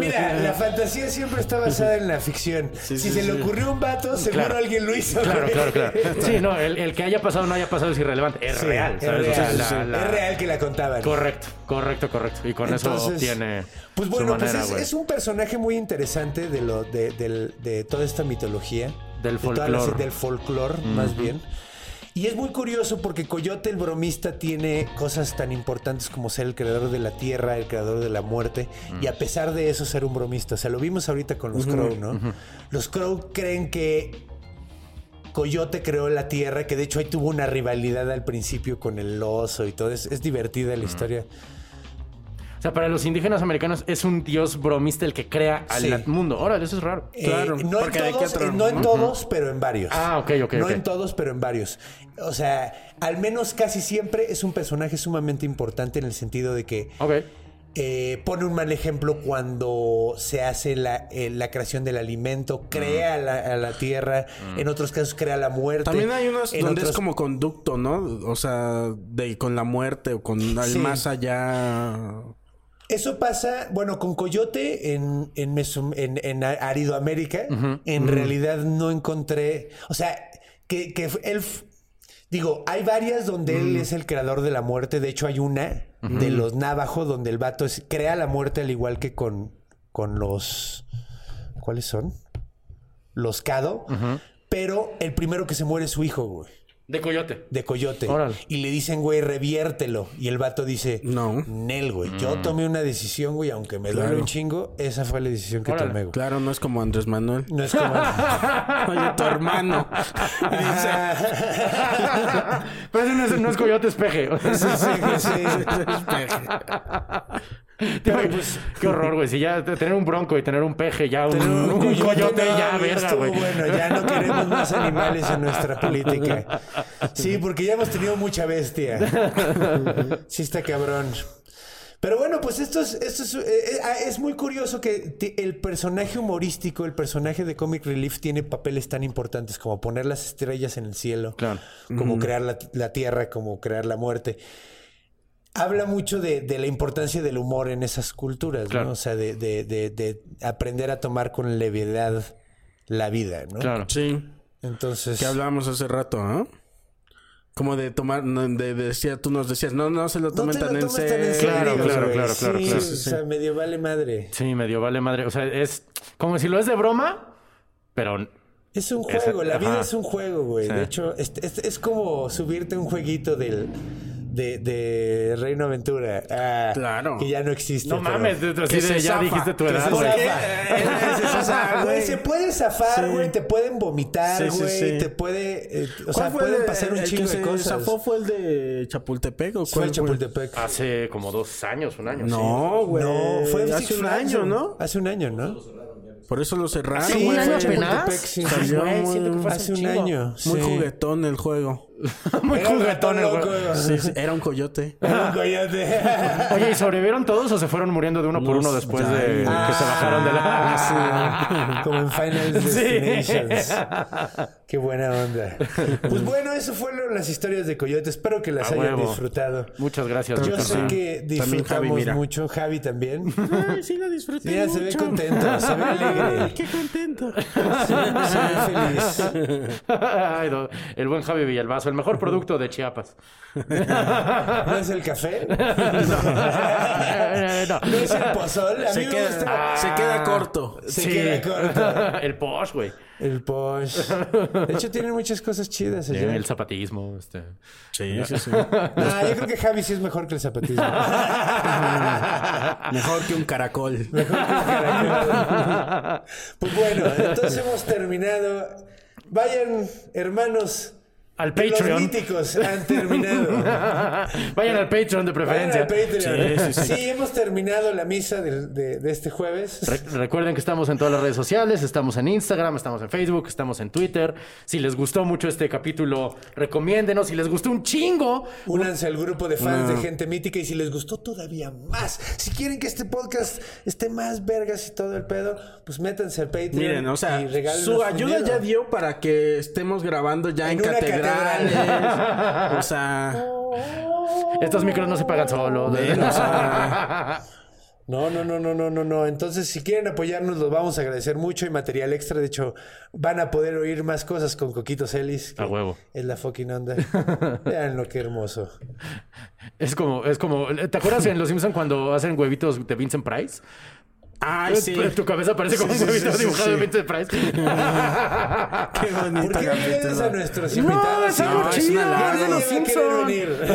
Speaker 2: Mira, la fantasía siempre está basada en la ficción. si
Speaker 4: sí,
Speaker 2: se le
Speaker 4: sí.
Speaker 2: ocurrió a un vato, seguro
Speaker 6: Claro.
Speaker 2: alguien lo hizo.
Speaker 6: Claro,
Speaker 2: güey.
Speaker 6: claro, claro. Sí, no, el, el que haya pasado o no haya pasado es irrelevante. Es
Speaker 2: Sí,
Speaker 6: real,
Speaker 2: es
Speaker 6: ¿sabes? O sea,
Speaker 2: real,
Speaker 6: la-
Speaker 2: sí.
Speaker 6: la-
Speaker 2: Es real que la contaban.
Speaker 6: Correcto, correcto, correcto. Y con eso
Speaker 2: Entonces,
Speaker 6: tiene.
Speaker 2: Pues
Speaker 6: su
Speaker 2: bueno,
Speaker 6: manera,
Speaker 2: pues es,
Speaker 6: güey.
Speaker 2: es un personaje muy interesante de lo de, del- de toda esta mitología.
Speaker 6: Del
Speaker 2: De todas las-
Speaker 6: folclor.
Speaker 2: Del folclore, más bien. Y es muy curioso porque Coyote el bromista tiene cosas tan importantes como ser el creador de la tierra, el creador de la muerte, y
Speaker 6: Mm.
Speaker 2: a pesar de eso ser un bromista. O sea, lo vimos ahorita con los Crow, ¿no? Los Crow creen que Coyote creó la Tierra, que de hecho ahí tuvo una rivalidad al principio con el oso y todo. Es, es divertida la historia.
Speaker 6: O sea, para los indígenas americanos es un dios bromista el que crea al
Speaker 2: Sí.
Speaker 6: mundo. Órale, eso es raro.
Speaker 2: Eh,
Speaker 4: Claro,
Speaker 2: no, en
Speaker 4: porque de aquí a
Speaker 2: todos,
Speaker 4: otro-
Speaker 2: eh, no en todos, pero en varios.
Speaker 6: Ah, ok, ok,
Speaker 2: No
Speaker 6: ok.
Speaker 2: en todos, pero en varios. O sea, al menos casi siempre es un personaje sumamente importante en el sentido de que
Speaker 6: Ok.
Speaker 2: eh, pone un mal ejemplo cuando se hace la, eh, la creación del alimento, crea la, a la tierra, en otros casos crea la muerte.
Speaker 4: También hay unos
Speaker 2: en
Speaker 4: donde es
Speaker 2: otros-
Speaker 4: como conducto, ¿no? O sea, de con la muerte o con el
Speaker 2: Sí.
Speaker 4: más allá.
Speaker 2: Eso pasa, bueno, con Coyote en, en, Meso- en, en Aridoamérica, en realidad no encontré, o sea, que, que él, f- digo, hay varias donde él es el creador de la muerte, de hecho hay una de los Navajo donde el vato es- crea la muerte al igual que con, con los, ¿cuáles son? Los Cado, pero el primero que se muere es su hijo, güey
Speaker 6: De coyote.
Speaker 2: de coyote.
Speaker 6: Órale.
Speaker 2: Y le dicen, güey, reviértelo. Y el vato dice,
Speaker 4: No.
Speaker 2: Nel, güey.
Speaker 6: Mm.
Speaker 2: Yo tomé una decisión, güey, aunque me duele
Speaker 4: Claro.
Speaker 2: un chingo. Esa fue la decisión que
Speaker 6: Órale,
Speaker 2: tomé, güey.
Speaker 4: Claro, no es como Andrés Manuel.
Speaker 2: No es como.
Speaker 4: Oye, tu hermano.
Speaker 2: Ah,
Speaker 6: Pero ese no es, no es coyote, es peje.
Speaker 2: Sí, sí, güey, sí.
Speaker 6: Tío, qué horror, güey. Si ya te- tener un bronco y tener un peje, ya un,
Speaker 2: Pero
Speaker 6: un coyote,
Speaker 2: no,
Speaker 6: ya,
Speaker 2: güey,
Speaker 6: verga,
Speaker 2: estuvo
Speaker 6: güey.
Speaker 2: Bueno, ya no queremos más animales en nuestra política. Sí, porque ya hemos tenido mucha bestia. Sí, está cabrón. Pero bueno, pues esto es, esto es, eh, eh, ah, es muy curioso que te- el personaje humorístico, el personaje de Comic Relief tiene papeles tan importantes como poner las estrellas en el cielo,
Speaker 6: Claro.
Speaker 2: como crear la, la tierra, como crear la muerte. Habla mucho de, de la importancia del humor en esas culturas,
Speaker 6: Claro.
Speaker 2: ¿no? O sea, de, de- de- de aprender a tomar con levedad la vida, ¿no?
Speaker 6: Claro.
Speaker 4: Sí.
Speaker 2: Entonces,
Speaker 4: Que hablábamos hace rato, ¿no? Como de tomar, no, de, de decía, tú nos decías, no, no se lo
Speaker 2: no
Speaker 4: tomen
Speaker 2: te lo
Speaker 4: tan en
Speaker 2: tomes
Speaker 4: serio.
Speaker 2: tan en serio.
Speaker 6: Claro,
Speaker 2: güey.
Speaker 6: claro, claro, claro,
Speaker 2: Sí,
Speaker 6: claro.
Speaker 2: O sea, medio vale madre.
Speaker 6: Sí, medio vale madre. O sea, es como si lo es de broma, pero
Speaker 2: Es un
Speaker 6: Esa-
Speaker 2: juego, la vida
Speaker 6: ajá.
Speaker 2: es un juego, güey. De hecho, es, es- es como subirte a un jueguito del de, de Reino Aventura. Ah,
Speaker 4: Claro.
Speaker 2: Que ya no existe.
Speaker 6: no
Speaker 2: pero-
Speaker 6: mames, así
Speaker 4: Que
Speaker 6: de,
Speaker 4: se
Speaker 6: ya
Speaker 4: zafa,
Speaker 6: dijiste tu
Speaker 4: que
Speaker 6: edad,
Speaker 4: Eh, se
Speaker 6: güey.
Speaker 4: zafa.
Speaker 2: O sea, güey, se puede zafar,
Speaker 4: Sí.
Speaker 2: güey, te pueden vomitar,
Speaker 4: Sí, sí,
Speaker 2: güey,
Speaker 4: sí.
Speaker 2: te puede, eh, o
Speaker 4: ¿Cuál
Speaker 2: sea,
Speaker 4: fue el
Speaker 2: pueden
Speaker 4: de-
Speaker 2: pasar un
Speaker 4: el que
Speaker 2: chingo de
Speaker 4: se
Speaker 2: cosas.
Speaker 4: zafó fue el de Chapultepec o
Speaker 2: Fue
Speaker 4: cuál
Speaker 2: el Chapultepec.
Speaker 6: Hace como dos años, un año. sí.
Speaker 4: No, güey.
Speaker 2: no, fue
Speaker 4: Oh, hace
Speaker 2: Six
Speaker 4: un
Speaker 2: Flags,
Speaker 4: año, ¿no?
Speaker 2: Hace un año, ¿no?
Speaker 4: Por eso lo cerraron.
Speaker 6: Sí,
Speaker 4: güey.
Speaker 6: un año
Speaker 4: Fue-
Speaker 6: apenas.
Speaker 2: Chapultepec, sí.
Speaker 4: Salió
Speaker 6: Güey,
Speaker 4: muy-
Speaker 6: siento que fue
Speaker 2: Hace
Speaker 6: un
Speaker 2: un
Speaker 6: chingo.
Speaker 2: año. sí.
Speaker 4: Muy juguetón el juego.
Speaker 6: Muy
Speaker 2: Era un
Speaker 6: juguetón el
Speaker 2: loco,
Speaker 6: juego.
Speaker 4: Sí, sí, era un coyote.
Speaker 2: un coyote.
Speaker 6: Oye, ¿y sobrevivieron todos o se fueron muriendo de uno por
Speaker 4: No
Speaker 6: uno
Speaker 4: sé.
Speaker 6: después de
Speaker 4: Ah,
Speaker 6: que se bajaron de la...
Speaker 2: Ah, Como en Final Destinations. Qué buena onda. Pues bueno, eso fueron las historias de Coyote. Espero que las
Speaker 6: A
Speaker 2: hayan
Speaker 6: huevo.
Speaker 2: disfrutado.
Speaker 6: Muchas gracias,
Speaker 2: Yo
Speaker 6: Víctor.
Speaker 2: sé que
Speaker 4: También Javi,
Speaker 2: disfrutamos
Speaker 4: mira.
Speaker 2: mucho. Javi también.
Speaker 4: Ay, sí, lo disfruté.
Speaker 2: Mira, se ve
Speaker 4: mucho.
Speaker 2: contento, se ve
Speaker 4: Ay,
Speaker 2: alegre.
Speaker 4: qué contento.
Speaker 2: Se ve feliz.
Speaker 6: Ay, do- el buen Javi Villalbazo, el mejor producto de Chiapas.
Speaker 2: ¿No es el café?
Speaker 6: No.
Speaker 2: ¿No es el pozol? A mí
Speaker 4: Se
Speaker 2: me gusta.
Speaker 4: queda, se
Speaker 2: Ah.
Speaker 4: queda corto.
Speaker 2: Se queda corto.
Speaker 6: el posh, güey.
Speaker 2: El posh. De hecho, tienen muchas cosas chidas ¿eh? allá.
Speaker 6: El zapatismo. Este.
Speaker 4: Sí, sí, sí.
Speaker 2: Ah, yo creo que Javi sí es mejor que el zapatismo.
Speaker 4: Mejor que un caracol.
Speaker 2: Pues bueno, entonces hemos terminado. Vayan, hermanos.
Speaker 6: Al
Speaker 2: que Los
Speaker 6: Patreon.
Speaker 2: míticos han terminado.
Speaker 6: Vayan al Patreon
Speaker 2: Vayan
Speaker 6: de preferencia.
Speaker 2: al Patreon.
Speaker 4: Sí, sí, sí.
Speaker 2: hemos terminado la misa del- de, de este jueves.
Speaker 6: Re- Recuerden que estamos en todas las redes sociales, estamos en Instagram, estamos en Facebook, estamos en Twitter. Si les gustó mucho este capítulo, recomiéndenos. Si les gustó un chingo,
Speaker 2: Únanse al grupo de fans de gente mítica y si les gustó todavía más, si quieren que este podcast esté más vergas y todo el pedo, pues métanse al Patreon.
Speaker 4: Miren, o sea,
Speaker 2: y regálenos
Speaker 4: su ayuda
Speaker 2: dinero.
Speaker 4: ya dio para que estemos grabando ya en,
Speaker 2: En una
Speaker 4: catedrales. o sea,
Speaker 6: estos micros no se pagan solos.
Speaker 4: ven, o sea,
Speaker 2: No, no, no, no, no, no, no. Entonces, si quieren apoyarnos, los vamos a agradecer mucho y material extra. De hecho, van a poder oír más cosas con Coquito Celis. que
Speaker 6: A huevo.
Speaker 2: Es la fucking onda. Vean lo que hermoso.
Speaker 6: Es como, es como, ¿te acuerdas en Los Simpson cuando hacen huevitos de Vincent Price?
Speaker 4: Ay, sí.
Speaker 6: Pero Tu cabeza parece como
Speaker 4: sí,
Speaker 6: un huevito
Speaker 4: sí, sí,
Speaker 6: dibujado de
Speaker 4: sí.
Speaker 6: Vincent Price.
Speaker 4: Qué bonito.
Speaker 2: ¿Por qué no vienes a nuestros invitados?
Speaker 4: No, es algo
Speaker 2: No,
Speaker 4: chido.
Speaker 2: una larga,
Speaker 4: Es
Speaker 2: ya va a
Speaker 4: de los
Speaker 2: querer
Speaker 4: Simpson.
Speaker 2: venir.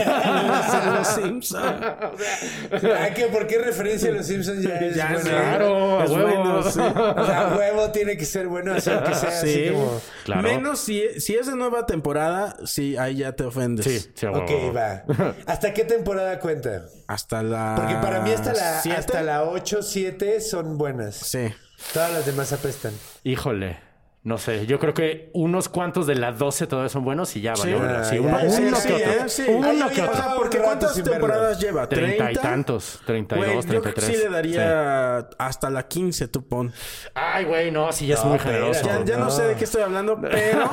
Speaker 4: Es de los Simpsons.
Speaker 2: Ah, que ¿Por qué referencia a los Simpsons ya es
Speaker 4: Ya,
Speaker 2: buena?
Speaker 6: Claro, a
Speaker 4: Es
Speaker 6: huevo.
Speaker 4: bueno, sí.
Speaker 2: O sea, a huevo tiene que ser bueno, o sea, que sea así
Speaker 4: Sí.
Speaker 2: como...
Speaker 6: Claro.
Speaker 4: Menos si, si es de nueva temporada, sí, ahí ya te ofendes.
Speaker 6: Sí, sí, a huevo.
Speaker 2: Ok, va. ¿Hasta qué temporada cuenta?
Speaker 4: Hasta la.
Speaker 2: Porque para mí hasta
Speaker 6: Ah,
Speaker 2: la,
Speaker 4: ¿Siete?
Speaker 2: hasta la 8, 7 son buenas.
Speaker 4: Sí.
Speaker 2: Todas las demás apestan.
Speaker 6: Híjole. No sé, yo creo que unos cuantos de las 12 todavía son buenos y ya valió.
Speaker 2: Ah,
Speaker 6: Sí,
Speaker 2: ya,
Speaker 6: uno,
Speaker 2: ya,
Speaker 6: uno
Speaker 2: sí,
Speaker 6: que
Speaker 4: ¿eh?
Speaker 2: ya,
Speaker 6: otro.
Speaker 2: sí.
Speaker 6: Uno
Speaker 2: Ay, oye,
Speaker 6: que
Speaker 2: o
Speaker 6: otro.
Speaker 2: sea, un
Speaker 4: Porque
Speaker 2: rato
Speaker 4: ¿cuántas
Speaker 2: sin verlo.
Speaker 4: temporadas lleva?
Speaker 6: Treinta y
Speaker 4: ¿30?
Speaker 6: tantos. Treinta y
Speaker 4: Güey,
Speaker 6: dos,
Speaker 4: yo
Speaker 6: treinta y
Speaker 4: creo que
Speaker 6: tres.
Speaker 4: sí le daría hasta la 15, tú pon.
Speaker 6: Ay, güey, no, sí, ya es muy generoso.
Speaker 4: Ya, ya no sé de qué estoy hablando, pero.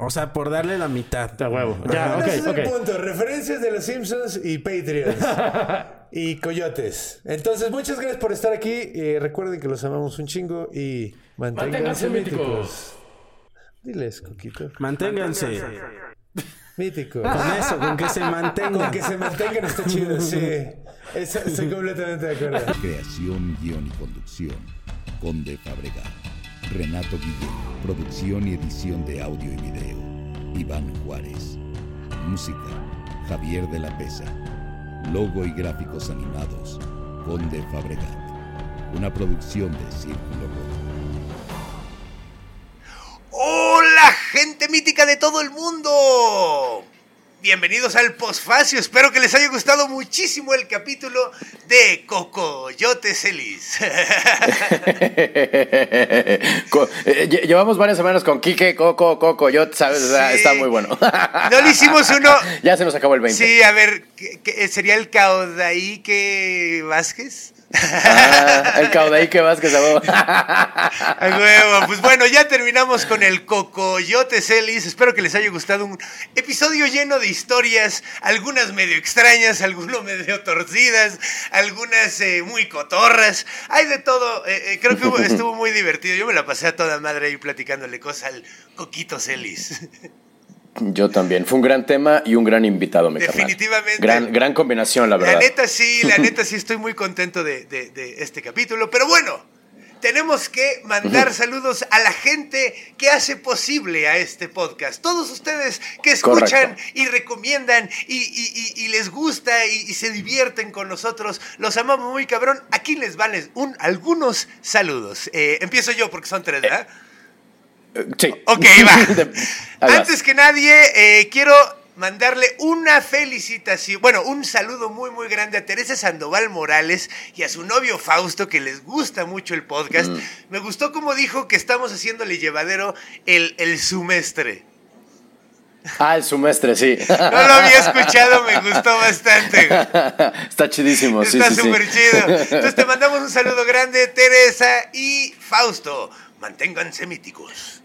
Speaker 4: o sea, por darle la mitad.
Speaker 6: A huevo. Ya,
Speaker 2: Bueno, ese
Speaker 6: Ah,
Speaker 2: es
Speaker 6: ok,
Speaker 2: el
Speaker 6: ok.
Speaker 2: punto. Referencias de los Simpsons y Patreons. y coyotes. Entonces, muchas gracias por estar aquí. Eh, recuerden que los amamos un chingo y manténganse,
Speaker 6: Manténganse
Speaker 2: míticos.
Speaker 6: míticos.
Speaker 2: Diles, Coquito.
Speaker 4: Manténganse.
Speaker 2: Mítico.
Speaker 6: Ah,
Speaker 4: Con eso, con que se
Speaker 2: Con
Speaker 4: mantengan.
Speaker 2: que se mantengan está chido, sí. Eso, estoy completamente de acuerdo.
Speaker 1: Creación, guión y conducción. Conde Fabregat. Renato Guillén. Producción y edición de audio y video. Iván Juárez. Música. Javier de la Pesa. Logo y gráficos animados. Conde Fabregat. Una producción de Círculo Rojo.
Speaker 9: ¡Hola, gente mítica de todo el mundo! Bienvenidos al Posfacio. Espero que les haya gustado muchísimo el capítulo de Cocoyote Celis.
Speaker 6: Co- eh, lle- Llevamos varias semanas con Quique, Coco, Coco, yo, ¿sabes? O sea,
Speaker 9: Sí.
Speaker 6: Está muy bueno.
Speaker 9: No le hicimos uno.
Speaker 6: Ya se nos acabó el 20.
Speaker 9: Sí, a ver, ¿qué- qué- ¿sería el Caudaíque Vázquez?
Speaker 6: Ah, el Caudaíque Vázquez, a huevo.
Speaker 9: A huevo. Pues bueno, ya terminamos con el Cocoyote Celis. Espero que les haya gustado un episodio lleno de historias, algunas medio extrañas, algunas medio torcidas, algunas eh, muy cotorras. Hay de todo. Eh, eh, creo que hubo- estuvo muy divertido. Yo me la pasé a toda madre ahí platicándole cosas al Coquito Celis.
Speaker 6: Yo también. Fue un gran tema y un gran invitado, mi carnal.
Speaker 9: Definitivamente.
Speaker 6: Gran, gran combinación, la
Speaker 9: La
Speaker 6: verdad.
Speaker 9: neta sí, la neta sí estoy muy contento de, de- de este capítulo. Pero bueno, tenemos que mandar saludos a la gente que hace posible a este podcast. Todos ustedes que escuchan
Speaker 6: Correcto.
Speaker 9: y recomiendan y, y- y- y les gusta y, y se divierten con nosotros. Los amamos muy cabrón. Aquí les valen un, algunos saludos. Eh, empiezo yo porque son tres, ¿verdad?
Speaker 6: Eh, Sí.
Speaker 9: Ok, va.
Speaker 6: De- ahí vas.
Speaker 9: Antes que nadie, eh, quiero mandarle una felicitación, bueno, un saludo muy, muy grande a Teresa Sandoval Morales y a su novio Fausto, que les gusta mucho el podcast.
Speaker 6: Mm.
Speaker 9: Me gustó como dijo que estamos haciéndole llevadero el, el semestre.
Speaker 6: Ah, el semestre, sí.
Speaker 9: No lo había escuchado, me gustó bastante. güey.
Speaker 6: Está chidísimo, sí,
Speaker 9: Está
Speaker 6: sí, sí.
Speaker 9: súper chido. Entonces te mandamos un saludo grande, Teresa y Fausto. Manténganse míticos.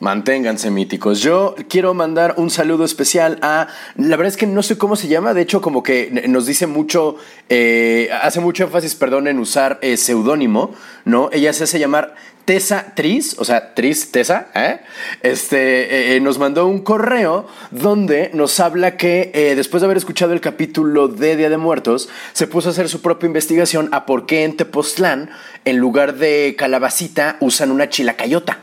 Speaker 6: Manténganse míticos. Yo quiero mandar un saludo especial
Speaker 2: Ah,
Speaker 6: a. La verdad es que no sé cómo se llama. De hecho, como que n- nos dice mucho. eh, hace mucho énfasis, perdón, en usar eh, seudónimo, ¿no? Ella se hace llamar Tessa Tris, o sea, Tris Tessa, ¿eh? Este. eh, eh, nos mandó un correo donde nos habla que eh, después de haber escuchado el capítulo de Día de Muertos, se puso a hacer su propia investigación a por qué en Tepoztlán, en lugar de calabacita, usan una chilacayota.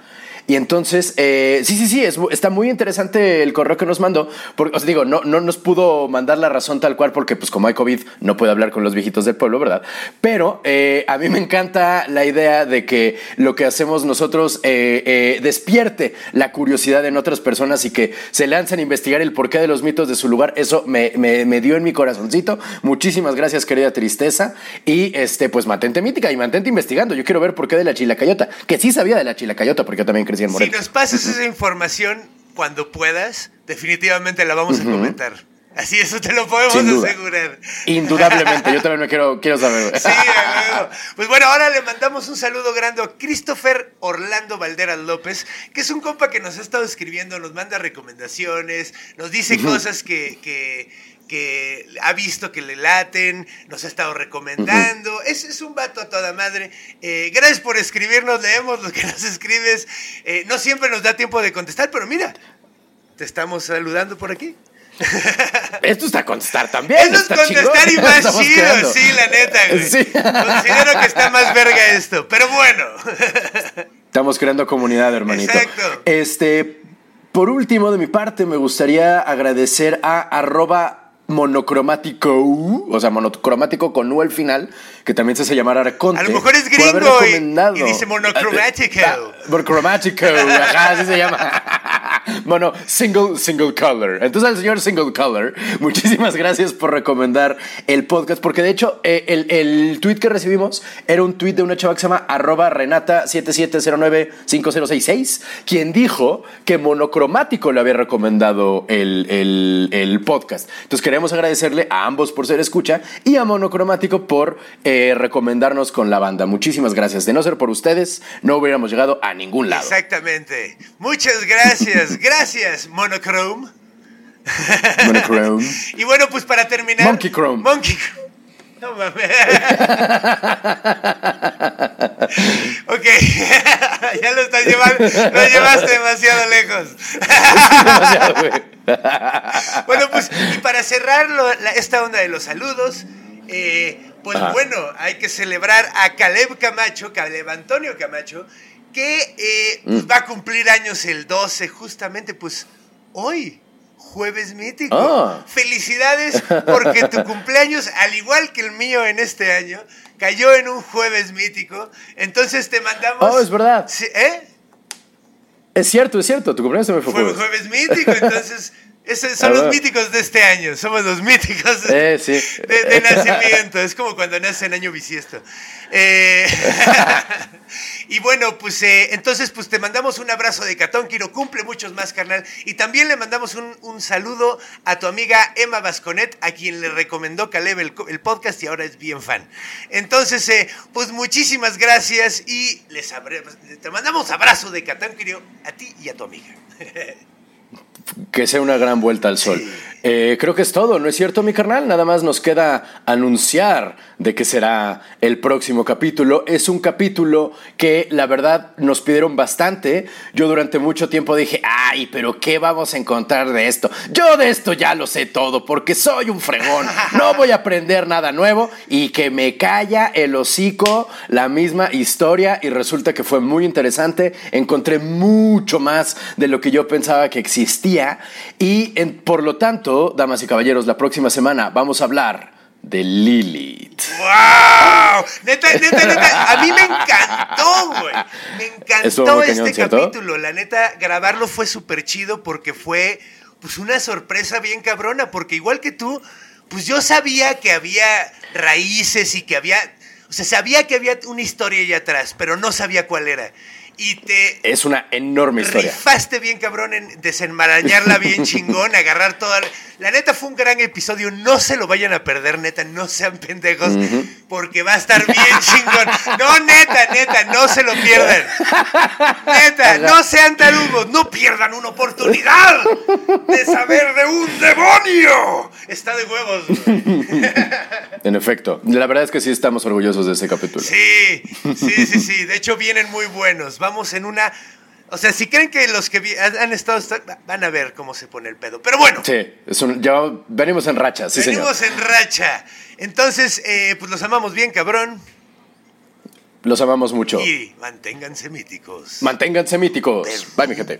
Speaker 6: Y entonces, eh, sí, sí, sí, es mu- está muy interesante el correo que nos mandó. Porque, o sea, digo, no, no nos pudo mandar la razón tal cual, porque pues como hay COVID, no puede hablar con los viejitos del pueblo, ¿verdad? Pero eh, a mí me encanta la idea de que lo que hacemos nosotros eh, eh, despierte la curiosidad en otras personas y que se lancen a investigar el porqué de los mitos de su lugar. Eso me, me- me dio en mi corazoncito. Muchísimas gracias, querida Tristeza. Y este, pues mantente mítica y mantente investigando. Yo quiero ver por qué de la chilacayota, que sí sabía de la chilacayota, porque yo también crecí en
Speaker 9: Si
Speaker 6: Morelia.
Speaker 9: nos pasas esa información cuando puedas, definitivamente la vamos a comentar. Así eso te lo podemos
Speaker 6: Sin duda.
Speaker 9: asegurar.
Speaker 6: Indudablemente, yo también me quiero, quiero saber. güey.
Speaker 9: Sí, a huevo. Pues bueno, ahora le mandamos un saludo grande a Christopher Orlando Valderas López, que es un compa que nos ha estado escribiendo, nos manda recomendaciones, nos dice cosas que, que, que ha visto que le laten, nos ha estado recomendando. es, es un vato a toda madre. Eh, gracias por escribirnos, leemos lo que nos escribes. Eh, no siempre nos da tiempo de contestar, pero mira, te estamos saludando por aquí.
Speaker 8: Esto está contestar también.
Speaker 9: Eso es
Speaker 8: está
Speaker 9: contestar
Speaker 8: chingón.
Speaker 9: y más
Speaker 8: Estamos
Speaker 9: chido,
Speaker 8: creando.
Speaker 9: sí, la neta, güey.
Speaker 8: Sí.
Speaker 9: Considero que está más verga esto, pero bueno.
Speaker 8: Estamos creando comunidad, hermanito.
Speaker 9: Exacto.
Speaker 8: Este, por último, de mi parte, me gustaría agradecer a arroba monocromático, o sea, monocromático con U al final, que también se hace llamar Arconte.
Speaker 9: A lo mejor es
Speaker 8: por haber
Speaker 9: gringo y-
Speaker 8: recomendado-
Speaker 9: y dice
Speaker 8: Ah,
Speaker 9: monocromático.
Speaker 8: Monocromático, eh, ajá, así se llama. Mono, single, single color. Entonces al señor single color, muchísimas gracias por recomendar el podcast, porque de hecho eh, el, el tweet que recibimos era un tweet de una chava que se llama arroba renata77095066, quien dijo que monocromático le había recomendado el, el- el podcast. Entonces queremos agradecerle a ambos por ser escucha y a monocromático por eh, recomendarnos con la banda. Muchísimas gracias. De no ser por ustedes, no hubiéramos llegado a ningún lado.
Speaker 9: Exactamente. Muchas gracias, gracias, Monochrome.
Speaker 8: Monochrome.
Speaker 9: Y bueno, pues para terminar.
Speaker 8: Monkey Chrome.
Speaker 9: Monkey Chrome. No mames. ok. ya lo estás llevando. Lo llevaste demasiado lejos.
Speaker 8: Demasiado, güey.
Speaker 9: Bueno, pues, y para cerrar lo- la- esta onda de los saludos, eh, pues
Speaker 8: Ajá.
Speaker 9: bueno, hay que celebrar a Caleb Camacho, Caleb Antonio Camacho, que eh, pues,
Speaker 8: Mm.
Speaker 9: va a cumplir años el 12, justamente pues hoy, jueves mítico.
Speaker 8: Ah.
Speaker 9: Felicidades porque tu cumpleaños, al igual que el mío en este año, cayó en un jueves mítico. Entonces te mandamos...
Speaker 8: Oh, es verdad.
Speaker 9: Sí, ¿Eh?
Speaker 8: Es cierto, es cierto. Tu cumpleaños también fue
Speaker 9: Fue
Speaker 8: jueves.
Speaker 9: jueves mítico, entonces... esos son
Speaker 8: Ah,
Speaker 9: los
Speaker 8: bueno.
Speaker 9: míticos de este año, somos los míticos
Speaker 8: Eh, sí.
Speaker 9: de, de nacimiento, es como cuando nace en año bisiesto. Eh, y bueno, pues eh, entonces pues te mandamos un abrazo de Catón, Quiro, cumple muchos más, carnal. Y también le mandamos un, un saludo a tu amiga Emma Vasconet, a quien le recomendó Caleb el, co- el podcast y ahora es bien fan. Entonces, eh, pues muchísimas gracias y les abre- te mandamos abrazo de Catón, Quiro, a ti y a tu amiga.
Speaker 8: Que sea una gran vuelta al sol. Eh, creo que es todo, ¿no es cierto, mi carnal? Nada más nos queda anunciar de qué será el próximo capítulo. Es un capítulo que, la verdad, nos pidieron bastante. Yo durante mucho tiempo dije, ay, pero ¿qué vamos a encontrar de esto? Yo de esto ya lo sé todo, porque soy un fregón. No voy a aprender nada nuevo y que me calla el hocico la misma historia y resulta que fue muy interesante. Encontré mucho más de lo que yo pensaba que existía y en- por lo tanto, damas y caballeros, la próxima semana vamos a hablar de Lilith.
Speaker 9: ¡Wow! Neta, neta, neta. A mí me encantó, güey. Me
Speaker 8: Estuvo
Speaker 9: encantó
Speaker 8: muy
Speaker 9: este
Speaker 8: cañón, ¿cierto?
Speaker 9: capítulo. La neta, grabarlo fue súper chido porque fue pues una sorpresa bien cabrona. Porque igual que tú, pues yo sabía que había raíces y que había. O sea, sabía que había una historia allá atrás, pero no sabía cuál era. Y te
Speaker 8: Es una enorme historia.
Speaker 9: rifaste bien cabrón en desenmarañarla bien chingón, agarrar toda la... la neta fue un gran episodio, no se lo vayan a perder, neta, no sean pendejos, porque va a estar bien chingón. No, neta, neta, no se lo pierdan. Neta, no sean tarugos, no pierdan una oportunidad de saber de un demonio. Está de huevos. güey.
Speaker 8: En efecto, la verdad es que sí estamos orgullosos de este capítulo.
Speaker 9: Sí, sí, sí, sí. De hecho, vienen muy buenos. Vamos en una. O sea, si creen que los que vi- han han estado. está- Van a ver cómo se pone el pedo. Pero bueno,
Speaker 8: Sí, es un- ya venimos en racha, sí señor.
Speaker 9: venimos en racha. Entonces, eh, pues los amamos bien, cabrón.
Speaker 8: Los amamos mucho.
Speaker 9: Y manténganse míticos.
Speaker 8: Manténganse míticos. Bye, mi gente.